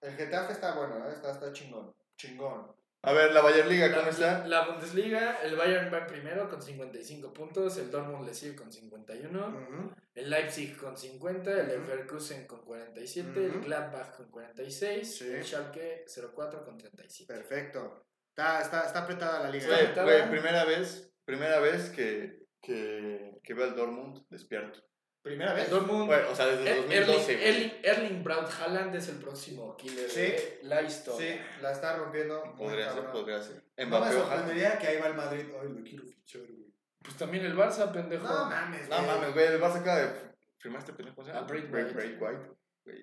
Speaker 2: El Getafe está bueno, ¿eh? está, está chingón. Chingón.
Speaker 1: A ver, la Bayer Liga, ¿cómo
Speaker 3: La,
Speaker 1: está?
Speaker 3: la Bundesliga, el Bayern va primero con 55 puntos, el Dortmund le sigue con 51,
Speaker 2: Ujú.
Speaker 3: el Leipzig con 50, el
Speaker 2: Ujú.
Speaker 3: Leverkusen con 47, el
Speaker 2: Ujú.
Speaker 3: Gladbach con 46,
Speaker 2: Sí.
Speaker 3: el Schalke 04 con 37.
Speaker 2: Perfecto. Está, está, está apretada la liga. ¿eh?
Speaker 3: Güey,
Speaker 1: Güey,
Speaker 3: Getafe.
Speaker 1: güey, primera vez, primera vez que, que, que veo al Dortmund despierto.
Speaker 2: Primera vez.
Speaker 3: Dortmund.
Speaker 1: Bueno, o sea, desde
Speaker 3: Er-
Speaker 1: 2012.
Speaker 3: Erling,
Speaker 1: güey.
Speaker 3: Erling, Erling Braut Haaland es el próximo killer
Speaker 2: Sí.
Speaker 3: de la historia.
Speaker 2: Sí, la está rompiendo. muy
Speaker 1: Podría ser,
Speaker 2: cabrón.
Speaker 1: podría ser.
Speaker 2: No me
Speaker 1: Mbappé, ojalá.
Speaker 2: sorprendería que ahí va el Madrid. Ay, lo quiero fichar, güey.
Speaker 3: Pues también el Barça, pendejo.
Speaker 2: No mames,
Speaker 1: No mames, güey, el Barça acaba de firmar este pendejo. ¿cómo se llama?
Speaker 3: Ah, Break
Speaker 1: Eh, Break,
Speaker 3: White.
Speaker 1: Break White.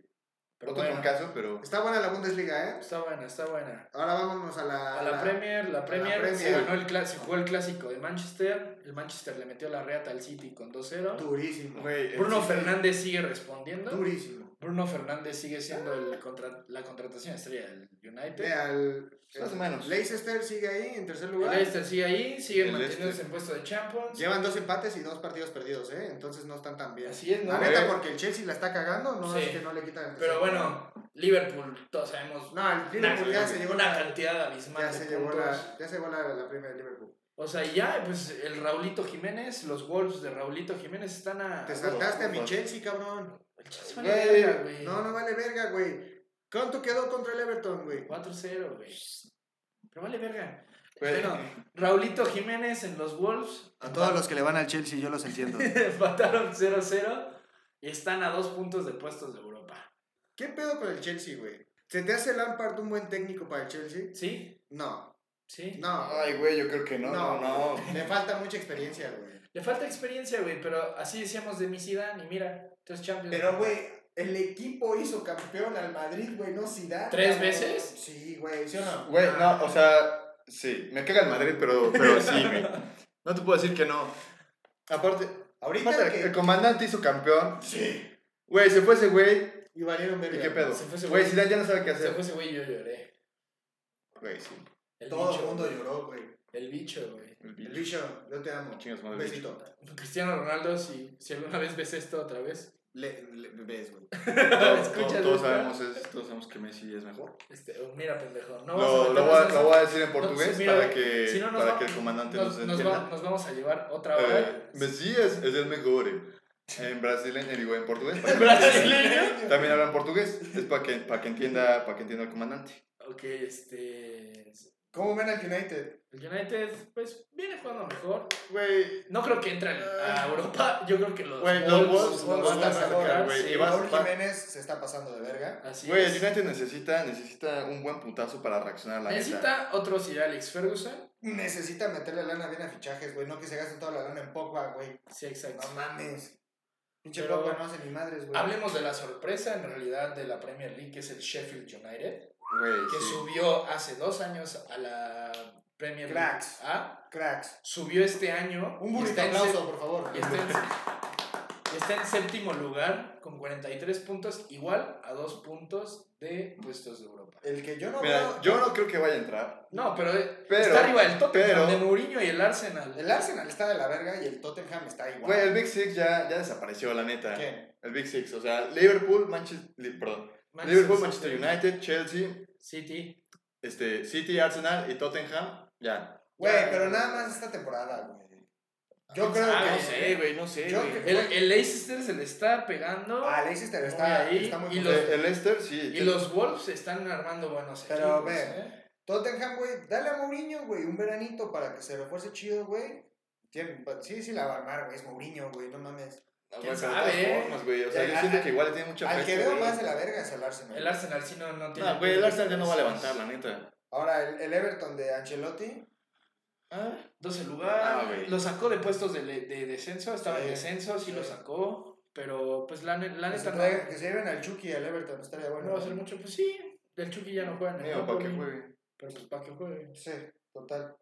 Speaker 3: Pero
Speaker 1: Otro
Speaker 3: bueno,
Speaker 1: caso, pero.
Speaker 2: Está buena la Bundesliga, ¿eh?
Speaker 3: está buena, está buena.
Speaker 2: Ahora vámonos a la.
Speaker 3: A la Premier, la Premier, se
Speaker 2: Premier.
Speaker 3: ganó el cla- se jugó el clásico de Manchester. El Manchester le metió la reata al City con 2-0.
Speaker 2: Durísimo.
Speaker 1: Güey, el
Speaker 3: Bruno
Speaker 1: City-
Speaker 3: Fernández sigue respondiendo.
Speaker 2: Durísimo.
Speaker 3: Bruno Fernández sigue siendo el contra- la contratación estrella del United.
Speaker 2: Vea, el.
Speaker 1: Más o
Speaker 2: el
Speaker 1: menos.
Speaker 2: Leicester sigue ahí en tercer
Speaker 3: El
Speaker 2: lugar.
Speaker 3: Leicester sigue ahí, sigue
Speaker 1: El
Speaker 2: este.
Speaker 3: manteniéndose
Speaker 1: Leicester.
Speaker 3: en puesto de Champions.
Speaker 2: Llevan dos empates y dos partidos perdidos, ¿eh? Entonces no están tan bien.
Speaker 3: Así es, ¿no? Eh.
Speaker 2: La neta,
Speaker 1: güey.
Speaker 2: porque el Chelsea la está cagando, no
Speaker 3: Sí.
Speaker 2: es que no le quitan el
Speaker 3: Pero
Speaker 2: tercer lugar.
Speaker 3: bueno, Liverpool, todos sabemos.
Speaker 2: No, el Liverpool ya se llevó
Speaker 3: una
Speaker 2: la.
Speaker 3: cantidad abismal
Speaker 2: Ya
Speaker 3: de
Speaker 2: se llevó
Speaker 3: puntos.
Speaker 2: la. Ya se llevó la, la primera de Liverpool.
Speaker 3: O sea, ya, pues el Raulito Jiménez, los Wolves de Raulito Jiménez están a.
Speaker 2: Te
Speaker 3: a-
Speaker 2: saltaste a mi
Speaker 1: Wolves.
Speaker 2: Chelsea, cabrón.
Speaker 3: El Chelsea vale verga, güey.
Speaker 2: No, no vale verga, güey. ¿Cuánto quedó contra el Everton, güey?
Speaker 3: 4-0, güey. Pero vale verga.
Speaker 1: Güey,
Speaker 3: Bueno, Raulito Jiménez en los Wolves.
Speaker 2: que le van al Chelsea, yo los entiendo.
Speaker 3: Empataron 0-0 y están a dos puntos de puestos de Europa.
Speaker 2: ¿Qué pedo con el Chelsea, güey? ¿Se te hace Lampard un buen técnico para el Chelsea?
Speaker 3: ¿Sí?
Speaker 2: No,
Speaker 3: ¿Sí?
Speaker 2: no.
Speaker 1: Ay, güey, yo creo que no. No, no.
Speaker 2: Le falta mucha experiencia, güey.
Speaker 3: Le falta experiencia, güey, pero así decíamos de mi Zidane y mira, tres Champions.
Speaker 2: Pero, güey, el equipo hizo campeón al Madrid, güey, no Zidane.
Speaker 3: ¿Tres
Speaker 2: cabrón.
Speaker 3: veces?
Speaker 2: Sí, güey, ¿sí o no?
Speaker 1: Güey, no, o sea, sí, me caga el Madrid, pero, pero sí, güey. No te puedo decir que no. Aparte,
Speaker 2: Ahorita
Speaker 1: aparte,
Speaker 2: que-
Speaker 1: el comandante hizo campeón. Sí. Güey, se fue ese güey.
Speaker 2: Y valieron verga.
Speaker 1: ¿Y qué pedo?
Speaker 3: Se fue ese
Speaker 1: Güey,
Speaker 3: güey.
Speaker 1: Zidane ya no sabe qué
Speaker 3: Se
Speaker 1: hacer.
Speaker 3: fue ese güey, yo lloré.
Speaker 1: Güey, sí.
Speaker 3: El
Speaker 2: Todo
Speaker 3: bicho,
Speaker 2: el mundo
Speaker 3: güey.
Speaker 2: lloró, güey.
Speaker 3: El bicho, güey.
Speaker 1: El
Speaker 2: El
Speaker 1: bicho.
Speaker 2: bicho, yo te amo.
Speaker 1: Chingas
Speaker 2: Un
Speaker 1: madre, el bicho.
Speaker 2: besito.
Speaker 3: Cristiano Ronaldo, si, si alguna vez ves esto otra vez,
Speaker 2: Le, le- ves, güey.
Speaker 1: Todos,
Speaker 3: Escuchas
Speaker 1: todos- todos
Speaker 3: esto.
Speaker 1: sabemos es- todos sabemos que Messi es mejor.
Speaker 3: este, oh, mira, pendejo. No vas
Speaker 1: Lo,
Speaker 3: a
Speaker 1: lo voy, a,
Speaker 3: meternos
Speaker 1: lo voy a decir en
Speaker 3: No, sí,
Speaker 1: portugués
Speaker 3: mira,
Speaker 1: para que,
Speaker 3: si no nos
Speaker 1: para
Speaker 3: va-
Speaker 1: que el comandante nos,
Speaker 3: nos, nos,
Speaker 1: entienda.
Speaker 3: va- nos vamos a llevar otra hora.
Speaker 1: Eh, Messi es, es el mejor. eh. En brasileño, digo, en portugués. para que-
Speaker 3: Brasileño.
Speaker 1: También hablan portugués. Es para que, para que entienda para que entienda el comandante.
Speaker 3: Ok, este.
Speaker 2: ¿Cómo ven al United?
Speaker 3: El United, pues, viene jugando mejor.
Speaker 1: Güey,
Speaker 3: No creo que entren a Europa. Yo creo que los.
Speaker 1: Güey, los Wolves,
Speaker 3: los
Speaker 1: los
Speaker 3: van a
Speaker 1: Wolves
Speaker 2: van a
Speaker 3: sacar,
Speaker 1: sacar, güey,
Speaker 3: sí.
Speaker 1: y vas-
Speaker 2: Raúl
Speaker 1: va-
Speaker 2: Jiménez se está pasando de verga.
Speaker 3: Así
Speaker 1: güey, el
Speaker 3: es.
Speaker 1: United necesita, necesita un buen putazo para reaccionar a la neta.
Speaker 3: Necesita otro Sir Alex Ferguson.
Speaker 2: Necesita meterle lana bien a fichajes, güey. No que se gaste toda la lana en Pogba, güey.
Speaker 3: Sí, exacto.
Speaker 2: No mames. Pinche
Speaker 3: Pero-
Speaker 2: Pogba no hace ni madres, güey.
Speaker 3: Hablemos de la sorpresa en realidad de la Premier League, que es el Sheffield United,
Speaker 1: Güey,
Speaker 3: que
Speaker 1: sí.
Speaker 3: subió hace dos años a la Premier League.
Speaker 2: Cracks.
Speaker 3: A.
Speaker 2: Cracks.
Speaker 3: Subió este año.
Speaker 2: Un
Speaker 3: y
Speaker 2: burrito
Speaker 3: está en
Speaker 2: aplauso, por favor.
Speaker 3: Y está, en, y está en séptimo lugar con 43 puntos, igual a dos puntos de puestos de Europa.
Speaker 2: El que yo no
Speaker 1: Mira,
Speaker 2: veo...
Speaker 1: yo no creo que vaya a entrar.
Speaker 3: No, pero, eh,
Speaker 1: Pero-
Speaker 3: está arriba del top
Speaker 1: pero-
Speaker 3: de Mourinho y el Arsenal.
Speaker 2: El Arsenal está de la verga y el Tottenham está igual.
Speaker 1: Güey, el Big Six ya, ya desapareció, la neta.
Speaker 2: ¿Quién?
Speaker 1: El Big Six, o sea, Liverpool, Manchester, perdón,
Speaker 3: Manchester
Speaker 1: Liverpool,
Speaker 3: City,
Speaker 1: Manchester United, Chelsea,
Speaker 3: City.
Speaker 1: este, City, Arsenal y Tottenham, ya.
Speaker 2: Güey, pero nada más esta temporada, güey. Yo
Speaker 3: Ah,
Speaker 2: creo
Speaker 3: no
Speaker 2: que...
Speaker 3: sé,
Speaker 1: güey, no sé,
Speaker 2: Yo güey. creo-
Speaker 3: El, el Leicester se le está pegando.
Speaker 2: Ah, Leicester
Speaker 3: Muy
Speaker 2: está,
Speaker 3: ahí,
Speaker 2: está muy
Speaker 3: y
Speaker 2: fuerte.
Speaker 3: los-
Speaker 1: Eh, El, el Leicester, sí.
Speaker 3: y los Wolves están armando buenos
Speaker 2: Pero,
Speaker 3: equipos,
Speaker 2: ve,
Speaker 3: ¿eh?
Speaker 2: Tottenham, güey, dale a Mourinho, güey, un veranito para que se refuerce chido, güey. Tiene- Sí, sí la va a armar, güey, es Mourinho, güey, no mames.
Speaker 1: Ah,
Speaker 3: quién
Speaker 1: güey, pero de todas
Speaker 3: sabe, eh.
Speaker 1: formas, güey, o sea,
Speaker 2: Ya,
Speaker 1: yo siento que igual le tiene mucha
Speaker 2: Al que
Speaker 1: fe, este
Speaker 2: veo
Speaker 1: güey.
Speaker 2: más de la verga es el Arsenal.
Speaker 3: El Arsenal sí no, no tiene.
Speaker 1: No, güey, el Arsenal ya no va a levantar, la neta.
Speaker 2: Ahora, el, el Everton de Ancelotti,
Speaker 3: Ah, 12 lugar.
Speaker 1: Ah, güey.
Speaker 3: lo sacó de puestos de, le- de descenso. Estaba en
Speaker 2: Sí.
Speaker 3: descenso, sí, lo
Speaker 2: Sí.
Speaker 3: sacó. Pero pues la, ne- la
Speaker 2: que se,
Speaker 3: neta
Speaker 2: traiga-
Speaker 3: no,
Speaker 2: que se lleven al Chucky al Everton, estaría bueno.
Speaker 3: no va a ser mucho. Pues sí, el Chucky ya no juega en el
Speaker 1: Digo, para que
Speaker 3: Napoli,
Speaker 1: juegue.
Speaker 3: Pero pues para que juegue.
Speaker 2: Sí, total.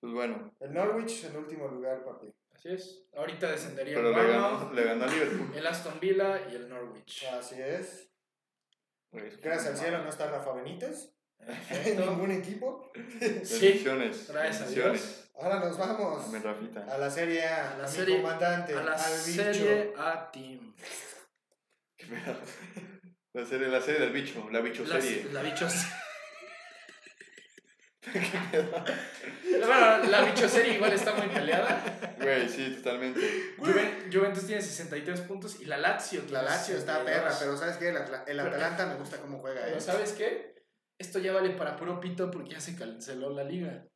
Speaker 1: Pues bueno,
Speaker 2: El Norwich en último lugar, papi.
Speaker 3: Así es. Ahorita descendería
Speaker 1: pero
Speaker 3: el
Speaker 1: le
Speaker 3: Bournemouth,
Speaker 1: ganó, le ganó a Liverpool.
Speaker 3: el Aston Villa y el Norwich.
Speaker 2: Así es.
Speaker 1: Güey,
Speaker 2: Gracias al cielo no está Rafa Benítez en
Speaker 3: Perfecto.
Speaker 2: ningún equipo.
Speaker 3: sí.
Speaker 1: Bendiciones.
Speaker 3: Gracias a Ah.
Speaker 1: bendiciones.
Speaker 2: Ahora nos vamos
Speaker 1: Amén, Rafita.
Speaker 2: a la Serie A,
Speaker 3: A la
Speaker 2: mi
Speaker 3: Serie-
Speaker 2: comandante,
Speaker 3: A la
Speaker 2: al bicho.
Speaker 3: serie A Team.
Speaker 1: Qué pedo. La serie, la serie del bicho, la bicho
Speaker 3: La,
Speaker 1: serie.
Speaker 3: la bichos. bueno, la bicho serie igual está muy peleada.
Speaker 1: Güey, sí, totalmente.
Speaker 3: Juven- Juventus tiene 63 puntos y la Lazio tiene
Speaker 2: La Lazio está
Speaker 3: 62.
Speaker 2: perra, pero ¿sabes qué? El, Atla- el Atalanta me gusta cómo juega.
Speaker 3: Pero
Speaker 2: eh.
Speaker 3: ¿sabes qué? Esto ya vale para puro pito porque ya se canceló la liga.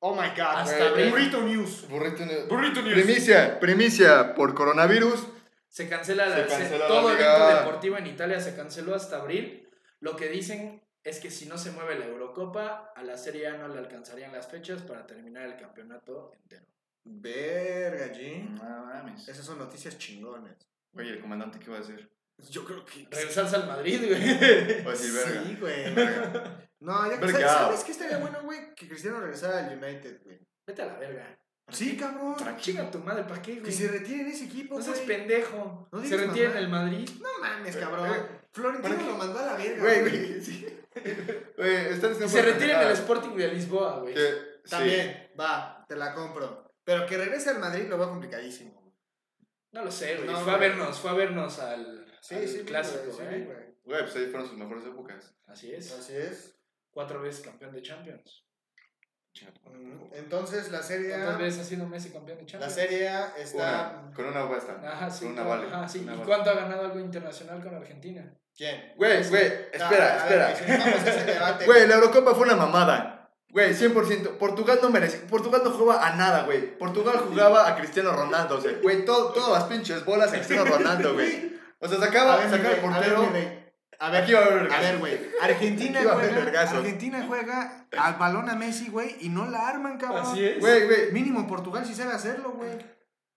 Speaker 2: Oh my god.
Speaker 3: Hasta
Speaker 2: güey.
Speaker 3: ve-
Speaker 2: Burrito News.
Speaker 1: Burrito News.
Speaker 3: Burrito
Speaker 1: Primicia, primicia por coronavirus.
Speaker 3: Se cancela, la,
Speaker 1: Se cancela la
Speaker 3: todo evento
Speaker 1: liga.
Speaker 3: deportivo en Italia se canceló hasta abril. Lo que dicen es que si no se mueve la Eurocopa, a la Serie A no le alcanzarían las fechas para terminar el campeonato entero.
Speaker 2: Verga, Jim.
Speaker 1: No mames.
Speaker 2: Esas son noticias chingones.
Speaker 1: Oye, el comandante, ¿qué va a decir?
Speaker 2: Yo creo que.
Speaker 3: Regresarse al Madrid, güey.
Speaker 1: Va a decir, verga.
Speaker 2: Sí, güey.
Speaker 1: verga.
Speaker 2: No, ya que
Speaker 1: Verga.
Speaker 2: sabes, ¿sabes qué estaría bueno, güey? Que Cristiano regresara al United, güey.
Speaker 3: Vete a la verga.
Speaker 2: Sí, cabrón.
Speaker 3: Chinga tu madre, ¿para qué,
Speaker 2: Que
Speaker 3: güey?
Speaker 2: se retire de ese equipo,
Speaker 3: No seas
Speaker 2: güey.
Speaker 3: pendejo.
Speaker 2: No
Speaker 3: se
Speaker 2: digas
Speaker 3: retira en
Speaker 2: mamá.
Speaker 3: el Madrid.
Speaker 2: No mames,
Speaker 1: Eh,
Speaker 2: cabrón.
Speaker 1: eh.
Speaker 2: Florentino
Speaker 1: ¿Para qué?
Speaker 2: lo mandó a la verga.
Speaker 1: Güey, güey, sí. Güey, están haciendo
Speaker 3: se
Speaker 1: pura
Speaker 3: retira en el
Speaker 1: pendejada.
Speaker 3: Sporting de Lisboa, güey.
Speaker 1: Que- sí.
Speaker 2: También, va, te la compro. Pero que regrese al Madrid lo veo complicadísimo. güey.
Speaker 3: No lo sé, güey.
Speaker 2: No,
Speaker 3: fue a
Speaker 2: güey.
Speaker 3: vernos, fue a vernos al, al clásico,
Speaker 2: güey, sí,
Speaker 3: ¿eh?
Speaker 2: güey.
Speaker 1: Güey, pues ahí fueron sus mejores épocas.
Speaker 3: Así es.
Speaker 2: Así es.
Speaker 3: Cuatro veces campeón de Champions.
Speaker 1: Chinga tu madre.
Speaker 2: Mm, Entonces, la Serie
Speaker 3: ¿Cuántas
Speaker 2: A,
Speaker 3: veces ha sido Messi campeón de
Speaker 2: la
Speaker 3: Champions?
Speaker 2: serie A
Speaker 1: Una,
Speaker 2: está...
Speaker 1: con una basta.
Speaker 3: Ajá, sí.
Speaker 1: Con una
Speaker 3: ¿no?
Speaker 1: vale,
Speaker 3: Ajá, sí.
Speaker 1: una
Speaker 3: ¿Y
Speaker 1: vale.
Speaker 3: cuánto ha ganado algo internacional con Argentina?
Speaker 2: ¿Quién?
Speaker 1: Güey, güey,
Speaker 2: No,
Speaker 1: espera,
Speaker 2: a ver,
Speaker 1: espera.
Speaker 2: güey, si nos vamos a ese debate,
Speaker 1: Güey, la Eurocopa fue una mamada. Güey, 100%. Portugal no merecía. Portugal no jugaba a nada, güey. Portugal jugaba a Cristiano Ronaldo, o sea, güey. todo- Todas las pinches bolas a Cristiano Ronaldo, güey. O sea,
Speaker 2: A
Speaker 1: sacaba,
Speaker 2: ver, mi
Speaker 1: sacaba el
Speaker 2: rey, a ver,
Speaker 1: portero.
Speaker 2: mi rey.
Speaker 1: A ver, aquí va a haber.
Speaker 2: A ver, güey. Argentina
Speaker 1: Iba a haber
Speaker 2: juega,
Speaker 1: vergazos.
Speaker 2: Argentina juega al balón a Messi, güey, y no la arman, cabrón.
Speaker 3: es.
Speaker 1: Güey, güey,
Speaker 2: Mínimo Portugal sí sabe hacerlo, güey.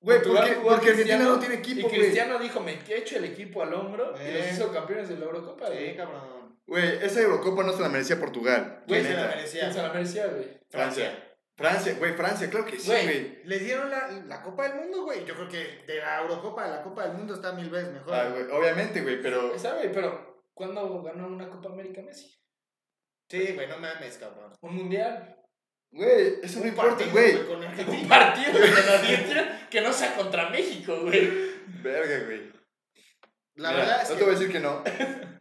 Speaker 1: güey,
Speaker 3: Portugal
Speaker 1: porque,
Speaker 3: jugó a
Speaker 1: porque Argentina
Speaker 3: Cristiano,
Speaker 1: no tiene equipo,
Speaker 3: Y
Speaker 1: güey.
Speaker 3: Cristiano dijo, me echo el equipo al hombro y
Speaker 2: Eh.
Speaker 3: los hizo campeones de la Eurocopa, güey.
Speaker 2: cabrón.
Speaker 1: Güey, esa Eurocopa no se la merecía Portugal.
Speaker 2: Güey, se
Speaker 1: neta.
Speaker 2: la
Speaker 3: ¿Quién se
Speaker 2: merecía.
Speaker 3: la merecía, güey?
Speaker 1: Francia. Francia, güey, Francia, claro que sí,
Speaker 3: Güey.
Speaker 1: güey.
Speaker 2: Les dieron la, la Copa del Mundo, güey. Yo creo que de la Eurocopa a la Copa del Mundo está mil veces mejor.
Speaker 1: Ah, güey, obviamente, güey, pero.
Speaker 3: Esa, güey, pero ¿cuándo ganó una Copa América Messi?
Speaker 2: sí, güey, no mames, cabrón.
Speaker 3: Un mundial.
Speaker 1: Güey, eso no importa,
Speaker 2: Partido,
Speaker 1: güey.
Speaker 2: Con
Speaker 3: Un
Speaker 2: Argentina.
Speaker 3: partido de Argentina que no sea contra México, güey.
Speaker 1: Verga, güey.
Speaker 2: La
Speaker 1: Mira,
Speaker 2: verdad es
Speaker 1: No
Speaker 2: que
Speaker 1: te voy a decir que no.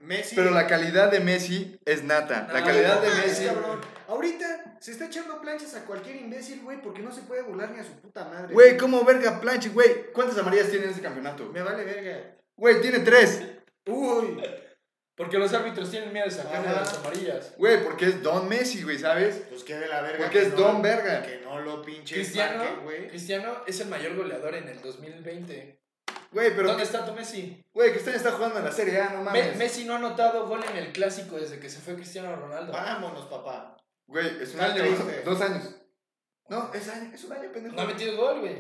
Speaker 2: Messi.
Speaker 1: Pero la calidad de Messi es nata. La
Speaker 3: No,
Speaker 1: calidad de
Speaker 2: mames,
Speaker 1: Messi.
Speaker 2: cabrón. Ahorita se está echando planchas a cualquier imbécil, güey, porque no se puede burlar ni a su puta madre.
Speaker 1: Güey, ¿cómo verga planche, güey? ¿Cuántas amarillas tiene en este campeonato?
Speaker 2: Me vale verga.
Speaker 1: Güey, tiene tres.
Speaker 2: Uy.
Speaker 3: Porque los árbitros tienen miedo de sacarle
Speaker 2: Ajá.
Speaker 3: las amarillas.
Speaker 1: Güey, porque es Don Messi, güey, ¿sabes?
Speaker 2: Pues que de la verga.
Speaker 1: Porque
Speaker 2: que
Speaker 1: es
Speaker 2: no-
Speaker 1: Don Verga.
Speaker 2: Que no lo pinche
Speaker 3: Cristiano,
Speaker 2: marquen, güey.
Speaker 3: Cristiano es el mayor goleador en el 2020.
Speaker 1: Güey, pero.
Speaker 3: ¿Dónde está tu Messi?
Speaker 1: Güey, Cristiano está jugando en la Serie A, no
Speaker 3: Me-
Speaker 1: mames.
Speaker 3: Messi no ha anotado gol en el clásico desde que se fue Cristiano Ronaldo.
Speaker 2: Vámonos, papá.
Speaker 1: Güey, es un
Speaker 2: Está
Speaker 1: año.
Speaker 2: triste.
Speaker 1: Dos años. No, es, año, es un año, pendejo.
Speaker 3: No ha metido gol, güey.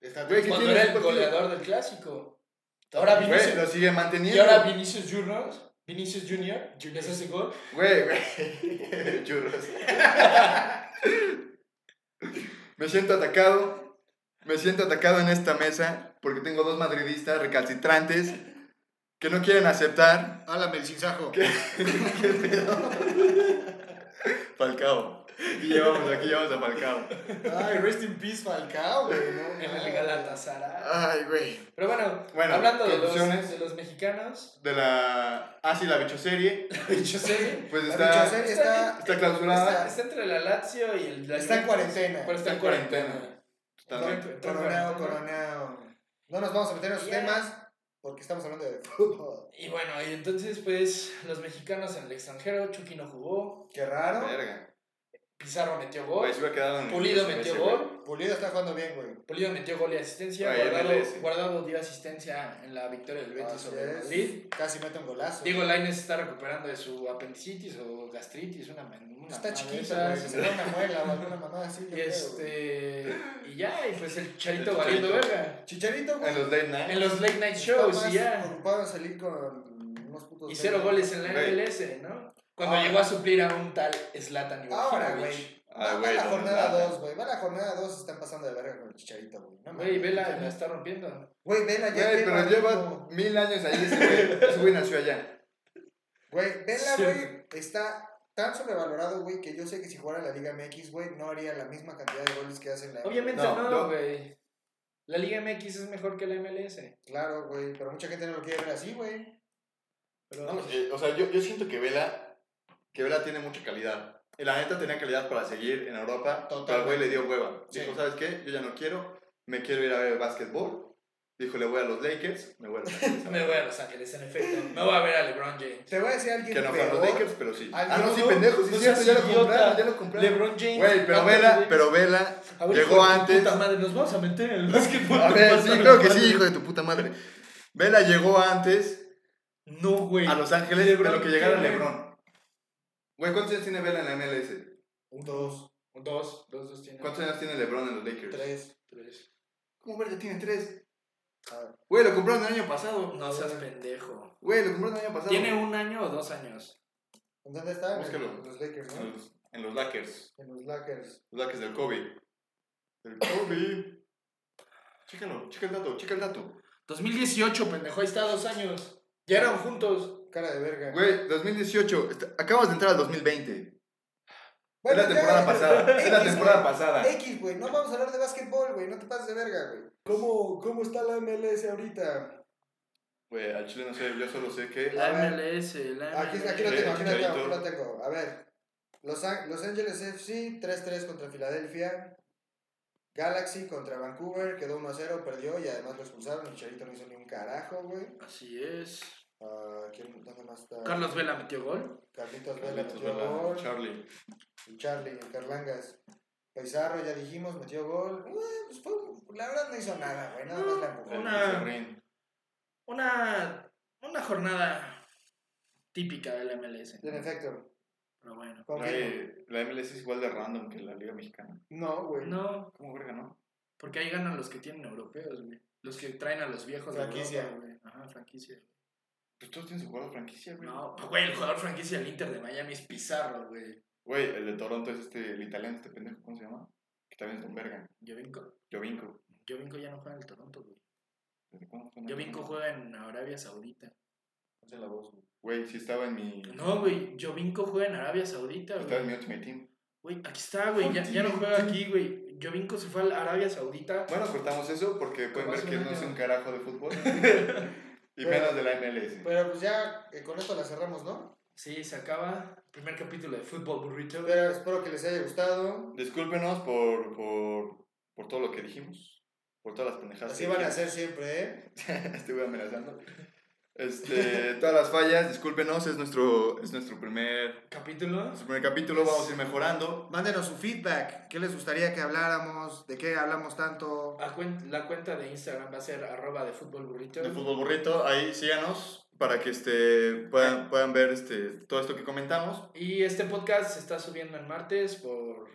Speaker 2: Está
Speaker 1: Güey,
Speaker 2: triste.
Speaker 3: Cuando
Speaker 1: tiene
Speaker 3: era
Speaker 1: su
Speaker 3: el
Speaker 1: partido?
Speaker 3: goleador del clásico. Ahora
Speaker 1: Güey,
Speaker 3: Vinicius,
Speaker 1: lo sigue manteniendo.
Speaker 3: y ahora Vinicius Junior. Vinicius Junior. Junior hace gol.
Speaker 1: Güey, güey. Churros. me siento atacado. Me siento atacado en esta mesa porque tengo dos madridistas recalcitrantes que no quieren aceptar.
Speaker 2: Háblame el sinsajo.
Speaker 1: ¿Qué pedo? Falcao. Aquí llevamos, aquí llevamos a Falcao.
Speaker 2: Ay, rest in peace, Falcao, güey. no
Speaker 3: En el
Speaker 2: mames.
Speaker 3: Galatasaray.
Speaker 1: Ay, güey.
Speaker 3: Pero bueno,
Speaker 1: Ah. Bueno,
Speaker 3: hablando de los,
Speaker 1: conclusiones.
Speaker 3: de los mexicanos,
Speaker 1: De la. Ah, sí, la bichoserie.
Speaker 3: dicho serie,
Speaker 1: Pues
Speaker 2: La
Speaker 1: está.
Speaker 2: bichoserie está,
Speaker 1: Está clausurada.
Speaker 3: está entre la Lazio y el. la
Speaker 2: está en
Speaker 3: Juventus,
Speaker 2: cuarentena.
Speaker 3: Pero está, en
Speaker 1: Está en
Speaker 3: cuarentena.
Speaker 1: También.
Speaker 3: Está en
Speaker 2: Coronado,
Speaker 3: cuarentena.
Speaker 2: coronado. No nos vamos a meter en esos
Speaker 3: Ya.
Speaker 2: temas porque estamos hablando de fútbol.
Speaker 3: Y bueno, y entonces, pues, los mexicanos en el extranjero, Chucky no jugó,
Speaker 2: Qué raro.
Speaker 1: Verga.
Speaker 3: Pizarro metió gol,
Speaker 1: Güey, se hubiera quedado en.
Speaker 3: Pulido metió
Speaker 1: ese, güey.
Speaker 3: gol,
Speaker 2: Pulido está jugando bien, güey.
Speaker 3: Pulido metió gol y asistencia,
Speaker 1: Güey, MLS.
Speaker 3: guardado, guardado dio asistencia en la victoria del Betis
Speaker 2: Así
Speaker 3: sobre el
Speaker 2: es.
Speaker 3: Madrid.
Speaker 2: Casi mete un golazo.
Speaker 3: Diego Lainez está recuperando de su apendicitis o gastritis, una, una
Speaker 2: está
Speaker 3: madre
Speaker 2: chiquito,
Speaker 3: esa,
Speaker 2: güey. Se le da una muela o alguna mamada así. yo
Speaker 3: Y
Speaker 2: creo, güey.
Speaker 3: este. Y ya, y pues el
Speaker 1: El
Speaker 3: charito valiendo
Speaker 1: Chicharito.
Speaker 3: verga.
Speaker 2: Chicharito, güey.
Speaker 1: En los late night.
Speaker 3: En los late night
Speaker 2: Está
Speaker 3: shows
Speaker 2: más
Speaker 3: y ya.
Speaker 2: ocupado en salir con unos putos.
Speaker 3: Y cero goles en la
Speaker 1: Güey.
Speaker 3: MLS, ¿no? Cuando
Speaker 2: Ahora.
Speaker 3: llegó a suplir a un tal Zlatan
Speaker 2: Ahora,
Speaker 3: Ibrahimovic.
Speaker 2: güey.
Speaker 1: Ah,
Speaker 2: va, va
Speaker 1: güey,
Speaker 2: la
Speaker 1: no,
Speaker 2: jornada
Speaker 1: nada.
Speaker 2: 2, güey. Va la jornada 2, están pasando de verga con el chicharito, güey. No
Speaker 3: Güey,
Speaker 2: mames.
Speaker 3: Vela la está rompiendo.
Speaker 2: Güey, vela ya.
Speaker 1: Güey, pero lleva
Speaker 2: tiempo.
Speaker 1: mil años ahí ese güey. Ese güey nació allá.
Speaker 2: Güey, vela,
Speaker 3: Sí.
Speaker 2: güey. Está tan sobrevalorado, güey, que yo sé que si jugara la Liga MX, güey, no haría la misma cantidad de goles que hace en la.
Speaker 3: Obviamente
Speaker 1: No, no.
Speaker 3: no, güey. La Liga MX es mejor que la MLS.
Speaker 2: Claro, güey. Pero mucha gente no lo quiere ver así, güey.
Speaker 3: Pero
Speaker 1: No, eh, o sea, yo, yo siento que Vela, que Vela tiene mucha calidad. Y la neta tenía calidad para seguir en Europa, pero al güey le dio hueva.
Speaker 2: Sí.
Speaker 1: Dijo, ¿sabes qué? Yo ya no quiero, me quiero ir a ver básquetbol. Dijo, le voy a los Lakers, me voy a los Lakers.
Speaker 3: me voy a Los Ángeles, en efecto. Me voy a ver a LeBron James.
Speaker 2: Te voy a decir a alguien
Speaker 1: que no fue a los
Speaker 2: peor.
Speaker 1: Lakers, pero sí.
Speaker 2: Al
Speaker 1: Ah, no, sí,
Speaker 2: gordo,
Speaker 1: pendejo, sí,
Speaker 3: no
Speaker 1: es cierto,
Speaker 3: seas
Speaker 1: ya lo
Speaker 3: idiota.
Speaker 1: compraron, ya lo compraron.
Speaker 3: LeBron James.
Speaker 1: Güey, pero Vela, pero Vela,
Speaker 3: A ver,
Speaker 1: llegó
Speaker 3: hijo de tu
Speaker 1: antes.
Speaker 3: Puta madre, nos vamos a meter en el básquetbol.
Speaker 1: a ver, sí,
Speaker 3: Pásale,
Speaker 1: creo que
Speaker 3: pásale.
Speaker 1: sí, hijo de tu puta madre.
Speaker 4: Vela llegó antes
Speaker 3: No, güey.
Speaker 4: a Los Ángeles de lo que llegara LeBron.
Speaker 1: Güey, ¿cuántos años tiene Vela en la MLS?
Speaker 2: Un, dos,
Speaker 3: Dos, dos, dos tiene.
Speaker 1: ¿Cuántos años tiene LeBron en los Lakers?
Speaker 2: tres.
Speaker 3: Tres.
Speaker 1: ¿Cómo verga tiene tres?
Speaker 2: Ah,
Speaker 1: Güey, lo compraron el año pasado.
Speaker 3: No seas pendejo.
Speaker 1: Güey, lo compraron el año pasado.
Speaker 3: ¿Tiene un año o dos años?
Speaker 2: ¿Dónde está?
Speaker 1: Búscalo.
Speaker 2: En los Lakers,
Speaker 1: En
Speaker 2: ¿no?
Speaker 1: los, en los Lakers.
Speaker 2: En los Lakers.
Speaker 1: Los Lakers del Kobe. Del Kobe. Chécalo, checa el dato, checa el dato.
Speaker 3: 2018, pendejo. Ahí está, dos años. Ya eran juntos.
Speaker 2: Cara de verga.
Speaker 1: Güey, 2018. está- Acabas de entrar al 2020.
Speaker 2: Bueno,
Speaker 1: es la temporada
Speaker 2: ya,
Speaker 1: pasada. Es la
Speaker 2: X,
Speaker 1: temporada
Speaker 2: güey.
Speaker 1: pasada.
Speaker 2: X, güey, no vamos a hablar de básquetbol, güey, no te pases de verga, güey. ¿Cómo, ¿Cómo está la MLS ahorita?
Speaker 1: Güey, al chile no sé, yo solo sé que.
Speaker 2: A
Speaker 3: La
Speaker 2: ver.
Speaker 3: MLS, la
Speaker 2: Aquí, aquí lo
Speaker 1: Sí,
Speaker 2: tengo, aquí lo tengo,
Speaker 1: Chicharito.
Speaker 2: aquí lo tengo. A ver, Los, Ang- Los Angeles FC 3-3 contra Filadelfia. Galaxy contra Vancouver, quedó 1-0, perdió y además lo expulsaron. El Charito no hizo ni un carajo, güey.
Speaker 3: Así es.
Speaker 2: Ah, ¿quién, ¿Dónde más está?
Speaker 3: Carlos Vela metió gol.
Speaker 2: Carlitos Vela,
Speaker 1: Carlitos
Speaker 2: metió
Speaker 1: Vela,
Speaker 2: gol.
Speaker 1: Charlie.
Speaker 2: Y Charlie, el Carlangas. Pizarro, ya dijimos, metió gol. Eh, pues fue- la verdad no hizo nada, güey, nada más la empujó.
Speaker 1: El
Speaker 3: Una-
Speaker 1: pizarrín.
Speaker 3: Una, una jornada típica de la MLS.
Speaker 2: En efecto,
Speaker 3: Pero bueno.
Speaker 2: ¿con qué?
Speaker 1: Güey, La MLS es igual de random que la Liga Mexicana.
Speaker 2: No, güey.
Speaker 3: No,
Speaker 1: ¿Cómo verga, no?
Speaker 3: porque ahí ganan los que tienen europeos, güey. Los que traen a los viejos
Speaker 2: Franquicia.
Speaker 3: de Europa, güey. Ajá, franquicia.
Speaker 1: Pues todos tienen su jugador franquicia, güey.
Speaker 3: No, güey, el jugador franquicia del Inter de Miami es Pizarro, güey.
Speaker 1: Güey, el de Toronto es este, el italiano, este pendejo, ¿cómo se llama? Que también es Don Verga.
Speaker 3: Jovinko,
Speaker 1: Jovinko.
Speaker 3: Jovinko ya no juega en el Toronto, güey.
Speaker 1: ¿Desde cuándo fue?
Speaker 3: Jovinko juega en Arabia Saudita.
Speaker 2: Hace la voz, güey.
Speaker 1: Güey, sí estaba en mi.
Speaker 3: No, güey, Jovinko juega en Arabia Saudita,
Speaker 1: Estaba en
Speaker 3: güey.
Speaker 1: mi Ultimate Team.
Speaker 3: Güey, aquí está, güey, ya, ya no juega aquí, güey. Jovinko se fue a Arabia Saudita.
Speaker 1: Bueno, cortamos eso porque pueden ver
Speaker 3: Capaz
Speaker 1: que
Speaker 3: un
Speaker 1: no es
Speaker 3: año.
Speaker 1: un carajo de fútbol. y
Speaker 2: Pero-
Speaker 1: menos de la MLS.
Speaker 2: Pero pues ya eh, con esto la cerramos, ¿no?
Speaker 3: Sí, se acaba. Primer capítulo de Fútbol Burrito.
Speaker 2: Pero espero que les haya gustado.
Speaker 1: Discúlpenos por, por, por todo lo que dijimos. Por todas las pendejadas.
Speaker 2: Así
Speaker 1: que
Speaker 2: van a
Speaker 1: dijimos.
Speaker 2: ser siempre, ¿eh?
Speaker 1: Estuve amenazando. Este, todas las fallas, discúlpenos, es nuestro, es nuestro primer,
Speaker 3: Capítulo.
Speaker 1: nuestro primer capítulo, vamos a ir mejorando.
Speaker 2: Mándenos su feedback. ¿Qué les gustaría que habláramos? ¿De qué hablamos tanto?
Speaker 3: La cuen- la cuenta de Instagram va a ser arroba de Fútbol Burrito.
Speaker 1: de Fútbol Burrito, ahí síganos para que este, puedan, puedan ver este, todo esto que comentamos.
Speaker 3: Y este podcast se está subiendo en martes por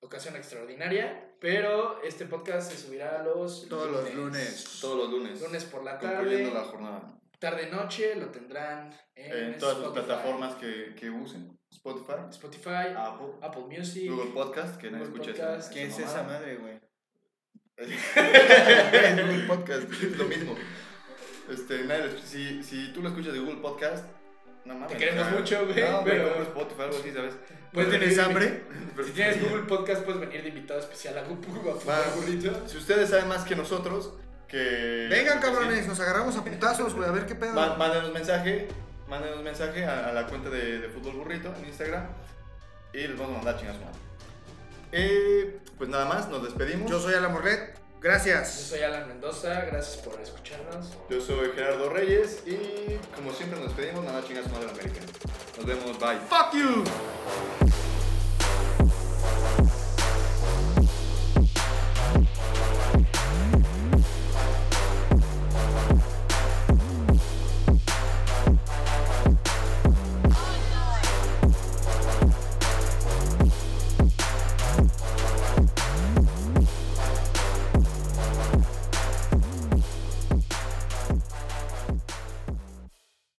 Speaker 3: ocasión extraordinaria, pero este podcast se subirá los
Speaker 2: Todos los lunes.
Speaker 1: Todos los lunes,
Speaker 3: Lunes por la
Speaker 1: concluyendo la
Speaker 3: tarde,
Speaker 1: jornada.
Speaker 3: tarde noche lo tendrán en,
Speaker 1: En todas las
Speaker 3: Spotify.
Speaker 1: plataformas que, que usen, Spotify,
Speaker 3: Spotify,
Speaker 1: Apple,
Speaker 3: Apple Music,
Speaker 1: Google Podcast, que nadie
Speaker 3: Google
Speaker 1: escucha esa,
Speaker 3: Podcast. ¿Qué es
Speaker 1: mamada.
Speaker 2: madre, güey?
Speaker 1: Google Podcast, es lo mismo. Este, nadie lo escucha. si, si tú lo escuchas de Google Podcast, no mames.
Speaker 3: Te queremos mucho, güey,
Speaker 1: No,
Speaker 3: pero-
Speaker 1: compra Spotify, algo así, ¿sabes?
Speaker 3: Puedes venir-
Speaker 1: ¿Tienes hambre?
Speaker 3: Si tienes Google Podcast puedes venir de invitado especial a Google a
Speaker 1: Va.
Speaker 3: Fútbol Burrito.
Speaker 1: Si ustedes saben más que nosotros, que...
Speaker 2: Vengan,
Speaker 1: que sí,
Speaker 2: cabrones, nos agarramos a putazos, güey. A ver qué pedo.
Speaker 1: Ma- Mándenos mensaje, mándenos mensaje a, a la cuenta de, de Fútbol Burrito en Instagram y les vamos a mandar chingas madre. Eh, pues nada más, nos despedimos.
Speaker 2: Yo soy Alan Morlet.
Speaker 3: Yo
Speaker 2: Gracias.
Speaker 3: soy Alan Mendoza, gracias por escucharnos.
Speaker 1: Yo soy Gerardo Reyes y como siempre nos despedimos, nada chingas madre América. Nos vemos, bye.
Speaker 2: Fuck you.